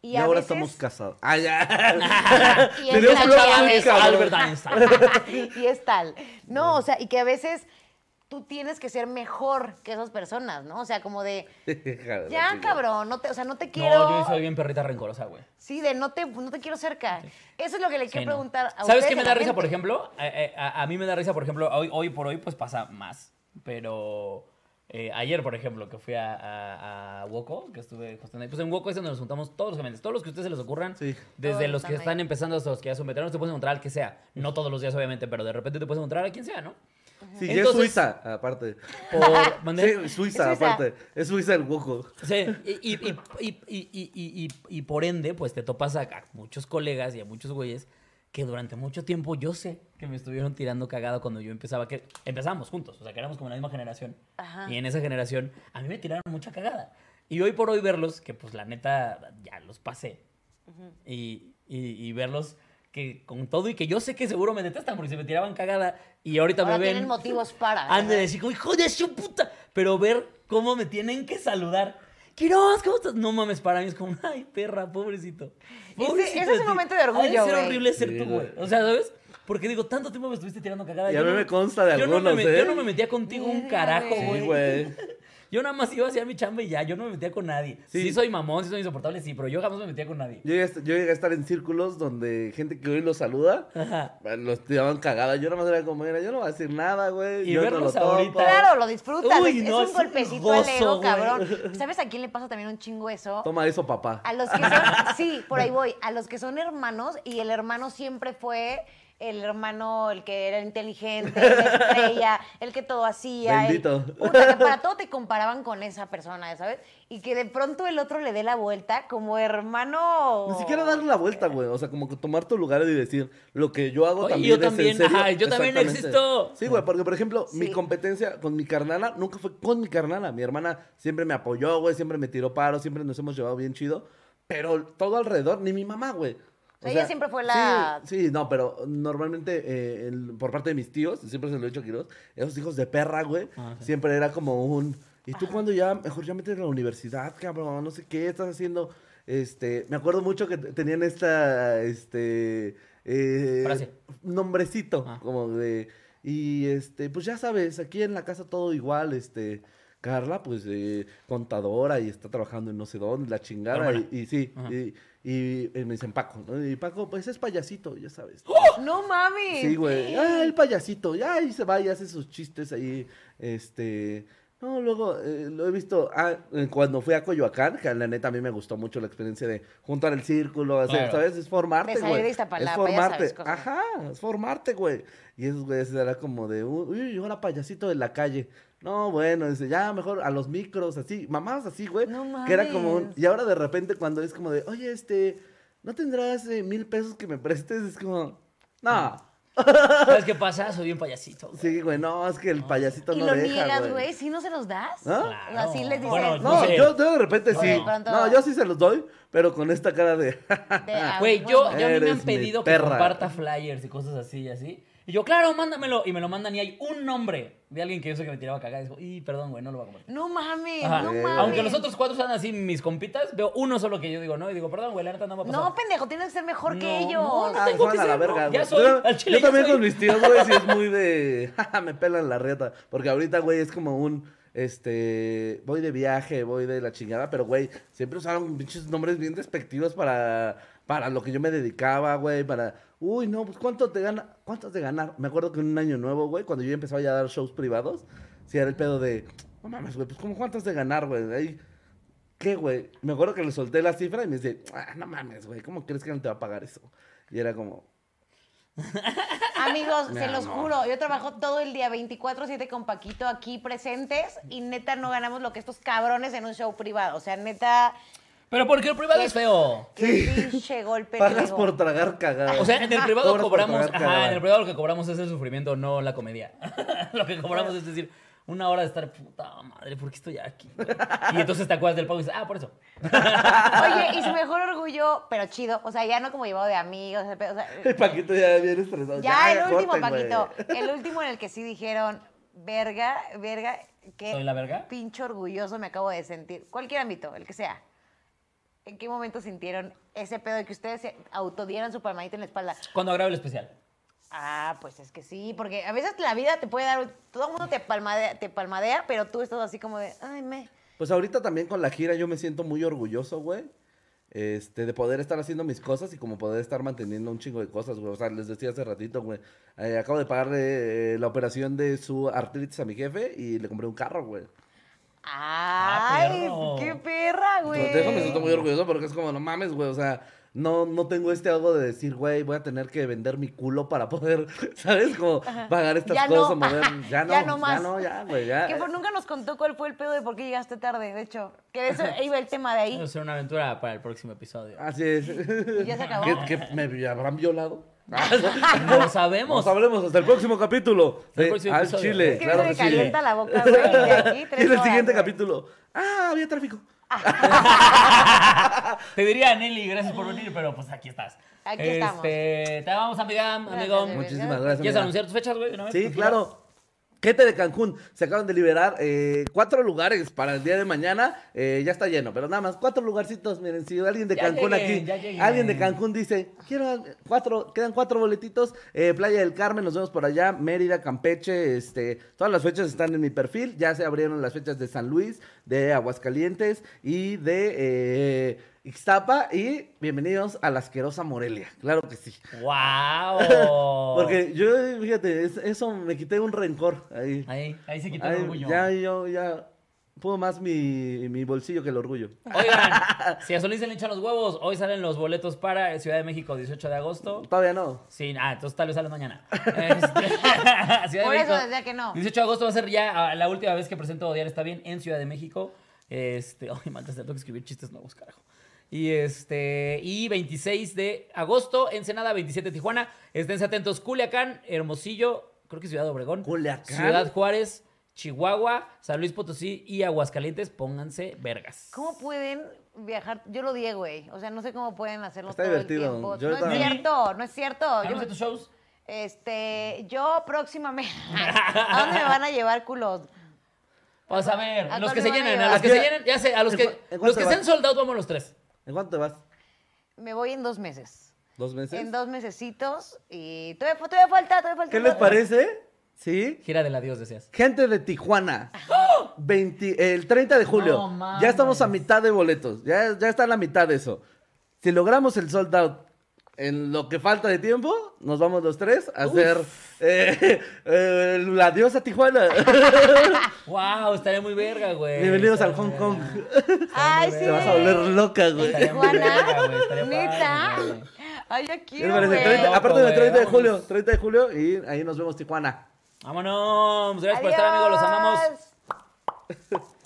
B: Y,
C: Y,
B: a
C: ahora
B: veces-
C: estamos casados. Ah, ya.
B: Y es
C: Tenemos
B: la
C: un
B: chava
C: plan,
B: de-
C: cabrón.
A: Albert Einstein.
B: y es tal. No, o sea, y que a veces tú tienes que ser mejor que esas personas, ¿no? O sea, como de,
C: Hija de la
B: ya,
C: chingada.
B: cabrón, no te, o sea, no te quiero...
A: No, yo soy bien perrita rencorosa, güey.
B: Sí, de no te, no te quiero cerca. Eso es lo que le quiero
A: Sí, no.
B: preguntar a
A: ¿Sabes
B: ustedes
A: qué
B: y
A: me
B: a la
A: da risa,
B: gente.
A: por ejemplo? Eh, eh, a, a mí me da risa, por ejemplo, hoy, hoy por hoy pues pasa más, pero eh, ayer, por ejemplo, que fui a, a, a Woco, que estuve hosteando ahí, pues en Woco es donde nos juntamos todos los gemelos, todos los que a ustedes se les ocurran,
C: Sí.
A: desde
B: Todos
A: los que
B: están
A: están
B: ahí.
A: empezando hasta los que ya son veteranos, te puedes encontrar al que sea, no todos los días obviamente, pero de repente te puedes encontrar a quien sea, ¿no?
C: Sí, ya es
A: Entonces-
C: Suiza, aparte.
A: Por, ¿Mandé?
C: Sí, Suiza,
B: Es Suiza.
C: aparte. Es Suiza el hueco.
A: Sí, y, y- y- y- y- y- y- y- y por ende, pues te topas a, a muchos colegas y a muchos güeyes que durante mucho tiempo yo sé que me estuvieron tirando cagada cuando yo empezaba, que empezábamos juntos, o sea, que éramos como la misma generación.
B: Ajá.
A: Y en esa generación a mí me tiraron mucha cagada. Y hoy por hoy verlos, que pues la neta ya los pasé, y, y- y verlos que con todo y que yo sé que seguro me detestan porque se me tiraban cagada y ahorita
B: Ahora
A: me ven...
B: tienen motivos para,
A: Han de
B: ¿verdad?
A: decir como, hijo de su puta. Pero ver cómo me tienen que saludar. Quiroz, ¿cómo estás? No mames, para mí es como, ay, perra, pobrecito. Pobrecito
B: ese es
A: de
B: un
A: ti.
B: momento de orgullo,
A: Ha de ser
B: güey.
A: horrible ser
C: Sí,
A: tú,
C: güey.
A: güey. O sea, ¿sabes? Porque digo, tanto tiempo me estuviste tirando cagada.
C: Y
A: Yo
C: a mí me consta de
A: yo no me
C: algunos,
A: met-
C: ¿eh?
A: Yo no me metía contigo un carajo,
C: Sí,
A: güey.
C: güey.
A: Yo nada más iba a hacer mi chamba y ya. Yo no me metía con nadie. Sí,
C: Sí.
A: soy mamón, sí soy insoportable, sí, pero yo jamás me metía con nadie.
C: Yo, llegué a est- yo llegué a estar en círculos donde gente que hoy los saluda,
A: Ajá.
C: los tiraban cagada. Yo nada más era como, mira, yo no voy a decir nada, güey.
A: Y
C: yo no lo
A: verlos
C: topo.
A: ahorita.
B: Claro, lo disfrutas.
A: Uy,
B: es,
A: no,
B: es
A: es
B: un
A: un
B: golpecito al
A: gozo,
B: ego,
A: güey.
B: cabrón. ¿Sabes a quién le pasa también un chingo eso?
C: Toma eso, papá.
B: A los que son, sí, por ahí voy, a los que son hermanos y el hermano siempre fue el hermano, el que era inteligente, la estrella, el que todo hacía. el-
C: Bendito.
B: puta, que para todo te comparaban con esa persona, ¿sabes? Y que de pronto el otro le dé la vuelta como hermano. ¡Oh!
C: Ni siquiera darle la vuelta, güey. O sea, como que tomar tu lugar y decir, lo que yo hago
A: Oye,
C: también
A: yo
C: es en
A: también,
C: serio.
A: ajá, yo también
C: Exactamente.
A: existo.
C: Sí, güey, porque, por ejemplo, mi
B: Sí.
C: competencia con mi carnala nunca fue con mi carnala. Mi hermana siempre me apoyó, güey, siempre me tiró paro, siempre nos hemos llevado bien chido. Pero todo alrededor, ni mi mamá, güey.
B: sea, ella siempre fue la-
C: Sí, sí, no, pero normalmente eh, el- por parte de mis tíos, siempre se lo he dicho a Quiroz, esos hijos de perra, güey,
A: Ah, sí.
C: siempre era como un... ¿Y tú cuando ya, mejor ya metes a la universidad, cabrón? No sé qué estás haciendo. Este, me acuerdo mucho que t- tenían esta, este... eh,
A: Frase.
C: Nombrecito,
A: Ah.
C: como de... Y este, pues ya sabes, aquí en la casa todo igual, este... Carla, pues, eh, contadora y está trabajando en no sé dónde, la chingada.
A: Hermana.
C: Y, y sí,
A: Ajá.
C: y, y, eh, me dicen Paco, ¿no? Y Paco, pues es payasito, ya sabes.
B: No mami.
C: Sí, güey. Ah, el payasito. Ya ahí se va y hace sus chistes ahí. Este. No, luego eh, lo he visto ah, eh, cuando fui a Coyoacán, que la neta a mí me gustó mucho la experiencia de juntar el círculo, hacer,
A: Claro.
C: ¿sabes? Es formarte,
B: De salir
C: güey.
B: de
C: es
B: Iztapalapa, ya
C: formarte.
B: sabes, cosas.
C: Ajá, es formarte, güey. Y esos güeyes era como de, uy, uy, ahora payasito de la calle. No, bueno, dice, ya mejor a los micros, así, mamadas así, güey.
B: No
C: que era como un,
B: mames.
C: y ahora de repente cuando es como de, oye, este, ¿no tendrás eh, mil pesos que me prestes? Es como, no.
A: ¿Sabes qué pasa? Soy un payasito. güey.
C: Sí, güey, no, es que el payasito
B: Y
C: no
B: lo
C: deja,
B: niegas, güey. ¿Sí no se los das?
C: ¿Ah?
A: Claro.
B: Así les dices.
A: Bueno,
C: No,
A: No sé.
C: yo, yo de repente sí.
A: Bueno.
B: De pronto-
C: No, yo sí se los doy, pero con esta cara de.
B: de- ah,
A: Güey, yo,
B: bueno.
A: yo a mí me
C: Eres
A: han
C: mi
A: pedido que
C: perra.
A: comparta flyers y cosas así y así. Y yo, claro, mándamelo. Y me lo mandan y hay un nombre de alguien que yo sé que me tiraba cagada. Y dijo, y perdón, güey, no lo voy a compartir.
B: No mames,
A: Ajá.
B: no
C: Eh,
B: mames.
A: Aunque los otros cuatro sean así mis compitas, veo uno solo que yo digo, no, y digo, perdón, güey, la neta no va a pasar.
B: No, pendejo, tienes que ser mejor que
A: No,
B: ellos.
A: no, no.
C: Ah,
A: tengo
C: Juan,
A: que
C: a la
A: ser,
C: verga,
A: no, ya
C: güey.
A: soy,
C: Yo-
A: al
C: yo,
A: chile ya
C: también
A: soy.
C: con mis tíos, güey, sí es muy de. "Ja, me pelan la reta. Porque ahorita, güey, es como un. Este. Voy de viaje, voy de la chingada, pero, güey, siempre usaron pinches nombres bien despectivos para. Para lo que yo me dedicaba, güey, para. Uy, no, pues cuánto te gana. ¿Cuánto de ganar? Me acuerdo que en un año nuevo, güey, cuando yo ya empezaba ya a dar shows privados, sí era el pedo de. No mames, güey, pues como cuánto has de ganar, güey. Ahí, ¿Qué, güey? Me acuerdo que le solté la cifra y me dice, "Ah, no mames, güey, ¿cómo crees que no te va a pagar eso? Y era como,
B: Amigos,
C: Mi
B: se los
C: amor.
B: juro, yo trabajo todo el día 24/7 con Paquito aquí presentes y neta no ganamos lo que estos cabrones en un show privado. O sea, neta,
A: Pero porque el privado
B: ¿Qué?
A: es feo.
B: qué pinche golpe.
C: Pagas
B: luego.
C: por tragar cagada.
A: O sea, en el privado
C: Cobras por
A: cobramos.
C: tragar
A: Ajá,
C: cagada.
A: en el privado lo que cobramos es el sufrimiento, no la comedia. lo que cobramos es decir, una hora de estar puta madre, ¿por qué estoy aquí? güey?" Y entonces te acuerdas del pago y dices, ah, por eso.
B: Oye, y su mejor orgullo, pero chido. O sea, ya no como llevado de amigos. O sea,
C: El Paquito ya bien estresado. "Ah,
B: ya el último,
C: corten, güey.
B: Paquito. El último en el que sí dijeron, verga, verga, qué
A: ¿Soy la verga?
B: pinche orgulloso me acabo de sentir. Cualquier ámbito, el que sea. ¿En qué momento sintieron ese pedo de que ustedes se autodieran su palmadita en la espalda?
A: Cuando grabo el especial.
B: Ah, pues es que sí, porque a veces la vida te puede dar, un- todo el mundo te palmadea, te palmadea, pero tú estás así como de, ay, me...
C: Pues ahorita también con la gira yo me siento muy orgulloso, güey. Este, de poder estar haciendo mis cosas y como poder estar manteniendo un chingo de cosas, güey. O sea, les decía hace ratito, güey. eh, acabo de pagarle eh, la operación de su artritis a mi jefe y le compré un carro, güey.
B: ¡Ay,
A: Ah, perro.
B: qué perra, güey!
C: Entonces, Pues, de eso me siento muy orgulloso porque es como, no mames, güey, o sea, no, no tengo este algo de decir, güey, voy a tener que vender mi culo para poder, ¿sabes? Como pagar estas
B: Ya
C: cosas,
B: no.
C: mover, ya no,
B: Ya no más.
C: ya no, ya, güey, ya.
B: Que por nunca nos contó cuál fue el pedo de por qué llegaste tarde, de hecho. Que de eso iba el tema de
A: Va a
B: ahí.
A: ser una aventura para el próximo episodio.
C: Así es.
B: Y ya se acabó.
C: ¿Qué, qué, me habrán violado?
A: No lo sabemos.
C: Nos hablemos hasta el próximo capítulo
A: el
C: de
A: próximo
C: Al
A: episodio.
C: Chile,
B: Es que
C: claro
B: me
C: que sí.
B: calienta la boca, güey. de aquí
C: Y
B: tres
C: en el
B: horas,
C: siguiente
B: güey.
C: capítulo, ah, había tráfico.
A: Te diría, Nelly, gracias por venir, pero pues aquí estás.
B: Aquí
A: Este,
B: estamos.
A: Te amamos, amiga, amigo.
B: bebé.
C: Muchísimas gracias.
A: ¿Quieres
C: amiga.
A: anunciar tus fechas, güey? de una vez?
C: Sí,
A: ¿Tus
C: claro. Gente de Cancún, se acaban de liberar eh, cuatro lugares para el día de mañana. Eh, ya está lleno, pero nada más cuatro lugarcitos. Miren, si alguien de
A: Ya
C: Cancún
A: lleguen, ya
C: aquí,
A: lleguen.
C: alguien de Cancún dice, quiero al- cuatro, quedan cuatro boletitos. eh, Playa del Carmen, nos vemos por allá. Mérida, Campeche, este, todas las fechas están en mi perfil. Ya se abrieron las fechas de San Luis, de Aguascalientes y de eh, Ixtapa. Y bienvenidos a la asquerosa Morelia, claro que sí.
A: ¡Wow!
C: Porque yo, fíjate, es- eso me quité un rencor ahí.
A: Ahí, ahí se quitó el
C: Ay,
A: orgullo.
C: Ya, yo, ya. Pudo más mi, mi bolsillo que el orgullo.
A: Oigan, si a Solís se le hinchan los huevos, hoy salen los boletos para Ciudad de México, 18 de agosto.
C: Todavía no.
A: Sí, ah, entonces tal vez salen mañana. Este, Ciudad de
B: Por eso
A: México,
B: decía que no.
A: 18 de agosto va a ser ya ah, la última vez que presento Odiar está bien en Ciudad de México. Este, ay, maldita, sea, tengo que escribir chistes nuevos, carajo. Y este, y 26 de agosto, Ensenada, 27 Tijuana. Esténse atentos, Culiacán, Hermosillo, creo que Ciudad Obregón.
C: Culiacán.
A: Ciudad Juárez, Chihuahua, San Luis Potosí y Aguascalientes, pónganse vergas.
B: ¿Cómo pueden viajar? Yo lo di, güey. O sea, no sé cómo pueden hacerlo
C: Está
B: todo
C: divertido.
B: el tiempo.
C: Yo
B: no es
C: también.
B: cierto, no es cierto. Yo,
A: Anuncia tus shows?
B: este, yo próximamente... ¿A dónde me van a llevar culos?
A: Vamos a ver,
B: ¿A
A: los
B: cuál
A: que
B: me
A: se
B: van a
A: llenan, a los
B: llevar?
A: que
C: ¿A
A: se
C: qué-
A: llenan, ya sé, a los
C: en
A: que,
C: cu- en
A: los
C: cuánto
A: que
C: va?
A: sean soldados, vamos los tres.
C: ¿En cuánto te vas?
B: Me voy en dos meses.
C: ¿Dos meses?
B: En dos mesecitos y todavía, fa- todavía falta, todavía falta.
C: ¿Qué les
B: todavía-
C: parece? ¿Sí?
A: Gira del adiós, decías.
C: Gente de Tijuana. 20 el 30 de julio.
A: No mames.
C: ya estamos a mitad de boletos. Ya, ya está a la mitad de eso. Si logramos el sold out en lo que falta de tiempo, nos vamos los tres a hacer eh, eh, la diosa Tijuana.
A: ¡Wow! Estaría muy verga, güey.
C: Bienvenidos al
A: Estaría
C: Hong
A: muy
C: Kong.
A: verga.
B: Ay, sí.
A: Te
C: Te vas a volver loca, güey.
A: Estaría muy
B: Tijuana.
A: verga, güey, estaría padre,
B: Neta.
A: güey.
B: Ay, ya
C: ¿Qué les
B: quiero,
C: parece?
B: güey.
C: 30 aparte del
A: Loco,
C: 30 de
A: güey,
C: julio,
A: vamos.
C: 30 de julio y ahí nos vemos Tijuana.
A: Vámonos. Gracias por estar, amigos. Los amamos.
B: Adiós.